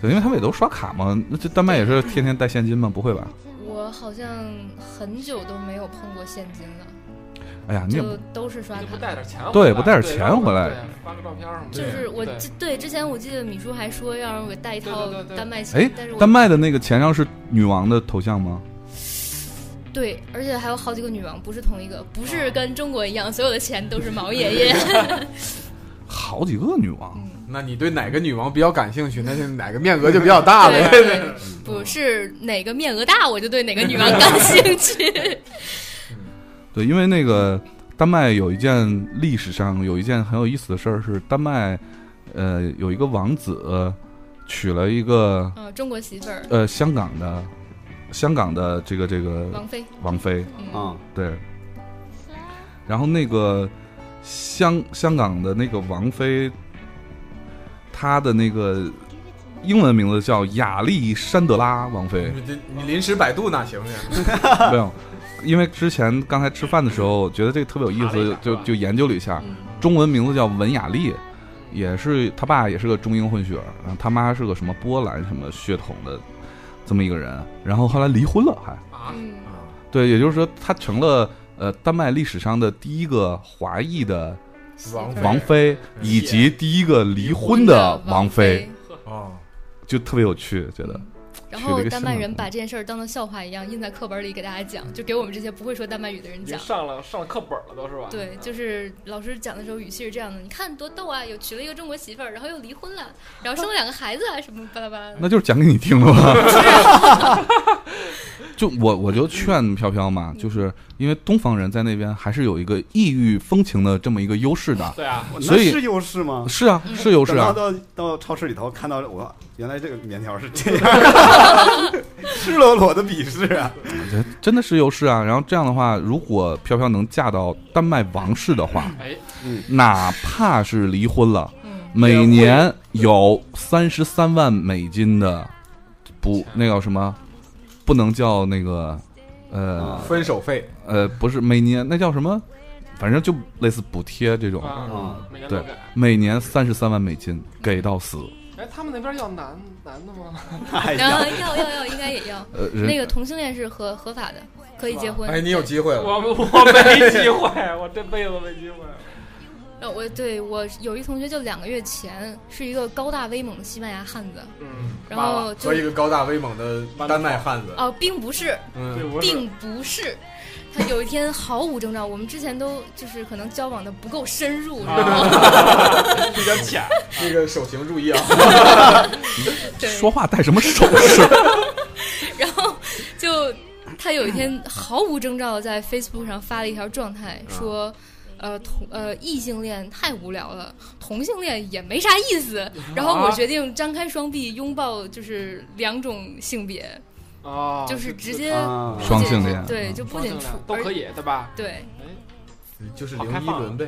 [SPEAKER 4] 对，因为他们也都刷卡嘛，那这丹麦也是天天带现金吗？不会吧？
[SPEAKER 5] 我好像很久都没有碰过现金了，
[SPEAKER 4] 哎呀，你也不
[SPEAKER 5] 就都是刷
[SPEAKER 3] 你不
[SPEAKER 5] 卡。
[SPEAKER 3] 带点钱回来？
[SPEAKER 4] 对不带点钱
[SPEAKER 3] 然后
[SPEAKER 4] 回来
[SPEAKER 3] 对发个照片什么的。
[SPEAKER 5] 就是我
[SPEAKER 3] 对
[SPEAKER 5] 之对之前我记得米叔还说要让我带一套
[SPEAKER 3] 对对对对
[SPEAKER 5] 丹麦
[SPEAKER 4] 哎
[SPEAKER 5] 钱，但是，我
[SPEAKER 4] 丹麦的那个钱上是女王的头像吗？
[SPEAKER 5] 对，而且还有好几个女王，不是同一个，不
[SPEAKER 3] 啊
[SPEAKER 5] 是跟中国一样，所有的钱都是毛爷
[SPEAKER 3] [laughs]
[SPEAKER 5] 爷。
[SPEAKER 4] 好几个女王，
[SPEAKER 5] 嗯
[SPEAKER 2] 那你对哪个女王比较感兴趣？那就哪个面额就比较大
[SPEAKER 5] 对
[SPEAKER 2] 呗。
[SPEAKER 5] 对对
[SPEAKER 3] 嗯
[SPEAKER 5] 不是哪个面额大，我就对哪个女王感
[SPEAKER 3] [laughs]
[SPEAKER 5] 兴趣。
[SPEAKER 4] 对，因为那个丹麦有一件历史上有一件很有意思的事儿是，丹麦呃有一个王子娶了一个
[SPEAKER 5] 嗯、中国媳妇儿
[SPEAKER 4] 呃香港的香港的这个这个
[SPEAKER 5] 王菲，
[SPEAKER 4] 王妃，
[SPEAKER 1] [laughs]
[SPEAKER 5] 嗯，
[SPEAKER 1] 啊，
[SPEAKER 4] 对，然后那个香香港的那个王妃，她的那个英文名字叫亚历山德拉王妃。
[SPEAKER 2] [laughs] 你这你临时百度哪行不行？
[SPEAKER 4] 没有，因为之前刚才吃饭的时候，我觉得这个特别有意
[SPEAKER 3] 查了一
[SPEAKER 4] 思
[SPEAKER 3] 下，
[SPEAKER 4] 就是
[SPEAKER 3] 吧
[SPEAKER 4] 就研究了一下，
[SPEAKER 5] 嗯
[SPEAKER 4] 中文名字叫文雅丽，也是他爸也是个中英混血儿，然后他妈是个什么波兰什么血统的这么一个人，然后后来离婚了还，
[SPEAKER 3] 啊，
[SPEAKER 5] 嗯，
[SPEAKER 4] 对，也就是说他成了呃丹麦历史上的第一个华裔的
[SPEAKER 2] 王
[SPEAKER 4] 王妃，以及第一个离婚的王
[SPEAKER 5] 嗯
[SPEAKER 4] 妃，，
[SPEAKER 2] 啊，
[SPEAKER 4] 就特别有趣，觉得
[SPEAKER 5] 然
[SPEAKER 4] 取了
[SPEAKER 5] 后
[SPEAKER 4] 一个
[SPEAKER 5] 丹麦
[SPEAKER 4] 新的
[SPEAKER 5] 人
[SPEAKER 4] 名字
[SPEAKER 5] 把这件事儿当做笑话一样印在课本里给大家讲，就给我们这些不会说丹麦语的人
[SPEAKER 3] 已经
[SPEAKER 5] 讲。
[SPEAKER 3] 上了上了课本了，都是吧？嗯
[SPEAKER 5] 对，就是老师讲的时候语气是这样的，你看多逗啊，有娶了一个中国媳妇儿，然后又离婚了，然后生了两个孩子啊，什么巴拉巴拉的。
[SPEAKER 4] 那就是讲给你听的嘛。 [laughs] 就我我就劝飘飘嘛，就是因为东方人在那边还是有一个异域风情的这么一个优势的。
[SPEAKER 3] 对啊，
[SPEAKER 4] 所以
[SPEAKER 1] 那是优势吗？
[SPEAKER 4] 是啊，是优势
[SPEAKER 1] 等到
[SPEAKER 4] 啊。
[SPEAKER 1] 到到超市里头看到我原来这个面条是这样，赤裸裸的鄙视啊！
[SPEAKER 4] 真的是优势啊。然后这样的话，如果飘飘能嫁到丹麦王室的话，
[SPEAKER 3] 哎，
[SPEAKER 4] 哪怕是离婚了，
[SPEAKER 5] 嗯，
[SPEAKER 4] 每年有三十三万美金的不那叫什么，不能叫那个呃
[SPEAKER 2] 分手费
[SPEAKER 4] 呃不是每年那叫什么，反正就类似补贴这种，
[SPEAKER 3] 啊
[SPEAKER 1] [laughs] 嗯，
[SPEAKER 3] 每年都
[SPEAKER 4] 对
[SPEAKER 3] 给。，
[SPEAKER 4] 每年三十三万美金给到死。
[SPEAKER 3] 哎，他们那边要男男的
[SPEAKER 4] [laughs]
[SPEAKER 3] 吗？
[SPEAKER 1] 哎
[SPEAKER 5] 然后
[SPEAKER 1] 呀，
[SPEAKER 5] 要要要，应该也要。
[SPEAKER 4] 呃，人
[SPEAKER 5] 那个同性恋是合合法的，可以结婚。
[SPEAKER 2] 哎，你有机会了。
[SPEAKER 3] 我我没机会，我这辈子没机会。
[SPEAKER 5] 呃，我对我有一同学就两个月前是一个高大威猛的西班牙汉子，
[SPEAKER 3] 嗯，
[SPEAKER 5] 然后就
[SPEAKER 2] 和一个高大威猛的丹麦汉子，
[SPEAKER 5] 哦，并不是，
[SPEAKER 3] 对，
[SPEAKER 2] 嗯，
[SPEAKER 3] 我是
[SPEAKER 5] 并不是。他有一天毫无征兆，我们之前都就是可能交往的不够深入，你知道吗？
[SPEAKER 3] 啊，比较浅。
[SPEAKER 2] 这个手型注意啊，
[SPEAKER 5] 对，
[SPEAKER 4] 说话带什么手势？
[SPEAKER 5] 然后就他有一天毫无征兆地在 Facebook 上发了一条状态，说，呃同呃异性恋太无聊了，同性恋也没啥意思。然后我决定张开双臂拥抱就是两种性别，
[SPEAKER 3] [laughs] 哦，
[SPEAKER 5] 就是直接
[SPEAKER 1] 啊
[SPEAKER 4] 双性恋嗯
[SPEAKER 5] 对，就不
[SPEAKER 3] 双
[SPEAKER 5] 仅
[SPEAKER 3] 性恋
[SPEAKER 5] 处
[SPEAKER 3] 都可
[SPEAKER 5] 以，
[SPEAKER 3] 以，对吧？哎
[SPEAKER 5] 对，
[SPEAKER 2] 就是零一轮呗，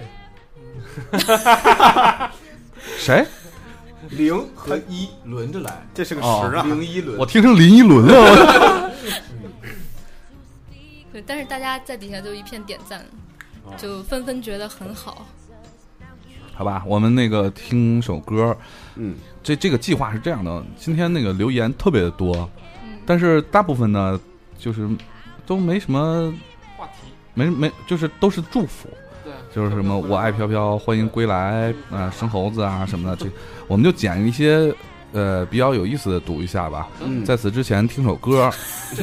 [SPEAKER 4] 谁？
[SPEAKER 2] 零和一轮着来，
[SPEAKER 1] 这是个十啊！
[SPEAKER 2] 零一轮，
[SPEAKER 4] 我听成林依轮了。
[SPEAKER 5] 对但是大家在底下就一片点赞，就纷纷觉得很好。
[SPEAKER 4] [laughs] 好吧，我们那个听首歌。
[SPEAKER 1] 嗯，
[SPEAKER 4] 这这个计划是这样的，今天那个留言特别的多，
[SPEAKER 5] 嗯，
[SPEAKER 4] 但是大部分呢，就是都没什么，
[SPEAKER 3] 话题
[SPEAKER 4] 没没，就是都是祝福，
[SPEAKER 3] 对，
[SPEAKER 4] 就是什么我爱飘飘，欢迎归来，啊、生猴子啊什么的，这我们就捡一些呃比较有意思的读一下吧。
[SPEAKER 1] 嗯
[SPEAKER 4] 在此之前听首歌，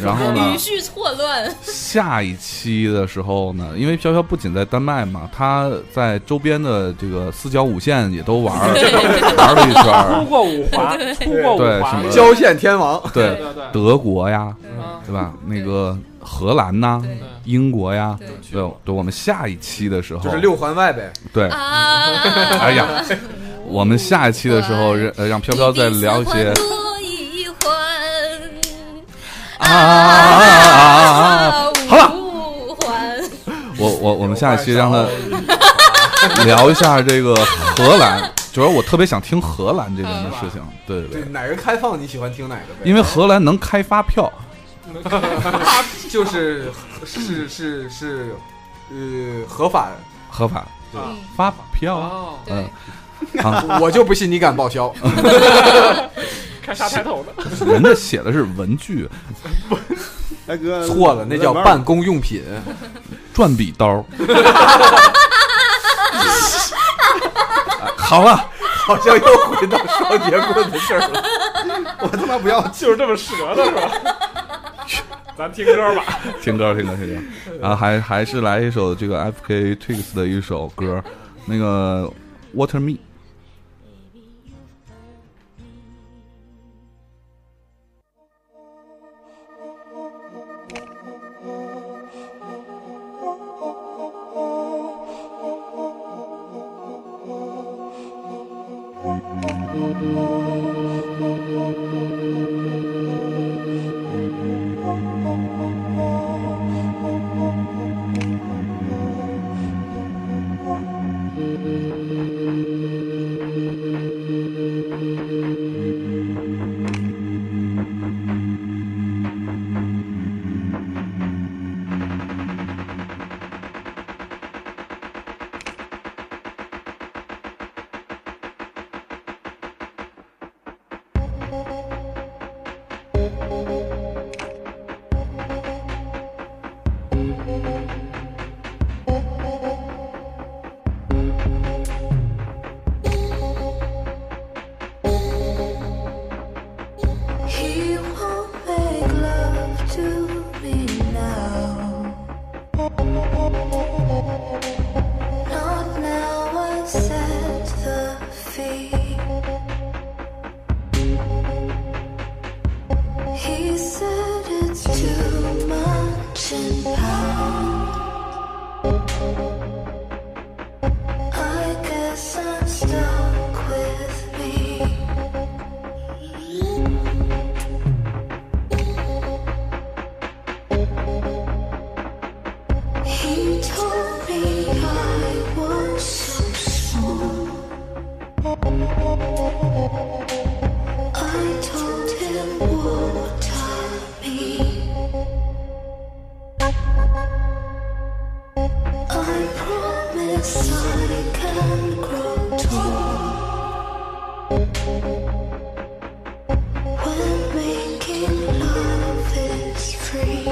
[SPEAKER 4] 然后呢
[SPEAKER 5] 语，序错乱，
[SPEAKER 4] 下一期的时候呢，因为飘飘不仅在丹麦嘛，他在周边的这个四角五线也都玩 [laughs] 儿玩了一圈
[SPEAKER 3] 出
[SPEAKER 4] 儿，
[SPEAKER 3] 过五 [laughs] 环，出过
[SPEAKER 4] 对
[SPEAKER 3] 五环
[SPEAKER 4] 什么，
[SPEAKER 2] 交线天王，
[SPEAKER 4] [laughs] 对
[SPEAKER 3] 对对，
[SPEAKER 4] 德国呀，
[SPEAKER 3] 啊
[SPEAKER 4] 对吧？那个荷兰呐、
[SPEAKER 5] 对
[SPEAKER 4] 英国呀，
[SPEAKER 5] 对
[SPEAKER 4] 对对，我们下一期的时候
[SPEAKER 2] 就是六环外呗，
[SPEAKER 4] 对，
[SPEAKER 5] 啊！
[SPEAKER 4] 哎呀，我们下一期的时候
[SPEAKER 5] 哎
[SPEAKER 4] 让呃让飘飘再聊一些
[SPEAKER 5] 比四环多一环
[SPEAKER 4] 啊啊啊啊啊啊！嗯
[SPEAKER 5] 啊，好了，五环
[SPEAKER 4] 我我我们下一期让他聊一下这个荷兰，主要我特别想听荷兰这件事情，对对
[SPEAKER 2] 对
[SPEAKER 4] 对，
[SPEAKER 2] 哪个开放你喜欢听哪个呗，
[SPEAKER 4] 因为荷兰能开发票，
[SPEAKER 2] 就是是是是，呃，合法，
[SPEAKER 4] 合法
[SPEAKER 5] 嗯，
[SPEAKER 4] 发票，
[SPEAKER 3] [laughs] 哦，
[SPEAKER 5] 对，
[SPEAKER 2] 我就不信你敢报 [laughs] 销，
[SPEAKER 3] 看啥抬头呢？
[SPEAKER 4] 人家写的是文具、
[SPEAKER 1] 大哥
[SPEAKER 2] 错了，那叫办公用品， [laughs]
[SPEAKER 4] 转笔刀。好了，
[SPEAKER 2] 好像又回到双节棍的事儿了。
[SPEAKER 1] 我他妈不要
[SPEAKER 3] [laughs] 就是这么折的是吧？ [laughs] 咱听歌吧。
[SPEAKER 4] 听歌，听歌，听歌。然后还还是来一首这个 FK Twigs 的一首歌，那个 Water Me。
[SPEAKER 6] Thank He won't make love to me now. Not now, I set the fee. He said it's too much in pound. I guess I'm stuck with me. He told me I was so small. I told him what I mean. I promise I can grow tall. When making love is free.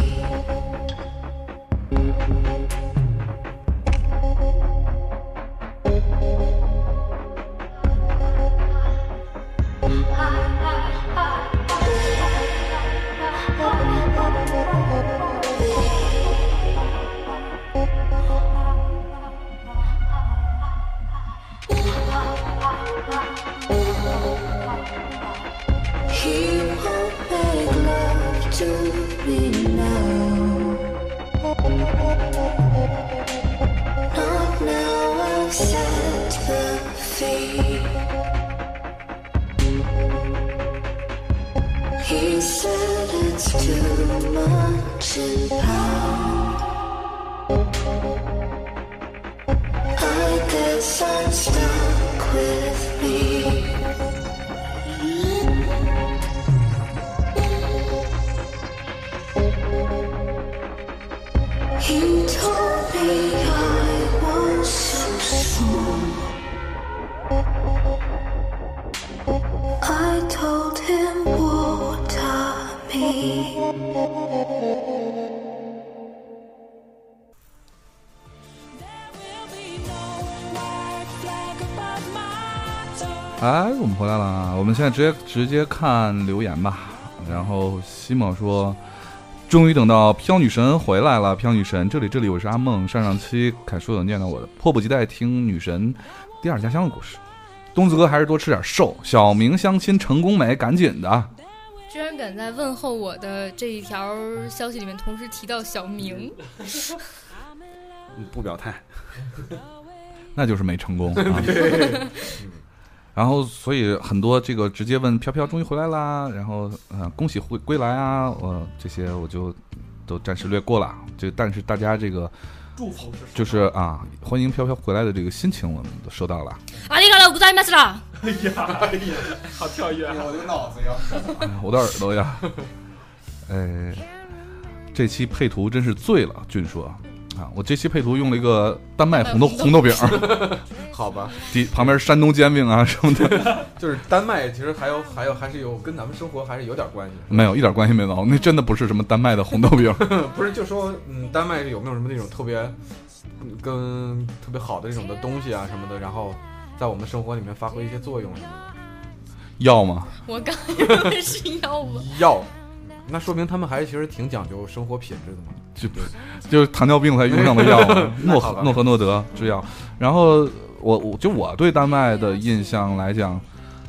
[SPEAKER 6] He won't make love to me now. Not now, I've set the fee. He said it's too much in pound. I guess I'm stuck with me. He told me I was so small. I told him what I mean.
[SPEAKER 4] 哎，我们回来了啊！我们现在直接直接看留言吧。然后西蒙说：“终于等到飘女神回来了，飘女神，这里这里，我是阿梦。上上期凯叔有念到我的，迫不及待听女神第二家乡的故事。东子哥还是多吃点瘦。小明相亲成功没？赶紧的！啊
[SPEAKER 5] 居然敢在问候我的这一条消息里面同时提到小明，
[SPEAKER 1] 不表态，
[SPEAKER 4] 那就是没成 [laughs] 功。啊、然后，所以很多这个直接问飘飘终于回来啦，然后呃恭喜回归来啊，我、这些我就都暂时略过了。就但是大家这个
[SPEAKER 3] 祝福是
[SPEAKER 4] 就是啊欢迎飘飘回来的这个心情我们都收到了。
[SPEAKER 5] 阿里嘎多古在马斯拉，
[SPEAKER 3] 好跳跃啊，
[SPEAKER 8] 我的脑子要
[SPEAKER 4] 哎呀我的耳朵 [laughs] 呀，呃，这期配图真是醉了，俊说啊，我这期配图用了一个丹麦红豆红豆饼，
[SPEAKER 2] 好吧，
[SPEAKER 4] [laughs] 底旁边是山东煎饼啊什么的，
[SPEAKER 2] 就是丹麦其实还有还有还是有跟咱们生活还是有点关系，
[SPEAKER 4] 没有一点关系没有，那真的不是什么丹麦的红豆饼。
[SPEAKER 2] 不是就说嗯，丹麦有没有什么那种特别嗯跟特别好的这种的东西啊什么的，然后在我们生活里面发挥一些作用什么
[SPEAKER 4] 要吗？
[SPEAKER 5] 我刚以为是要
[SPEAKER 2] 的
[SPEAKER 5] 我，
[SPEAKER 2] 药，那说明他们还其实挺讲究生活品质的嘛。
[SPEAKER 4] 就 [laughs] 就是糖尿病才用上的药嘛，
[SPEAKER 5] [laughs]
[SPEAKER 4] 诺
[SPEAKER 2] 好
[SPEAKER 4] 和 [laughs]
[SPEAKER 2] 吧
[SPEAKER 4] 诺和诺德制药。然后我我就我对丹麦的印象来讲，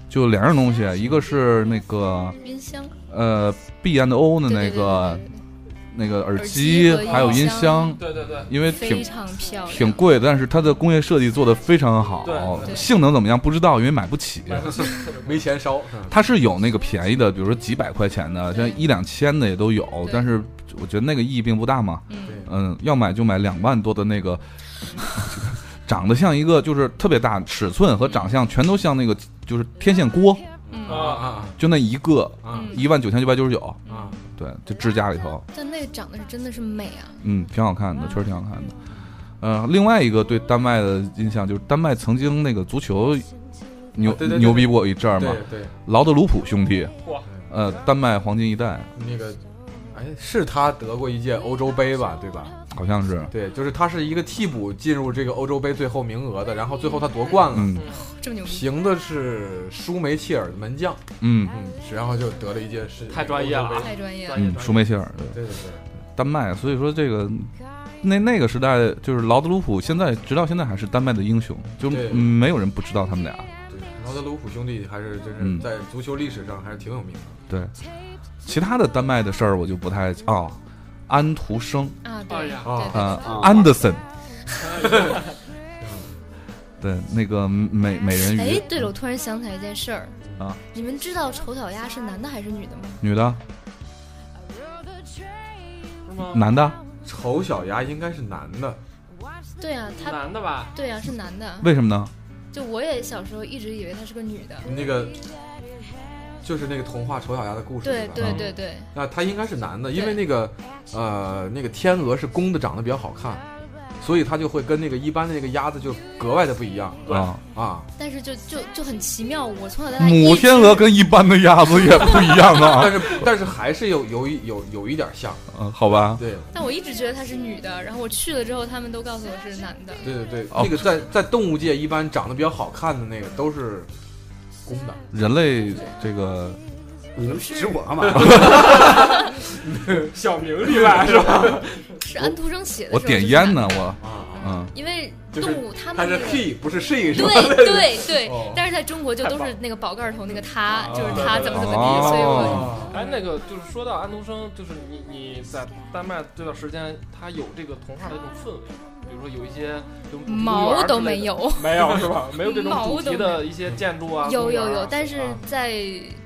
[SPEAKER 4] 就两样东西，一个是那个
[SPEAKER 5] 音箱
[SPEAKER 4] 呃 B and O 的那个
[SPEAKER 5] 对对对对
[SPEAKER 4] 那个耳
[SPEAKER 5] 耳机
[SPEAKER 4] 机
[SPEAKER 5] 和，
[SPEAKER 4] 还有
[SPEAKER 5] 音
[SPEAKER 4] 音
[SPEAKER 5] 箱
[SPEAKER 4] 箱，
[SPEAKER 3] 对对对，
[SPEAKER 4] 因为
[SPEAKER 5] 对
[SPEAKER 4] 挺
[SPEAKER 5] 非常漂亮，
[SPEAKER 4] 挺贵的，但是它的工业设计做得非常
[SPEAKER 3] 对
[SPEAKER 4] 好，
[SPEAKER 5] 对
[SPEAKER 4] 性能怎么样不知道，因为买不起。
[SPEAKER 3] 买不起，特别贵
[SPEAKER 2] 没钱烧，嗯
[SPEAKER 4] 它是有那个便宜的，比如说几百块钱的，
[SPEAKER 5] 对
[SPEAKER 4] 像一两千的也都有，
[SPEAKER 5] 对
[SPEAKER 4] 但是我觉得那个意义并不大嘛。
[SPEAKER 5] 嗯，
[SPEAKER 4] 嗯，要买就买两万多的那个， [laughs] 长得像一个就是特别大，尺寸和长相全都像那个就是天线锅，
[SPEAKER 5] 嗯
[SPEAKER 3] 啊，
[SPEAKER 2] 啊
[SPEAKER 4] 就那一个
[SPEAKER 2] 啊啊
[SPEAKER 5] 嗯
[SPEAKER 4] 一万九千九百九十九，
[SPEAKER 2] 啊！
[SPEAKER 4] 对，就支架里头，
[SPEAKER 5] 但那个长得是真的是美啊，
[SPEAKER 4] 嗯，挺好看的，确实挺好看的。呃，另外一个对丹麦的印象就是丹麦曾经那个足球牛
[SPEAKER 2] 啊对对对
[SPEAKER 4] 牛逼过一阵儿嘛，
[SPEAKER 2] 对对，
[SPEAKER 4] 劳德鲁普兄弟，
[SPEAKER 3] 哇
[SPEAKER 4] 呃，丹麦黄金一代
[SPEAKER 2] 那个，哎，是他得过一届欧洲杯吧，对吧？
[SPEAKER 4] 好像是，
[SPEAKER 2] 对，就是他是一个替补进入这个欧洲杯最后名额的，然后最后他夺冠了，
[SPEAKER 4] 嗯
[SPEAKER 5] 这么牛逼，
[SPEAKER 2] 凭的是舒梅切尔的门将，
[SPEAKER 4] 嗯
[SPEAKER 2] 嗯，然后就得了一届世
[SPEAKER 3] 太专业了啊
[SPEAKER 2] 欧洲杯
[SPEAKER 5] 太专业了。
[SPEAKER 4] 嗯，舒梅切尔对
[SPEAKER 2] 对对对。
[SPEAKER 4] 丹麦，所以说这个那那个时代就是劳德鲁普，现在直到现在还是丹麦的英雄，就
[SPEAKER 2] 对
[SPEAKER 4] 嗯没有人不知道他们俩。
[SPEAKER 2] 对，劳德鲁普兄弟还是就是
[SPEAKER 4] 嗯
[SPEAKER 2] 在足球历史上还是挺有名的。
[SPEAKER 4] 对，其他的丹麦的事儿我就不太哦，安徒生
[SPEAKER 5] 啊，
[SPEAKER 3] 哎
[SPEAKER 5] 对
[SPEAKER 3] 呀
[SPEAKER 5] 对对
[SPEAKER 4] 啊
[SPEAKER 5] 对，
[SPEAKER 1] 啊
[SPEAKER 4] 安德森，对，那个美美人
[SPEAKER 5] 哎
[SPEAKER 4] 鱼，
[SPEAKER 5] 对了，我突然想起来一件事儿
[SPEAKER 4] 啊，
[SPEAKER 5] 你们知道丑小鸭是男的还是女的吗？
[SPEAKER 4] 女的
[SPEAKER 3] 是吗？
[SPEAKER 4] 男的，
[SPEAKER 2] 丑小鸭应该是男的，
[SPEAKER 5] 对啊，他
[SPEAKER 3] 男的吧？
[SPEAKER 5] 对啊是男的，
[SPEAKER 4] 为什么呢？
[SPEAKER 5] 就我也小时候一直以为她是个女的。
[SPEAKER 2] 那个就是那个童话丑小鸭的故事，
[SPEAKER 5] 对
[SPEAKER 2] 吧？
[SPEAKER 4] 啊
[SPEAKER 5] 对对对，
[SPEAKER 2] 那他应该是男的，因为那个呃那个天鹅是公的，长得比较好看，所以他就会跟那个一般的那个鸭子就格外的不一样
[SPEAKER 3] 对
[SPEAKER 1] 嗯
[SPEAKER 4] 啊，
[SPEAKER 2] 啊。
[SPEAKER 5] 但是就就就很奇妙，我从小到大
[SPEAKER 4] 母
[SPEAKER 5] 呃一直
[SPEAKER 4] 天鹅跟一般的鸭子也不一样啊 [laughs]
[SPEAKER 2] 但，是但是还是有有一有有一点像，
[SPEAKER 1] 啊
[SPEAKER 4] 嗯，好吧，
[SPEAKER 2] 对
[SPEAKER 5] 但我一直觉得她是女的，然后我去了之后，他们都告诉我是男的。
[SPEAKER 2] 对对对，
[SPEAKER 4] 哦
[SPEAKER 2] 那个在在动物界一般长得比较好看的那个都是公的，
[SPEAKER 4] 人类这个
[SPEAKER 1] 你能指我干嘛？
[SPEAKER 3] 小明例外 [laughs] 是吧？
[SPEAKER 5] 呃是安徒生写的。
[SPEAKER 4] 我点烟。呢，我嗯。
[SPEAKER 5] 因为
[SPEAKER 2] 就是
[SPEAKER 5] 动物它们
[SPEAKER 2] 它啊
[SPEAKER 5] 那
[SPEAKER 2] 是
[SPEAKER 5] 个
[SPEAKER 2] he 不是 she 是吧？
[SPEAKER 5] 对对对
[SPEAKER 2] 哦，
[SPEAKER 5] 但是在中国就
[SPEAKER 3] 太
[SPEAKER 5] 都
[SPEAKER 3] 棒
[SPEAKER 5] 是那个宝盖头那个他，就是
[SPEAKER 2] 对
[SPEAKER 5] 他
[SPEAKER 2] 对
[SPEAKER 5] 怎么
[SPEAKER 4] 对
[SPEAKER 5] 怎么地，所以我
[SPEAKER 1] 啊
[SPEAKER 4] 哦
[SPEAKER 3] 哎，那个就是说到安徒生，就是你你在丹麦这段时间，他有这个童话的这种氛围吗，比如说有一些这种主题公园儿
[SPEAKER 5] 毛
[SPEAKER 3] 之
[SPEAKER 5] 都
[SPEAKER 3] 类
[SPEAKER 5] 没
[SPEAKER 3] 的，
[SPEAKER 5] 有，
[SPEAKER 3] 没有是吧？没有这种
[SPEAKER 5] 毛
[SPEAKER 3] 主
[SPEAKER 5] 都
[SPEAKER 3] 题的一些建筑啊，
[SPEAKER 5] 有
[SPEAKER 3] 公园
[SPEAKER 5] 有
[SPEAKER 3] 儿
[SPEAKER 5] 有
[SPEAKER 3] 啊，
[SPEAKER 5] 但是
[SPEAKER 3] 啊
[SPEAKER 5] 在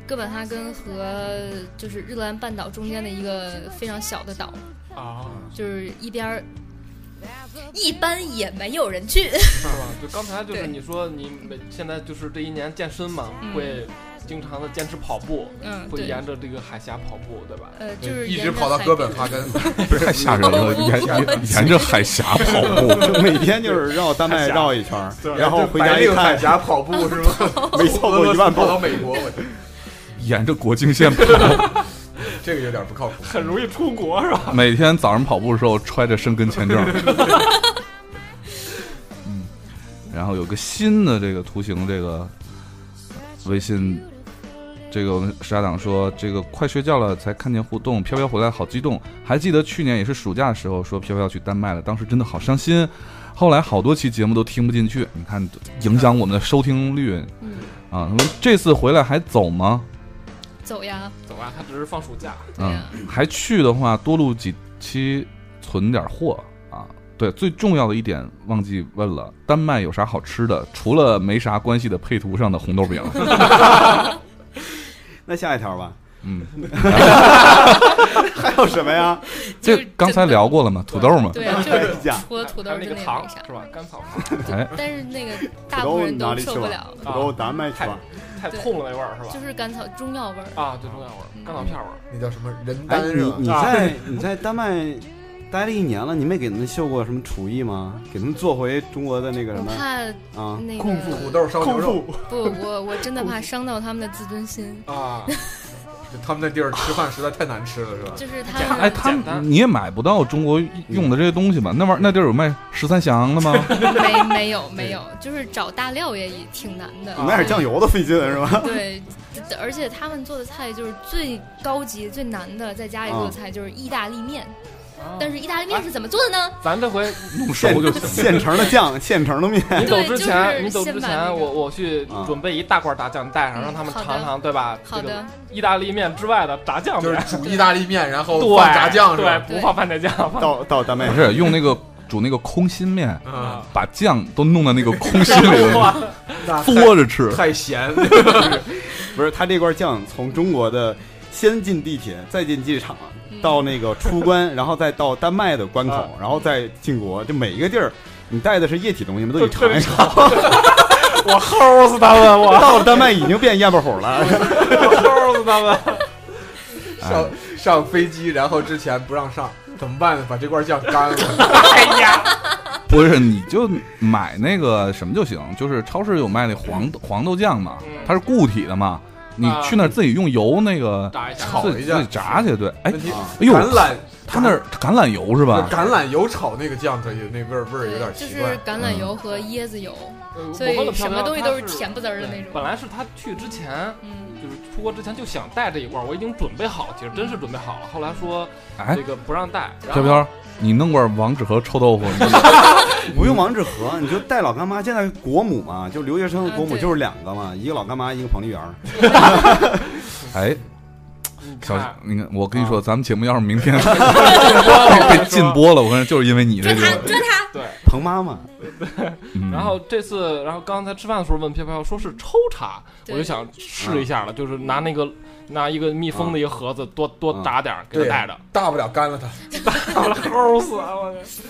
[SPEAKER 5] 哥本哈根和就是日兰半岛中间的一个非常小的岛，
[SPEAKER 3] 啊，
[SPEAKER 5] 就是一边儿。一般也没有人去，
[SPEAKER 3] 是吧？就刚才就是
[SPEAKER 5] 对
[SPEAKER 3] 你说你每现在就是这一年健身嘛，
[SPEAKER 5] 嗯
[SPEAKER 3] 会经常的坚持跑步，
[SPEAKER 5] 嗯，
[SPEAKER 3] 会
[SPEAKER 5] 对，
[SPEAKER 3] 沿着这个海峡跑步，对吧？
[SPEAKER 5] 呃， [laughs] 就是
[SPEAKER 2] 一
[SPEAKER 5] 沿着
[SPEAKER 2] 直跑到
[SPEAKER 5] 海
[SPEAKER 2] 哥
[SPEAKER 5] 边
[SPEAKER 2] 本哈根，
[SPEAKER 4] 太吓人了，
[SPEAKER 5] 哦
[SPEAKER 4] 沿沿沿着海峡跑
[SPEAKER 1] [laughs]
[SPEAKER 4] 步，
[SPEAKER 1] 每天就是绕丹麦绕一圈儿， [laughs] 然后回家
[SPEAKER 2] 白
[SPEAKER 1] 一
[SPEAKER 2] 令海
[SPEAKER 1] 看，
[SPEAKER 2] 峡跑步是
[SPEAKER 1] [laughs]
[SPEAKER 2] 吗？
[SPEAKER 1] 没超过一万
[SPEAKER 2] 跑
[SPEAKER 1] 步
[SPEAKER 2] 到。美国，我去
[SPEAKER 4] 沿着国境线跑。
[SPEAKER 2] 这个有点不靠谱。
[SPEAKER 3] 很容易出国是吧？
[SPEAKER 4] [laughs] 每天早上跑步的时候揣着申根签证。嗯，然后有个新的这个图形，这个微信，这个我们沙党说，这个快睡觉了才看见互动，飘飘回来好激动，还记得去年也是暑假的时候说飘飘去丹麦了，当时真的好伤心。后来好多期节目都听不进去，你看影响我们的收听率
[SPEAKER 5] 嗯，
[SPEAKER 4] 啊！他们这次回来还走吗？
[SPEAKER 5] 走呀，
[SPEAKER 3] 走啊，他只是放暑假，
[SPEAKER 5] 对呀，
[SPEAKER 4] 嗯还去的话，多录几期，存点货啊。对，最重要的一点忘记问了，丹麦有啥好吃的？除了没啥关系的配图上的红豆
[SPEAKER 5] [laughs]
[SPEAKER 4] 饼，
[SPEAKER 1] 那下一条吧，
[SPEAKER 4] 嗯，
[SPEAKER 1] 还有什么呀？
[SPEAKER 4] 这刚才聊过了嘛，土豆嘛，
[SPEAKER 5] 对呀，
[SPEAKER 1] [laughs]
[SPEAKER 5] 就
[SPEAKER 1] 哎
[SPEAKER 5] 是
[SPEAKER 1] 呀，
[SPEAKER 5] 除了土豆
[SPEAKER 3] 还有
[SPEAKER 5] 真
[SPEAKER 3] 那
[SPEAKER 5] 的
[SPEAKER 3] 个
[SPEAKER 5] 也
[SPEAKER 3] 糖
[SPEAKER 5] 没啥
[SPEAKER 3] 是，吧？甘
[SPEAKER 5] [laughs]
[SPEAKER 3] 草
[SPEAKER 4] 哎，
[SPEAKER 5] 但是那个
[SPEAKER 1] 土
[SPEAKER 5] 大部
[SPEAKER 1] 豆
[SPEAKER 5] 分人
[SPEAKER 1] 哪
[SPEAKER 5] 都
[SPEAKER 1] 里
[SPEAKER 5] 受
[SPEAKER 1] 去
[SPEAKER 5] 不
[SPEAKER 1] 了
[SPEAKER 5] 了？，
[SPEAKER 1] 土豆咱们去了。
[SPEAKER 3] 太
[SPEAKER 5] 对
[SPEAKER 3] 冲了那味儿是吧？
[SPEAKER 5] 就是甘草中药味儿。
[SPEAKER 3] 啊，最重要味儿，甘草片味儿。
[SPEAKER 2] 那叫什么人
[SPEAKER 1] 哎
[SPEAKER 2] 丹，是
[SPEAKER 1] 你
[SPEAKER 2] 吧？
[SPEAKER 1] 你
[SPEAKER 3] 啊 [laughs]
[SPEAKER 1] 在你在丹麦待了一年了，你没给他们秀过什么厨艺吗？给他们做回中国的那个
[SPEAKER 5] 我
[SPEAKER 1] 什么
[SPEAKER 5] 怕
[SPEAKER 1] 啊？
[SPEAKER 5] 那
[SPEAKER 2] 空腹
[SPEAKER 5] 个
[SPEAKER 2] 土豆烧牛肉，
[SPEAKER 5] 不，我我真的怕伤到他们的自尊心，
[SPEAKER 3] 啊，
[SPEAKER 2] 就他们那地儿吃饭实在太难吃了，是吧？
[SPEAKER 5] 就是他
[SPEAKER 4] 他哎
[SPEAKER 5] 们
[SPEAKER 4] 他们你也买不到中国用的这些东西吧？那玩意儿
[SPEAKER 5] 嗯
[SPEAKER 4] 那地儿有卖十三香
[SPEAKER 5] [laughs]
[SPEAKER 4] 的吗？
[SPEAKER 2] [laughs]
[SPEAKER 5] 没没有没有，就是找大料也挺难的。
[SPEAKER 2] 哦
[SPEAKER 1] 你买点酱油都费劲是吧？
[SPEAKER 5] 对，而且他们做的菜就是最高级、最难的，在家里做
[SPEAKER 2] 嗯
[SPEAKER 5] 的菜就是意大利面。嗯但是意大利面是怎么做的
[SPEAKER 2] 啊
[SPEAKER 5] 呢？
[SPEAKER 3] 啊咱这
[SPEAKER 5] [laughs]
[SPEAKER 3] 回
[SPEAKER 4] 弄熟
[SPEAKER 1] 现
[SPEAKER 4] 就行。
[SPEAKER 1] 现成的酱，现成的面。
[SPEAKER 3] 你走之
[SPEAKER 5] 对就是
[SPEAKER 3] 前，你走之
[SPEAKER 5] 先把那
[SPEAKER 3] 前，
[SPEAKER 5] 个嗯
[SPEAKER 3] 我我去
[SPEAKER 1] 啊
[SPEAKER 3] 准备一大罐炸酱带上，让他们
[SPEAKER 5] 好的
[SPEAKER 3] 尝尝，对吧？
[SPEAKER 5] 好
[SPEAKER 3] 这个
[SPEAKER 5] 的，
[SPEAKER 3] 意大利面之外的炸酱
[SPEAKER 2] 就是
[SPEAKER 3] 面，
[SPEAKER 2] 煮意大利面，然后
[SPEAKER 3] 对
[SPEAKER 2] 放炸酱，是
[SPEAKER 3] 对，
[SPEAKER 2] 吧？
[SPEAKER 3] 不放番茄酱，放
[SPEAKER 1] 到到丹麦
[SPEAKER 4] 不是用那个煮那个空心面，
[SPEAKER 2] 啊，
[SPEAKER 4] 把酱都弄到那个空心里
[SPEAKER 5] [laughs]
[SPEAKER 4] 了，嘬着吃。
[SPEAKER 2] 太咸，
[SPEAKER 1] 不是，他这罐酱从中国的先进地铁，再进机场，
[SPEAKER 5] 嗯
[SPEAKER 1] 到那个出关，然后再到丹麦的关口
[SPEAKER 3] 啊，
[SPEAKER 1] 然后再进国，就每一个地儿，你带的是液体东西吗？都得
[SPEAKER 3] 就特
[SPEAKER 1] 尝
[SPEAKER 3] 别
[SPEAKER 1] 一尝。
[SPEAKER 3] [laughs] 我齁死他们，我
[SPEAKER 1] 到了丹麦已经变咽巴虎了，
[SPEAKER 3] [laughs] 齁死他们。
[SPEAKER 2] 上上飞机，然后之前不让上，怎么办呢？把这罐酱干了，
[SPEAKER 3] 哎呀，
[SPEAKER 4] 不是，你就买那个什么就行，就是超市有卖那黄豆黄豆酱嘛，它是固体的嘛，你
[SPEAKER 3] 啊
[SPEAKER 4] 去那儿自己用油那个
[SPEAKER 3] 炸一下，
[SPEAKER 2] 炒
[SPEAKER 4] 自
[SPEAKER 2] 一
[SPEAKER 4] 己
[SPEAKER 2] 下
[SPEAKER 4] 自己炸去，对，哎
[SPEAKER 2] 问，题
[SPEAKER 1] 哎
[SPEAKER 4] 哎呦
[SPEAKER 2] 橄榄
[SPEAKER 4] 他那儿橄榄油是吧？
[SPEAKER 2] 橄榄油炒那个酱，它也那味儿味儿有点
[SPEAKER 5] 就
[SPEAKER 2] 奇
[SPEAKER 5] 是
[SPEAKER 2] 怪。嗯
[SPEAKER 5] 橄榄油和椰子油，
[SPEAKER 3] 呃
[SPEAKER 5] 所
[SPEAKER 3] 我问了
[SPEAKER 5] 以
[SPEAKER 3] 飘
[SPEAKER 5] 什
[SPEAKER 3] 飘
[SPEAKER 5] 么东西都
[SPEAKER 3] 他
[SPEAKER 5] 是甜不滋儿的那
[SPEAKER 3] 对
[SPEAKER 5] 种。
[SPEAKER 3] 本来是他去之前，
[SPEAKER 5] 嗯，
[SPEAKER 3] 就是出国之前就想带这一罐，我已经准备好，其实真是准备好了。后来说
[SPEAKER 4] 哎
[SPEAKER 3] 这，个不让带，然
[SPEAKER 4] 飘
[SPEAKER 3] 后
[SPEAKER 4] 飘，你弄罐王致和臭豆腐，你
[SPEAKER 1] 不用王致和，你就带老干妈。现在国母嘛，就留学生的国
[SPEAKER 5] 嗯
[SPEAKER 1] 母
[SPEAKER 5] 对
[SPEAKER 1] 就是两个嘛，一个老干妈，一个彭丽媛儿。
[SPEAKER 4] 哎，
[SPEAKER 3] 你
[SPEAKER 4] 小
[SPEAKER 3] 看，
[SPEAKER 4] 你看，我跟你说，
[SPEAKER 3] 啊
[SPEAKER 4] 咱们节目要是明天
[SPEAKER 3] 被
[SPEAKER 4] 被禁。播了，我跟你说，就是因为你这
[SPEAKER 5] 追他
[SPEAKER 4] 个，
[SPEAKER 5] 追他，
[SPEAKER 3] 对，
[SPEAKER 1] 彭妈妈，
[SPEAKER 4] 嗯
[SPEAKER 3] 然后这次，然后刚才吃饭的时候问飘飘说是抽查，我
[SPEAKER 5] 对
[SPEAKER 3] 就想试一下了，就是拿那个拿一个密封的一个盒子，多多
[SPEAKER 1] 嗯
[SPEAKER 3] 打点儿给他
[SPEAKER 2] [laughs]
[SPEAKER 3] 带着，
[SPEAKER 2] 大不了干了它。
[SPEAKER 3] 齁死了我去！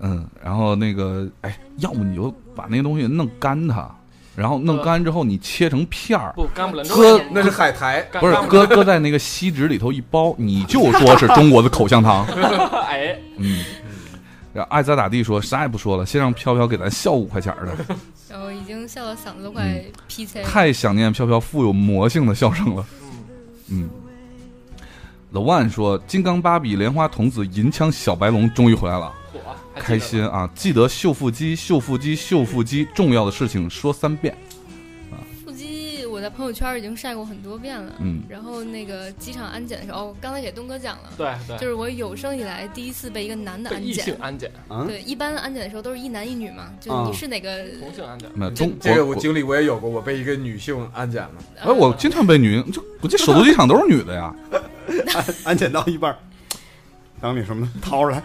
[SPEAKER 4] 嗯，然后那个，哎，要不你就把那个东西弄干它，然后弄干之后你切成片儿，
[SPEAKER 3] 不干不了，
[SPEAKER 4] 搁
[SPEAKER 2] 那是海苔，
[SPEAKER 3] 干
[SPEAKER 4] 不是
[SPEAKER 3] 干了
[SPEAKER 4] 搁搁在那个锡纸里头一包，你就说是中国的口香
[SPEAKER 3] [laughs]
[SPEAKER 4] 糖。
[SPEAKER 3] 哎，
[SPEAKER 4] 嗯，然后爱咋咋地说啥也不说了，先让飘飘给咱笑五块钱儿的，
[SPEAKER 5] 然后已经笑到嗓子都快
[SPEAKER 2] 嗯
[SPEAKER 5] 劈开了。
[SPEAKER 4] 太想念飘飘富有魔性的笑声了。
[SPEAKER 3] 嗯，
[SPEAKER 4] 嗯。老万说：“金刚芭比、莲花童子、银枪小白龙终于回来了，
[SPEAKER 3] 火，还记得
[SPEAKER 4] 开心啊！记得秀腹肌、秀腹肌、秀腹肌，重要的事情说三遍。
[SPEAKER 5] 腹肌我在朋友圈已经晒过很多遍了。
[SPEAKER 4] 嗯，
[SPEAKER 5] 然后那个机场安检的时候，哦，刚才给东哥讲了，
[SPEAKER 3] 对对，
[SPEAKER 5] 就是我有生以来第一次被一个男的
[SPEAKER 3] 被
[SPEAKER 5] 安
[SPEAKER 3] 异性
[SPEAKER 5] 检。
[SPEAKER 3] 安检，
[SPEAKER 1] 嗯，
[SPEAKER 5] 对，一般安检的时候都是一男一女嘛，就
[SPEAKER 1] 啊
[SPEAKER 5] 你是哪个？
[SPEAKER 3] 同性安检，
[SPEAKER 4] 那中
[SPEAKER 2] 这个我
[SPEAKER 4] 国
[SPEAKER 2] 经历我也有过，我被一个女性安检了。
[SPEAKER 5] 呃
[SPEAKER 4] 哎，我经常被女，就我这
[SPEAKER 3] [laughs]
[SPEAKER 4] 首都机场都是女的呀。
[SPEAKER 1] 安检到一半儿，当你什么掏出来，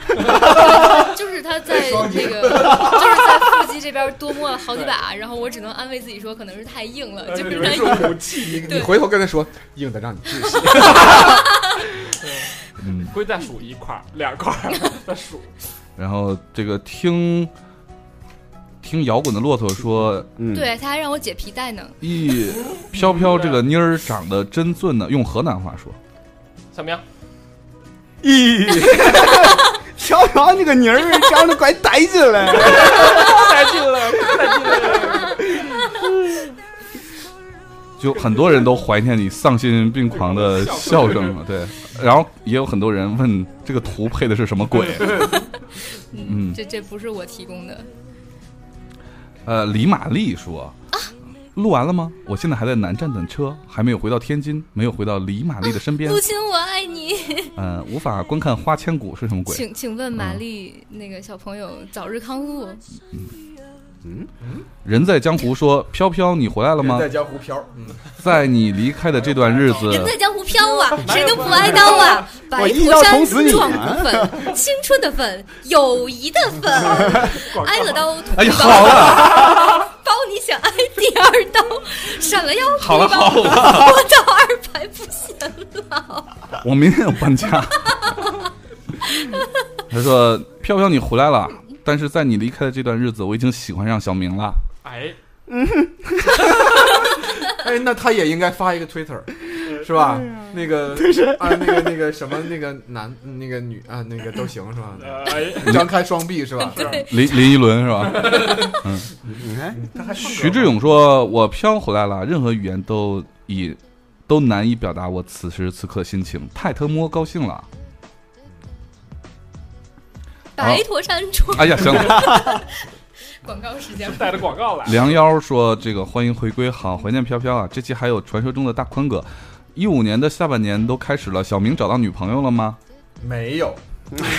[SPEAKER 5] 就是他在那个，就是在腹肌这边多摸了好几把，然后我只能安慰自己说可能是太硬了，呃
[SPEAKER 3] 呃
[SPEAKER 5] 就
[SPEAKER 2] 里
[SPEAKER 5] 是
[SPEAKER 2] 面
[SPEAKER 5] 那
[SPEAKER 2] 是武器，你
[SPEAKER 5] 对
[SPEAKER 2] 你回头跟他说，硬的让你窒息。
[SPEAKER 4] 嗯，
[SPEAKER 3] 会再数一块儿两 [laughs] 块儿再数，
[SPEAKER 4] 然后这个听听摇滚的骆驼说，
[SPEAKER 1] 嗯，，
[SPEAKER 5] 对，他还让我解皮带呢，
[SPEAKER 4] 咦，飘飘这个妮儿长得真俊呢，用河南话说，
[SPEAKER 3] 怎么样？
[SPEAKER 1] 咦， [laughs] 瞧瞧你个妮儿，长得怪带劲嘞。
[SPEAKER 3] 太近了，太近了，
[SPEAKER 4] 就很多人都怀念你丧心病狂的笑声了。对，然后也有很多人问这个图配的是什么鬼。嗯
[SPEAKER 5] 这这不是我提供的，
[SPEAKER 4] 呃，李玛丽说。
[SPEAKER 5] 啊
[SPEAKER 4] 录完了吗？我现在还在南站等车，还没有回到天津，没有回到李玛丽的身边
[SPEAKER 5] 陆。青我爱你，
[SPEAKER 4] 嗯、无法观看花千骨是什么鬼？嗯
[SPEAKER 5] [laughs] 请请问玛丽那个小朋友早日康复，
[SPEAKER 4] 人在江湖说：“飘飘，你回来了吗
[SPEAKER 2] 人在？江湖飘，嗯，
[SPEAKER 4] 在你离开的这段日子，
[SPEAKER 5] 人在江湖飘啊，谁都不挨刀啊，白
[SPEAKER 1] 一
[SPEAKER 5] 头
[SPEAKER 1] 刀
[SPEAKER 5] 山
[SPEAKER 1] 捅死你
[SPEAKER 5] 壮骨粉，青春的粉，友谊的
[SPEAKER 4] [laughs]
[SPEAKER 5] 粉，挨了刀，
[SPEAKER 4] 哎呀，
[SPEAKER 5] 捅
[SPEAKER 4] 好
[SPEAKER 5] 了
[SPEAKER 4] 了，
[SPEAKER 1] 啊
[SPEAKER 5] [laughs] 包你想挨第二刀，闪了腰，
[SPEAKER 4] 好了，好了，
[SPEAKER 5] 我到二排不行
[SPEAKER 4] [laughs]
[SPEAKER 5] 了。
[SPEAKER 4] 我明天要搬家。”他说：“飘飘，你回来了，但是在你离开的这段日子，我已经喜欢上小明了。 [laughs]
[SPEAKER 3] 哎，
[SPEAKER 2] 哎，那他也应该发一个 Twitter，是吧？
[SPEAKER 5] 嗯
[SPEAKER 2] 那个 [laughs] 啊，那个那个什么，那个男，那个女啊，那个都行是吧？
[SPEAKER 3] 呃哎，
[SPEAKER 2] 张开双臂是吧？
[SPEAKER 4] 林林依轮是吧？
[SPEAKER 1] 你看，
[SPEAKER 2] 他还唱歌
[SPEAKER 4] 徐志勇说：“我飘回来了，任何语言都以都难以表达我此时此刻的心情，太他妈高兴了。
[SPEAKER 5] 白驼山庄”
[SPEAKER 4] 哎呀，行了。
[SPEAKER 5] 广告时间，
[SPEAKER 3] 带着广告来，
[SPEAKER 4] 梁妖说：“这个欢迎回归，好怀念飘飘啊！这期还有传说中的大宽哥。一五年的下半年都开始了，小明找到女朋友了吗？
[SPEAKER 2] 没有，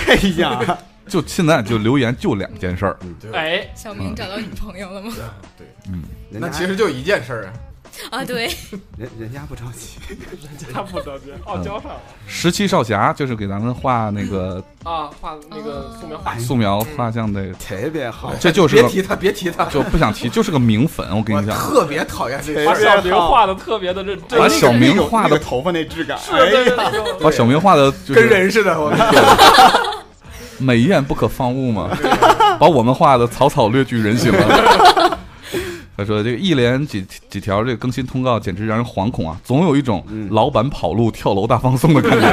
[SPEAKER 1] 哎呀，
[SPEAKER 4] 就现在就留言就两件事儿，
[SPEAKER 2] 对吧
[SPEAKER 3] 哎，
[SPEAKER 5] 小明找到女朋友了吗？
[SPEAKER 2] 对，
[SPEAKER 1] 人家
[SPEAKER 2] 那其实就一件事儿啊，
[SPEAKER 5] 啊，对，
[SPEAKER 1] 人人家不着急，
[SPEAKER 3] 人家不得劲，傲娇上了
[SPEAKER 4] 十七少侠就是给咱们画那个
[SPEAKER 3] 啊，画那个素描
[SPEAKER 2] 哎
[SPEAKER 3] 画，
[SPEAKER 4] 素描画像的，
[SPEAKER 1] 特别好。
[SPEAKER 4] 这就是
[SPEAKER 2] 别
[SPEAKER 4] 个
[SPEAKER 2] 提他，别提他，
[SPEAKER 4] 就不想提，就是个明粉。我跟
[SPEAKER 2] 我
[SPEAKER 4] 你讲，
[SPEAKER 2] 特别讨厌这
[SPEAKER 1] 哎
[SPEAKER 2] 个
[SPEAKER 3] 把
[SPEAKER 1] 呀
[SPEAKER 2] 事儿。
[SPEAKER 3] 小明画的特别的认真，
[SPEAKER 4] 把
[SPEAKER 3] 是
[SPEAKER 4] 小明画的
[SPEAKER 1] 那个头发那质感，
[SPEAKER 3] 对
[SPEAKER 1] 哎
[SPEAKER 3] 对
[SPEAKER 1] 呀，
[SPEAKER 3] 对，
[SPEAKER 4] 把小明画的就
[SPEAKER 2] 跟
[SPEAKER 4] 是
[SPEAKER 2] 人似的， [laughs] 我
[SPEAKER 4] 美艳不可方物嘛，把我们画的草草略具人形了。 [laughs] 他说：“这个一连几几条这个更新通告，简直让人惶恐啊！总有一种
[SPEAKER 1] 嗯
[SPEAKER 4] [laughs] 老板跑路、跳楼大放送的感觉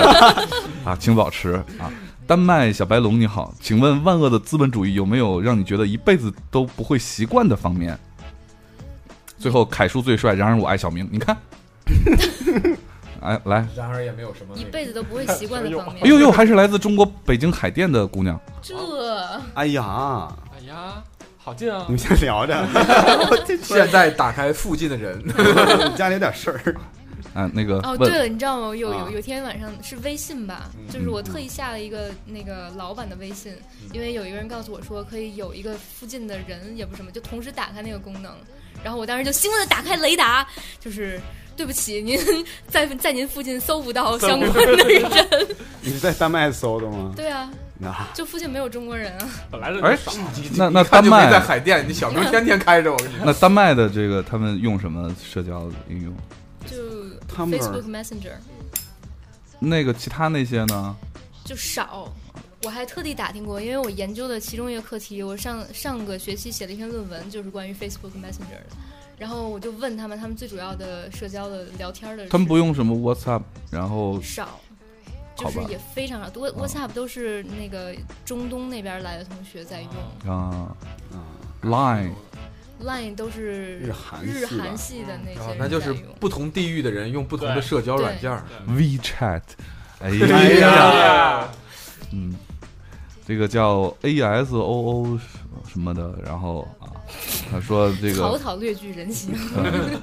[SPEAKER 4] 啊！请保持啊！丹麦小白龙你好，请问万恶的资本主义有没有让你觉得一辈子都不会习惯的方面？最后凯叔最帅，然而我爱小明，你看，哎来，
[SPEAKER 2] 然而也没有什么
[SPEAKER 5] 一辈子都不会习惯的方
[SPEAKER 4] 嗯
[SPEAKER 5] 面。
[SPEAKER 4] 哎呦呦，还是来自中国北京海淀的姑娘，
[SPEAKER 5] 这
[SPEAKER 1] 哎呀，
[SPEAKER 3] 哎呀，好近啊
[SPEAKER 1] 你！们先聊着， [laughs] 我这
[SPEAKER 2] 现在打开附近的人，
[SPEAKER 1] 家里有点事儿。
[SPEAKER 4] 啊那个
[SPEAKER 5] 哦，
[SPEAKER 4] 问
[SPEAKER 5] 对了，你知道吗？有
[SPEAKER 2] 啊
[SPEAKER 5] 有有天晚上是微信吧，就是我特意下了一个那个老板的微信，因为有一个人告诉我说可以有一个附近的人也不是什么，就同时打开那个功能。然后我当时就兴奋的打开雷达，就是对不起，您 [laughs] 在在您附近搜不到相关的人。
[SPEAKER 1] 你是在丹麦搜的吗？
[SPEAKER 5] 对啊，
[SPEAKER 1] 啊，
[SPEAKER 5] 就附近没有中国人啊。
[SPEAKER 3] 本来人
[SPEAKER 4] 哎
[SPEAKER 3] 就少，
[SPEAKER 4] 那那
[SPEAKER 2] 他
[SPEAKER 4] 丹
[SPEAKER 2] 就没
[SPEAKER 4] 麦
[SPEAKER 2] 在 [laughs] 海淀，你小明天天开着我
[SPEAKER 5] [laughs]
[SPEAKER 2] 跟你说。
[SPEAKER 4] 那丹麦的这个他们用什么社交应用？
[SPEAKER 5] 就
[SPEAKER 1] 他们
[SPEAKER 5] Facebook Messenger
[SPEAKER 4] 那个其他那些呢？
[SPEAKER 5] 就少。我还特地打听过，因为我研究的其中一个课题，我上上个学期写了一篇论文，就是关于 Facebook Messenger 的。然后我就问他们，他们最主要的社交的聊天的，
[SPEAKER 4] 他们不用什么 WhatsApp，然后
[SPEAKER 5] 少，就
[SPEAKER 4] 好
[SPEAKER 5] 是
[SPEAKER 4] 吧嗯
[SPEAKER 5] 也非常少。多 WhatsApp 都是那个中东那边来的同学在用
[SPEAKER 4] 啊，Line
[SPEAKER 5] ，Line 都是
[SPEAKER 1] 日韩系吧
[SPEAKER 5] 日韩系的那些人在用
[SPEAKER 2] 啊，那就是不同地域的人用不同的社交软件儿。 [laughs]
[SPEAKER 4] WeChat，哎
[SPEAKER 1] 哎
[SPEAKER 4] 呀，
[SPEAKER 1] 呀，
[SPEAKER 4] 嗯，这个叫 ASOO 什么的，然后啊，他说这
[SPEAKER 5] 草
[SPEAKER 4] 个，
[SPEAKER 5] 草略具人心，
[SPEAKER 4] 嗯，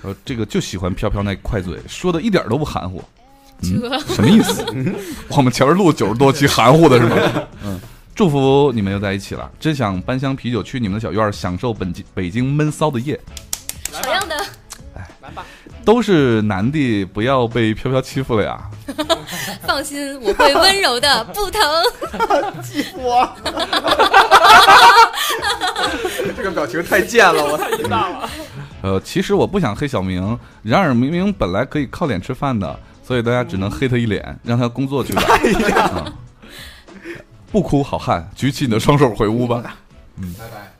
[SPEAKER 4] 说这个就喜欢飘飘那快嘴，说的一点都不含糊，嗯
[SPEAKER 5] 这，
[SPEAKER 4] 什么意思？我们前面录九十多期含糊的是吗？嗯。祝福你们又在一起了，真想搬箱啤酒去你们的小院儿，享受本京北京闷骚的夜。
[SPEAKER 5] 少样的
[SPEAKER 4] 都是男的，不要被飘飘欺负了呀！
[SPEAKER 5] 放心，我会温柔的，不疼。
[SPEAKER 1] 我
[SPEAKER 2] 这个表情太贱了，我
[SPEAKER 4] 呃，其实我不想黑小明，然而明明本来可以靠脸吃饭的，所以大家只能黑他一脸，让他工作去吧。嗯不哭，好汉，举起你的双手回屋吧。
[SPEAKER 2] 嗯
[SPEAKER 4] 嗯
[SPEAKER 2] 拜拜。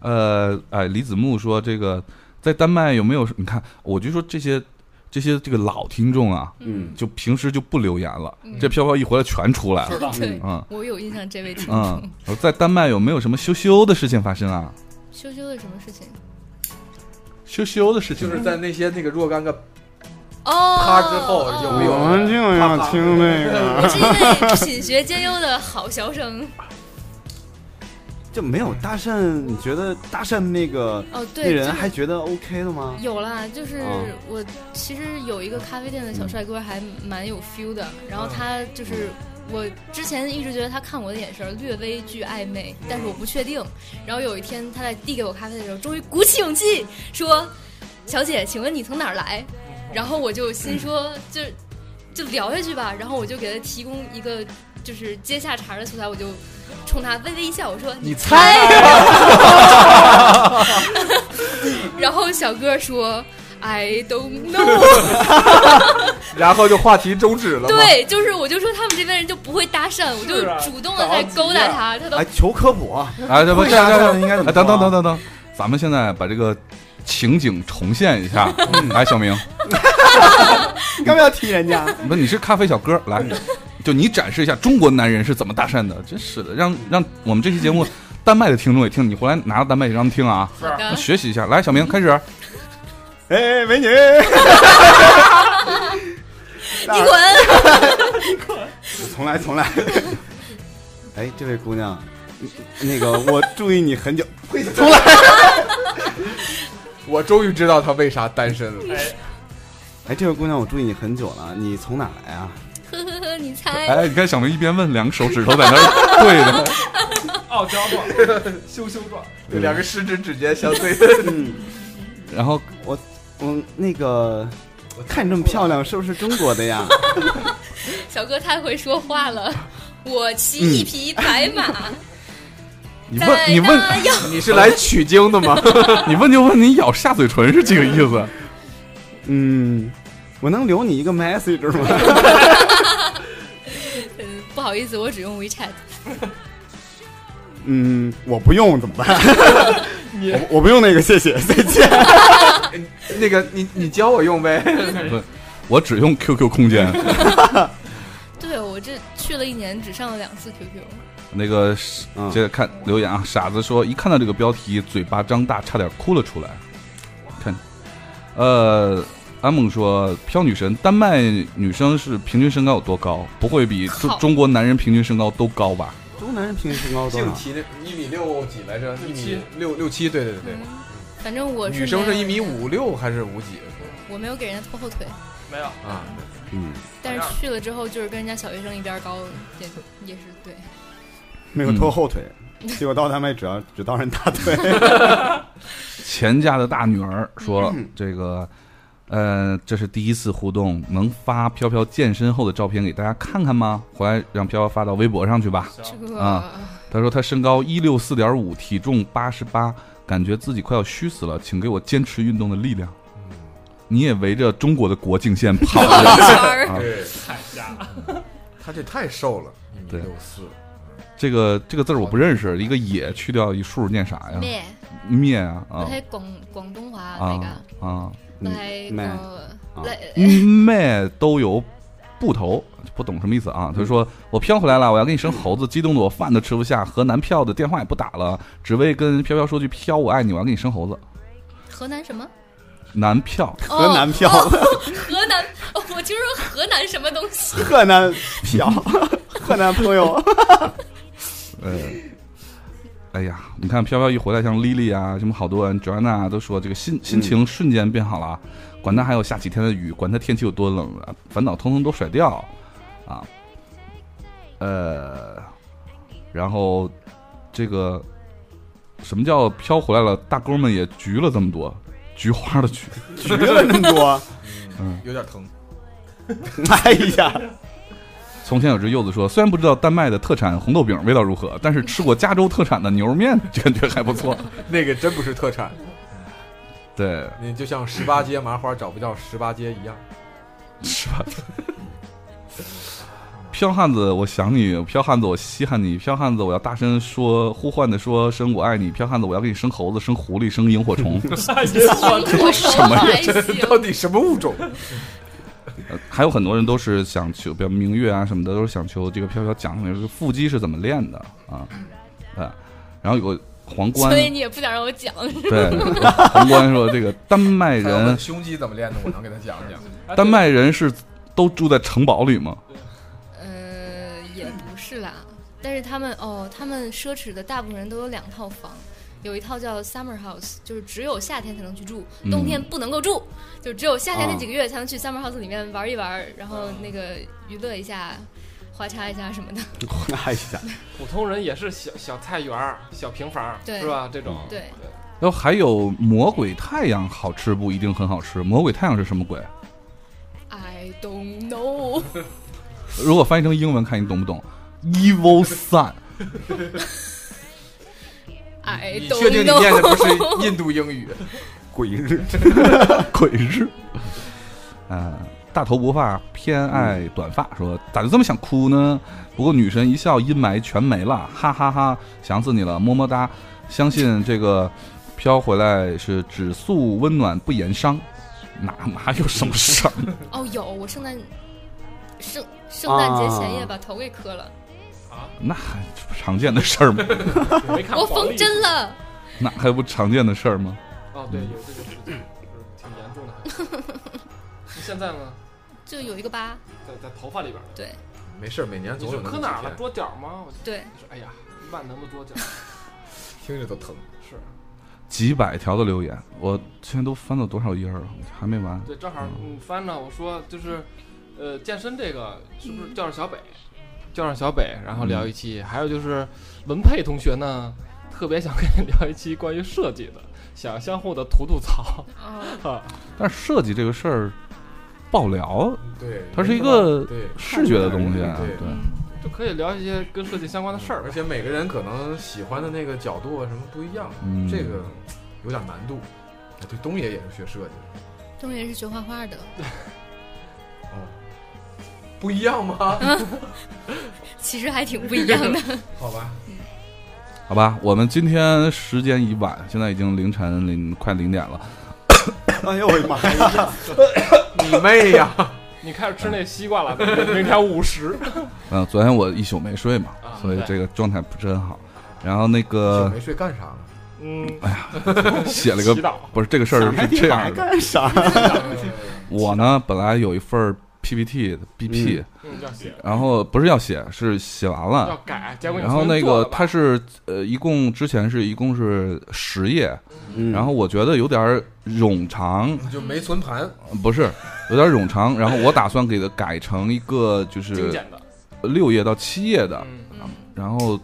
[SPEAKER 4] 呃，哎，李子木说这个在丹麦有没有？你看，我就说这些这些这个老听众啊，
[SPEAKER 1] 嗯，
[SPEAKER 4] 就平时就不留言了，
[SPEAKER 5] 嗯
[SPEAKER 4] 这飘飘一回来全出来了。
[SPEAKER 5] [laughs] 对，
[SPEAKER 4] 嗯
[SPEAKER 5] 我有印象这位听众。
[SPEAKER 4] 嗯，我说在丹麦有没有什么羞羞的事情发生啊？
[SPEAKER 5] 羞羞的什么事情？
[SPEAKER 4] 羞羞的事情
[SPEAKER 2] 就是在那些那个若干个
[SPEAKER 5] 哦，
[SPEAKER 2] 啪之后有没有
[SPEAKER 1] 我们就要听那个，
[SPEAKER 5] 我是一位品学兼优的好学生。
[SPEAKER 1] 就没有搭讪？你觉得搭讪那个
[SPEAKER 5] 哦，
[SPEAKER 1] 那
[SPEAKER 5] 对，
[SPEAKER 1] 人
[SPEAKER 5] 就是
[SPEAKER 1] 还觉得 OK 的吗？
[SPEAKER 5] 有啦，就是
[SPEAKER 1] 哦
[SPEAKER 5] 我其实有一个咖啡店的小帅哥还蛮有 feel 的，然后他就是。我之前一直觉得他看我的眼神略微具暧昧，但是我不确定。然后有一天他在递给我咖啡的时候，终于鼓起勇气说：“小姐，请问你从哪儿来？”然后我就心说，就就聊下去吧。然后我就给他提供一个就是接下茬的素材，我就冲他微微一笑，我说：“你猜。”然后小哥说：“I don't know。
[SPEAKER 2] 然后就话题终止”了吗？
[SPEAKER 5] 对，就是我就说他们这边人就不会搭讪，我就是
[SPEAKER 3] 啊
[SPEAKER 5] 主动的在勾搭他，他都
[SPEAKER 1] 哎，求科普啊！
[SPEAKER 4] [laughs] 哎，这不
[SPEAKER 1] 会
[SPEAKER 4] 这样
[SPEAKER 1] 搭
[SPEAKER 4] 这
[SPEAKER 1] 讪
[SPEAKER 4] 样
[SPEAKER 1] 应该怎么
[SPEAKER 4] 哎，等
[SPEAKER 1] 说
[SPEAKER 4] 等
[SPEAKER 1] 啊
[SPEAKER 4] 等等等，咱们现在把这个情景重现一下。 [laughs] 来，小明，
[SPEAKER 1] 你干嘛要踢人家？
[SPEAKER 4] 不，你是咖啡小哥，来，就你展示一下中国男人是怎么搭讪的，真是的，让让我们这期节目丹麦的听众也听，你回来拿到丹麦也让他们听啊，
[SPEAKER 5] 好的。
[SPEAKER 4] 学习一下。来，小明开始，
[SPEAKER 1] 哎，美女，
[SPEAKER 5] 你滚！
[SPEAKER 1] 重来，重来。 [laughs] 哎，这位姑娘，那个我注意你很久，
[SPEAKER 4] [laughs]
[SPEAKER 1] 会重来。
[SPEAKER 2] 我终于知道他为啥单身了。
[SPEAKER 1] 哎，这位姑娘，我注意你很久了，你从哪来啊？
[SPEAKER 5] 呵呵呵， [laughs] 你猜。
[SPEAKER 4] 哎，你看小明一边问，两个手指头在那儿对着。
[SPEAKER 3] 傲娇状，羞羞状，
[SPEAKER 1] 嗯
[SPEAKER 2] 两个食指指尖相 [laughs] 对的，
[SPEAKER 4] 然后
[SPEAKER 1] 嗯，那个，看你这么漂亮，是不是中国的呀？
[SPEAKER 5] 小哥太会说话了。我骑一匹白马，
[SPEAKER 4] 你
[SPEAKER 5] 在
[SPEAKER 4] 嗯问你问
[SPEAKER 5] 那要
[SPEAKER 2] 你是来取经的吗？
[SPEAKER 4] 你问就问，你咬下嘴唇是几个意思？
[SPEAKER 1] 嗯，我能留你一个 message 吗？
[SPEAKER 5] 嗯不好意思，我只用 WeChat。
[SPEAKER 1] 嗯，我不用怎么 [laughs] 办？我我不用那个，谢 [laughs] 谢，再见。
[SPEAKER 2] 那个你你教我用呗。
[SPEAKER 4] 我只用 QQ 空间。
[SPEAKER 5] 对，我我这去了一年，只上了两次 QQ。
[SPEAKER 4] 那个
[SPEAKER 1] 嗯
[SPEAKER 4] 接着看留言啊，傻子说一看到这个标题，嘴巴张大，差点哭了出来。看，呃，安梦说，飘女神，丹麦女生是平均身高有多高？不会比中
[SPEAKER 5] 靠
[SPEAKER 4] 中国男人平均身高都高吧？
[SPEAKER 1] 中南人平均身高啊多
[SPEAKER 2] 净
[SPEAKER 1] 少？
[SPEAKER 2] 提那一米六几来着？啊一
[SPEAKER 3] 六七
[SPEAKER 2] 米六六七，对对对
[SPEAKER 5] 嗯，反正我
[SPEAKER 2] 对，
[SPEAKER 5] 是
[SPEAKER 2] 女生是
[SPEAKER 5] 没
[SPEAKER 2] 一
[SPEAKER 5] 有
[SPEAKER 2] 米，五六还是五几？
[SPEAKER 5] 我没有给人家拖后腿，
[SPEAKER 3] 没 [laughs] 有，
[SPEAKER 2] 啊，
[SPEAKER 1] 嗯，
[SPEAKER 5] 但是去了之后就是跟人家小学生一边高，也也是对。
[SPEAKER 1] 没有拖后腿，结果到他们只要只到人大 [laughs] 腿。嗯
[SPEAKER 4] 钱家的大女儿说了，这个，呃，这是第一次互动，能发飘飘健身后的照片给大家看看吗？回来让飘飘发到微博上去吧。
[SPEAKER 5] 这个、
[SPEAKER 4] 啊他说他身高一六四点五，体重八十八，感觉自己快要虚死了，请给我坚持运动的力量。你也围着中国的国境线跑
[SPEAKER 5] 绕
[SPEAKER 4] 着，
[SPEAKER 5] 一圈儿，
[SPEAKER 2] 对，太瞎， [laughs] 他这太瘦了，一米
[SPEAKER 4] 对
[SPEAKER 2] 六四，
[SPEAKER 4] 这个这个字儿我不认识，一个野去掉一竖念啥呀？
[SPEAKER 5] 咩？
[SPEAKER 4] 面啊
[SPEAKER 5] 我
[SPEAKER 4] 啊
[SPEAKER 5] 喺广广东话嚟
[SPEAKER 4] 啊
[SPEAKER 5] 噶，
[SPEAKER 4] 啊！
[SPEAKER 5] 我
[SPEAKER 1] 嗯
[SPEAKER 5] 喺
[SPEAKER 1] 咩
[SPEAKER 5] 個
[SPEAKER 1] 啊
[SPEAKER 5] 嚟
[SPEAKER 4] 麦都有布头，不懂什么意思啊？他说我飘回来了，我要给你生猴子，激动的我饭都吃不下，和男票的电话也不打了，只为跟飘飘说句飘我爱你，我要给你生猴子。
[SPEAKER 5] 河南什么？哦
[SPEAKER 4] 男票
[SPEAKER 1] 河南票，
[SPEAKER 5] 河南， [laughs] 哦我听说河南什么东
[SPEAKER 1] [laughs]
[SPEAKER 5] 西？
[SPEAKER 1] 河南票， [laughs] 河南朋 [laughs] 友，
[SPEAKER 4] 呃，哎呀，你看飘飘一回来，像 Lily 啊，什么好多人 Joanna 都说这个心心情瞬间变好了啊，管他还有下几天的雨，管他天气有多冷啊，烦恼通通都甩掉啊。呃，然后这个什么叫飘回来了？大哥们也橘了这么多，菊花的菊。
[SPEAKER 1] 举了那么多，
[SPEAKER 2] 嗯，有点疼。
[SPEAKER 1] 哎呀，
[SPEAKER 4] 从前有只柚子说，虽然不知道丹麦的特产红豆饼味道如何，但是吃过加州特产的牛肉面， [laughs] 感觉还不错。
[SPEAKER 2] 那个真不是特产，
[SPEAKER 4] 对，
[SPEAKER 2] 你就像十八街麻花找不到十八街一 [laughs] 样。
[SPEAKER 4] 是吧？飘汉子，我想你；飘汉子，我稀罕你；飘汉子，我要大声说呼唤的说声我爱你；飘汉子，我要给你生猴子、生狐狸、生萤火虫。
[SPEAKER 5] 我什么还行？
[SPEAKER 2] 到底什么物种？
[SPEAKER 4] 呃还有很多人都是想求，比如明月啊什么的，都是想求这个飘飘讲讲这个腹肌是怎么练的啊啊。然后有个皇冠
[SPEAKER 5] 所，以你也不想让我讲，
[SPEAKER 4] 对皇冠说这个丹麦
[SPEAKER 2] 还有问
[SPEAKER 5] [laughs]
[SPEAKER 4] 人，
[SPEAKER 2] 胸肌怎么练的？我能给他讲讲。
[SPEAKER 4] 丹
[SPEAKER 3] 哎
[SPEAKER 4] 麦人是都住在城堡里吗？
[SPEAKER 5] 呃，也不是啦。但是他们哦，他们奢侈的大部分人都有两套房，有一套叫 summer house，就是只有夏天才能去住，
[SPEAKER 4] 嗯
[SPEAKER 5] 冬天不能够住，就只有夏天
[SPEAKER 2] 哦
[SPEAKER 5] 那几个月才能去 summer house 里面玩一玩，然后那个娱乐一下、花插一下什么的。
[SPEAKER 2] 哦
[SPEAKER 1] 哎 [laughs] 呀，
[SPEAKER 3] 普通人也是小小菜园儿、小平房儿，
[SPEAKER 5] 对
[SPEAKER 3] 是吧？这种
[SPEAKER 5] 对，
[SPEAKER 4] 然后还有魔鬼太阳好吃不一定很好吃，魔鬼太阳是什么鬼？
[SPEAKER 5] I don't know，
[SPEAKER 4] 如果翻译成英文，看你懂不懂？Evil Sun，
[SPEAKER 5] I
[SPEAKER 2] 你
[SPEAKER 5] don't
[SPEAKER 2] 确定你念的
[SPEAKER 5] know。
[SPEAKER 2] 不是印度英语？
[SPEAKER 1] 鬼 [laughs] 日，
[SPEAKER 4] 鬼日。呃，大头不发，偏爱短发，说咋就这么想哭呢？不过女神一笑，阴霾全没了，哈哈哈想死你了，么么哒。相信这个飘回来是只诉温暖不言伤，哪哪有什么伤？
[SPEAKER 5] [laughs] 哦，有我圣诞圣圣诞节前夜
[SPEAKER 2] 啊
[SPEAKER 5] 把头给磕了，
[SPEAKER 4] 那还不 [laughs] 常见的事儿吗？
[SPEAKER 3] 没看
[SPEAKER 5] 我
[SPEAKER 3] 黄
[SPEAKER 5] 缝
[SPEAKER 3] 历
[SPEAKER 5] 针了。
[SPEAKER 4] 那还不常见的事儿吗？
[SPEAKER 3] 哦，对，有这个事情，就是挺严
[SPEAKER 5] [laughs]
[SPEAKER 3] 重的。还现在呢，
[SPEAKER 5] 就有一个疤，
[SPEAKER 3] 在在头发里边儿，
[SPEAKER 5] 对
[SPEAKER 2] 没事儿，每年
[SPEAKER 3] 你
[SPEAKER 2] 总有
[SPEAKER 3] 说
[SPEAKER 2] 那
[SPEAKER 3] 磕
[SPEAKER 2] 么
[SPEAKER 3] 哪儿
[SPEAKER 2] 几
[SPEAKER 3] 了？
[SPEAKER 2] 天，
[SPEAKER 3] 桌角吗？我就
[SPEAKER 5] 对，
[SPEAKER 3] 说，哎呀，万能的桌角
[SPEAKER 2] 听着都疼。
[SPEAKER 3] 是啊
[SPEAKER 4] 几百条的留言，我现在都翻到多少页儿了？还没完。
[SPEAKER 3] 对，正好
[SPEAKER 2] 嗯
[SPEAKER 3] 你翻着我说就是，呃，健身这个是
[SPEAKER 5] 嗯
[SPEAKER 3] 不是叫上小北？叫上小北，然后聊
[SPEAKER 2] 嗯
[SPEAKER 3] 一期。还有就是文佩同学呢，特别想跟你聊一期关于设计的，想相互的吐吐槽。
[SPEAKER 5] 哦，
[SPEAKER 4] 但是设计这个事儿不好聊，
[SPEAKER 2] 对，
[SPEAKER 4] 它是一个
[SPEAKER 2] 对，
[SPEAKER 4] 视觉的东西啊。
[SPEAKER 2] 对
[SPEAKER 4] 对，
[SPEAKER 3] 就可以聊一些跟设计相关的事儿
[SPEAKER 2] 而。且每个人可能喜欢的那个角度啊什么不一样，
[SPEAKER 4] 嗯
[SPEAKER 2] 这个有点难度。哎对，东野也是学设计的，
[SPEAKER 5] 东爷是学画画的，
[SPEAKER 2] 不一
[SPEAKER 4] [laughs]
[SPEAKER 2] 样吗？
[SPEAKER 5] 其实还挺不一样的。
[SPEAKER 2] 好吧，
[SPEAKER 4] 好吧，我们今天时间已晚，现在已经凌晨零快零点了。
[SPEAKER 1] [laughs] 哎呦我的妈呀！
[SPEAKER 2] 你妹呀！
[SPEAKER 3] 你开始吃那西瓜
[SPEAKER 2] [laughs]
[SPEAKER 3] 了，明天五十。
[SPEAKER 4] 嗯、昨天我一宿没睡嘛
[SPEAKER 3] 啊，
[SPEAKER 4] 所以
[SPEAKER 3] 对
[SPEAKER 4] 这个状态不是很好。然后那
[SPEAKER 2] 就
[SPEAKER 4] 个
[SPEAKER 2] 没睡干啥了？
[SPEAKER 3] 嗯，
[SPEAKER 4] 写
[SPEAKER 3] [laughs]
[SPEAKER 4] 了
[SPEAKER 3] 祈
[SPEAKER 4] 个
[SPEAKER 3] 祷
[SPEAKER 4] 不是这个事儿是这样的，
[SPEAKER 1] 干啥？
[SPEAKER 4] [laughs] 我呢本来有一份儿 PPT BP，、
[SPEAKER 3] 嗯，要写
[SPEAKER 4] 然后不是要写，是写完了，
[SPEAKER 3] 要改，结果你
[SPEAKER 4] 啊然后
[SPEAKER 3] 重新
[SPEAKER 4] 那
[SPEAKER 3] 做
[SPEAKER 4] 个
[SPEAKER 3] 了吧
[SPEAKER 4] 它是呃，一共之前是一共是十页，
[SPEAKER 1] 嗯
[SPEAKER 4] 然后我觉得有点儿冗长，
[SPEAKER 2] 就没存盘，
[SPEAKER 4] 不是有点儿冗长，然后我打算给它改成一个就
[SPEAKER 3] 精
[SPEAKER 4] 是
[SPEAKER 3] 简的，
[SPEAKER 4] 六页到七页的，
[SPEAKER 3] 嗯，
[SPEAKER 5] 嗯，
[SPEAKER 4] 然后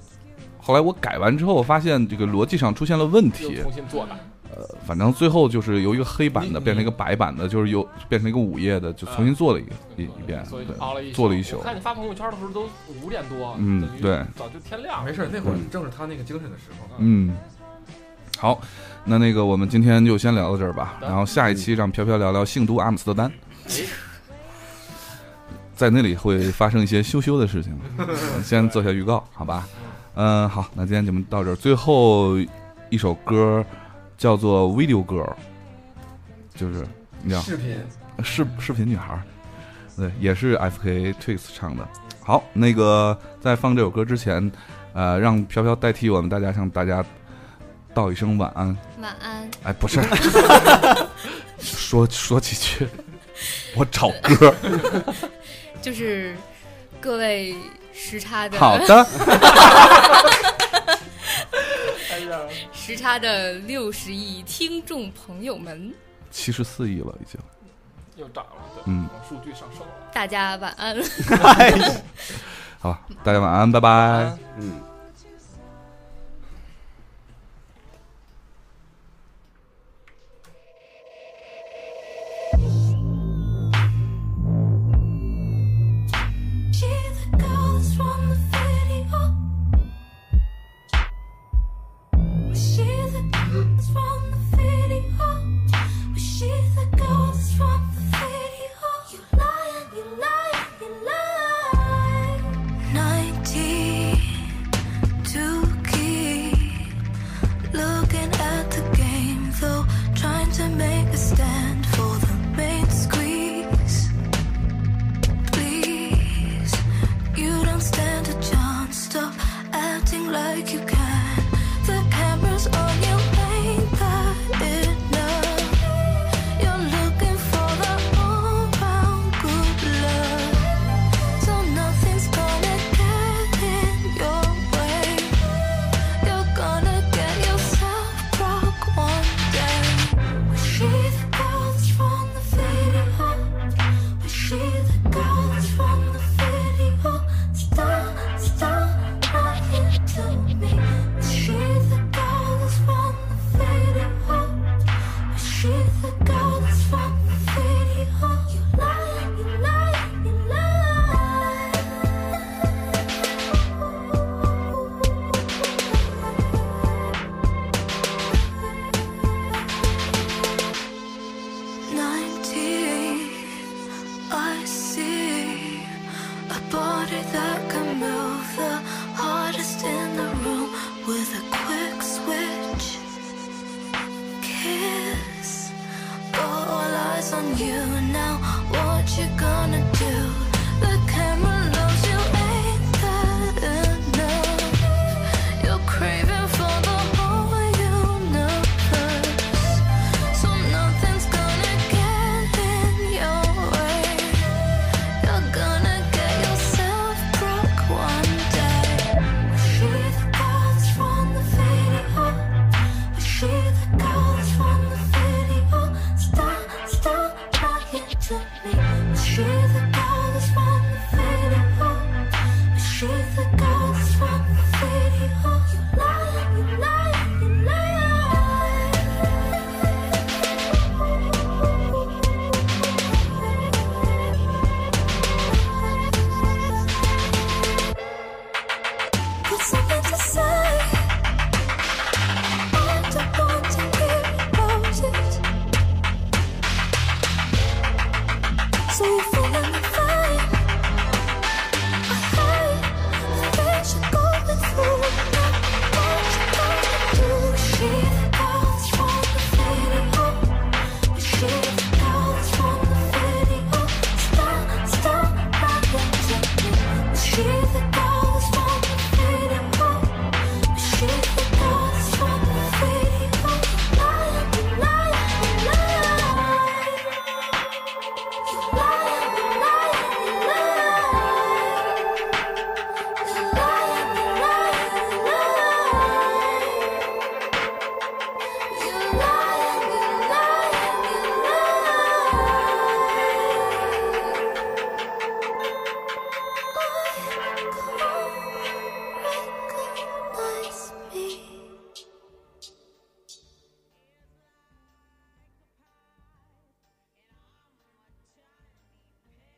[SPEAKER 4] 后来我改完之后发现这个逻辑上出现了问
[SPEAKER 3] 又
[SPEAKER 4] 题，
[SPEAKER 3] 重新做的，
[SPEAKER 4] 反正最后就是由一个黑版的
[SPEAKER 2] 你
[SPEAKER 4] 变成一个白版的，就是由变成一个五页的，就重新做了一个一一遍，
[SPEAKER 3] 嗯所以就
[SPEAKER 4] 对，
[SPEAKER 3] 熬了一
[SPEAKER 4] 做了一宿
[SPEAKER 3] 我看你发朋友圈的时候都五点多，
[SPEAKER 4] 嗯
[SPEAKER 3] 等于
[SPEAKER 4] 对
[SPEAKER 3] 早就天亮
[SPEAKER 2] 没
[SPEAKER 3] 了。
[SPEAKER 2] 事，那会儿正是他那个精神的时
[SPEAKER 3] 啊
[SPEAKER 2] 候。
[SPEAKER 4] 嗯，好。那那个，我们今天就先聊到这儿吧。
[SPEAKER 3] 好的
[SPEAKER 4] 然后下一期让飘飘聊聊性都阿姆斯特丹。在那里会发生一些羞羞的事
[SPEAKER 3] [laughs]
[SPEAKER 4] 情，先做下预告，好吧？嗯，好，那今天节目到这儿，最后一首歌叫做《Video Girl》，就是你知道
[SPEAKER 2] 视频
[SPEAKER 4] 视视频女孩儿，对，也是 F K Twix 唱的。好，那个在放这首歌之前，呃，让飘飘代替我们大家向大家道一声晚安。
[SPEAKER 5] 晚安。
[SPEAKER 4] 哎，不是， [laughs] 说说几句，我找歌。
[SPEAKER 5] 就是各位时差的
[SPEAKER 4] 好的，
[SPEAKER 3] 哎呀，
[SPEAKER 5] 时差的六十亿听众朋友们，
[SPEAKER 4] 七十四亿了已经。
[SPEAKER 3] 又涨了，对，
[SPEAKER 4] 嗯，
[SPEAKER 3] 数据上升了。
[SPEAKER 5] 大家晚安。
[SPEAKER 4] 好吧，大家晚安，拜拜。
[SPEAKER 1] 嗯。
[SPEAKER 6] She the girl that's from the video. Was she the girl that's from the video? Was she the girl that's from the video? You lie, you lie, you lie. Ninety-two key. Looking at the game though, trying to make a stand for the main squeeze. Please, you don't stand a chance. Stop acting like you can. The camera's on you, ain't that enough? You're looking for the all-round good love, so nothing's gonna get in your way. You're gonna get yourself broke one day. Was she the girl that's from the video? Was she the girl that's from the video? Stop, stop, lying to me. Was she the girl that's from the video? Was she the girl that's from the video? You lie, you lie, you lie. Ninety. I see a body that can move the hardest in the room with a quick switch. Kiss all eyes on you now. What you gonna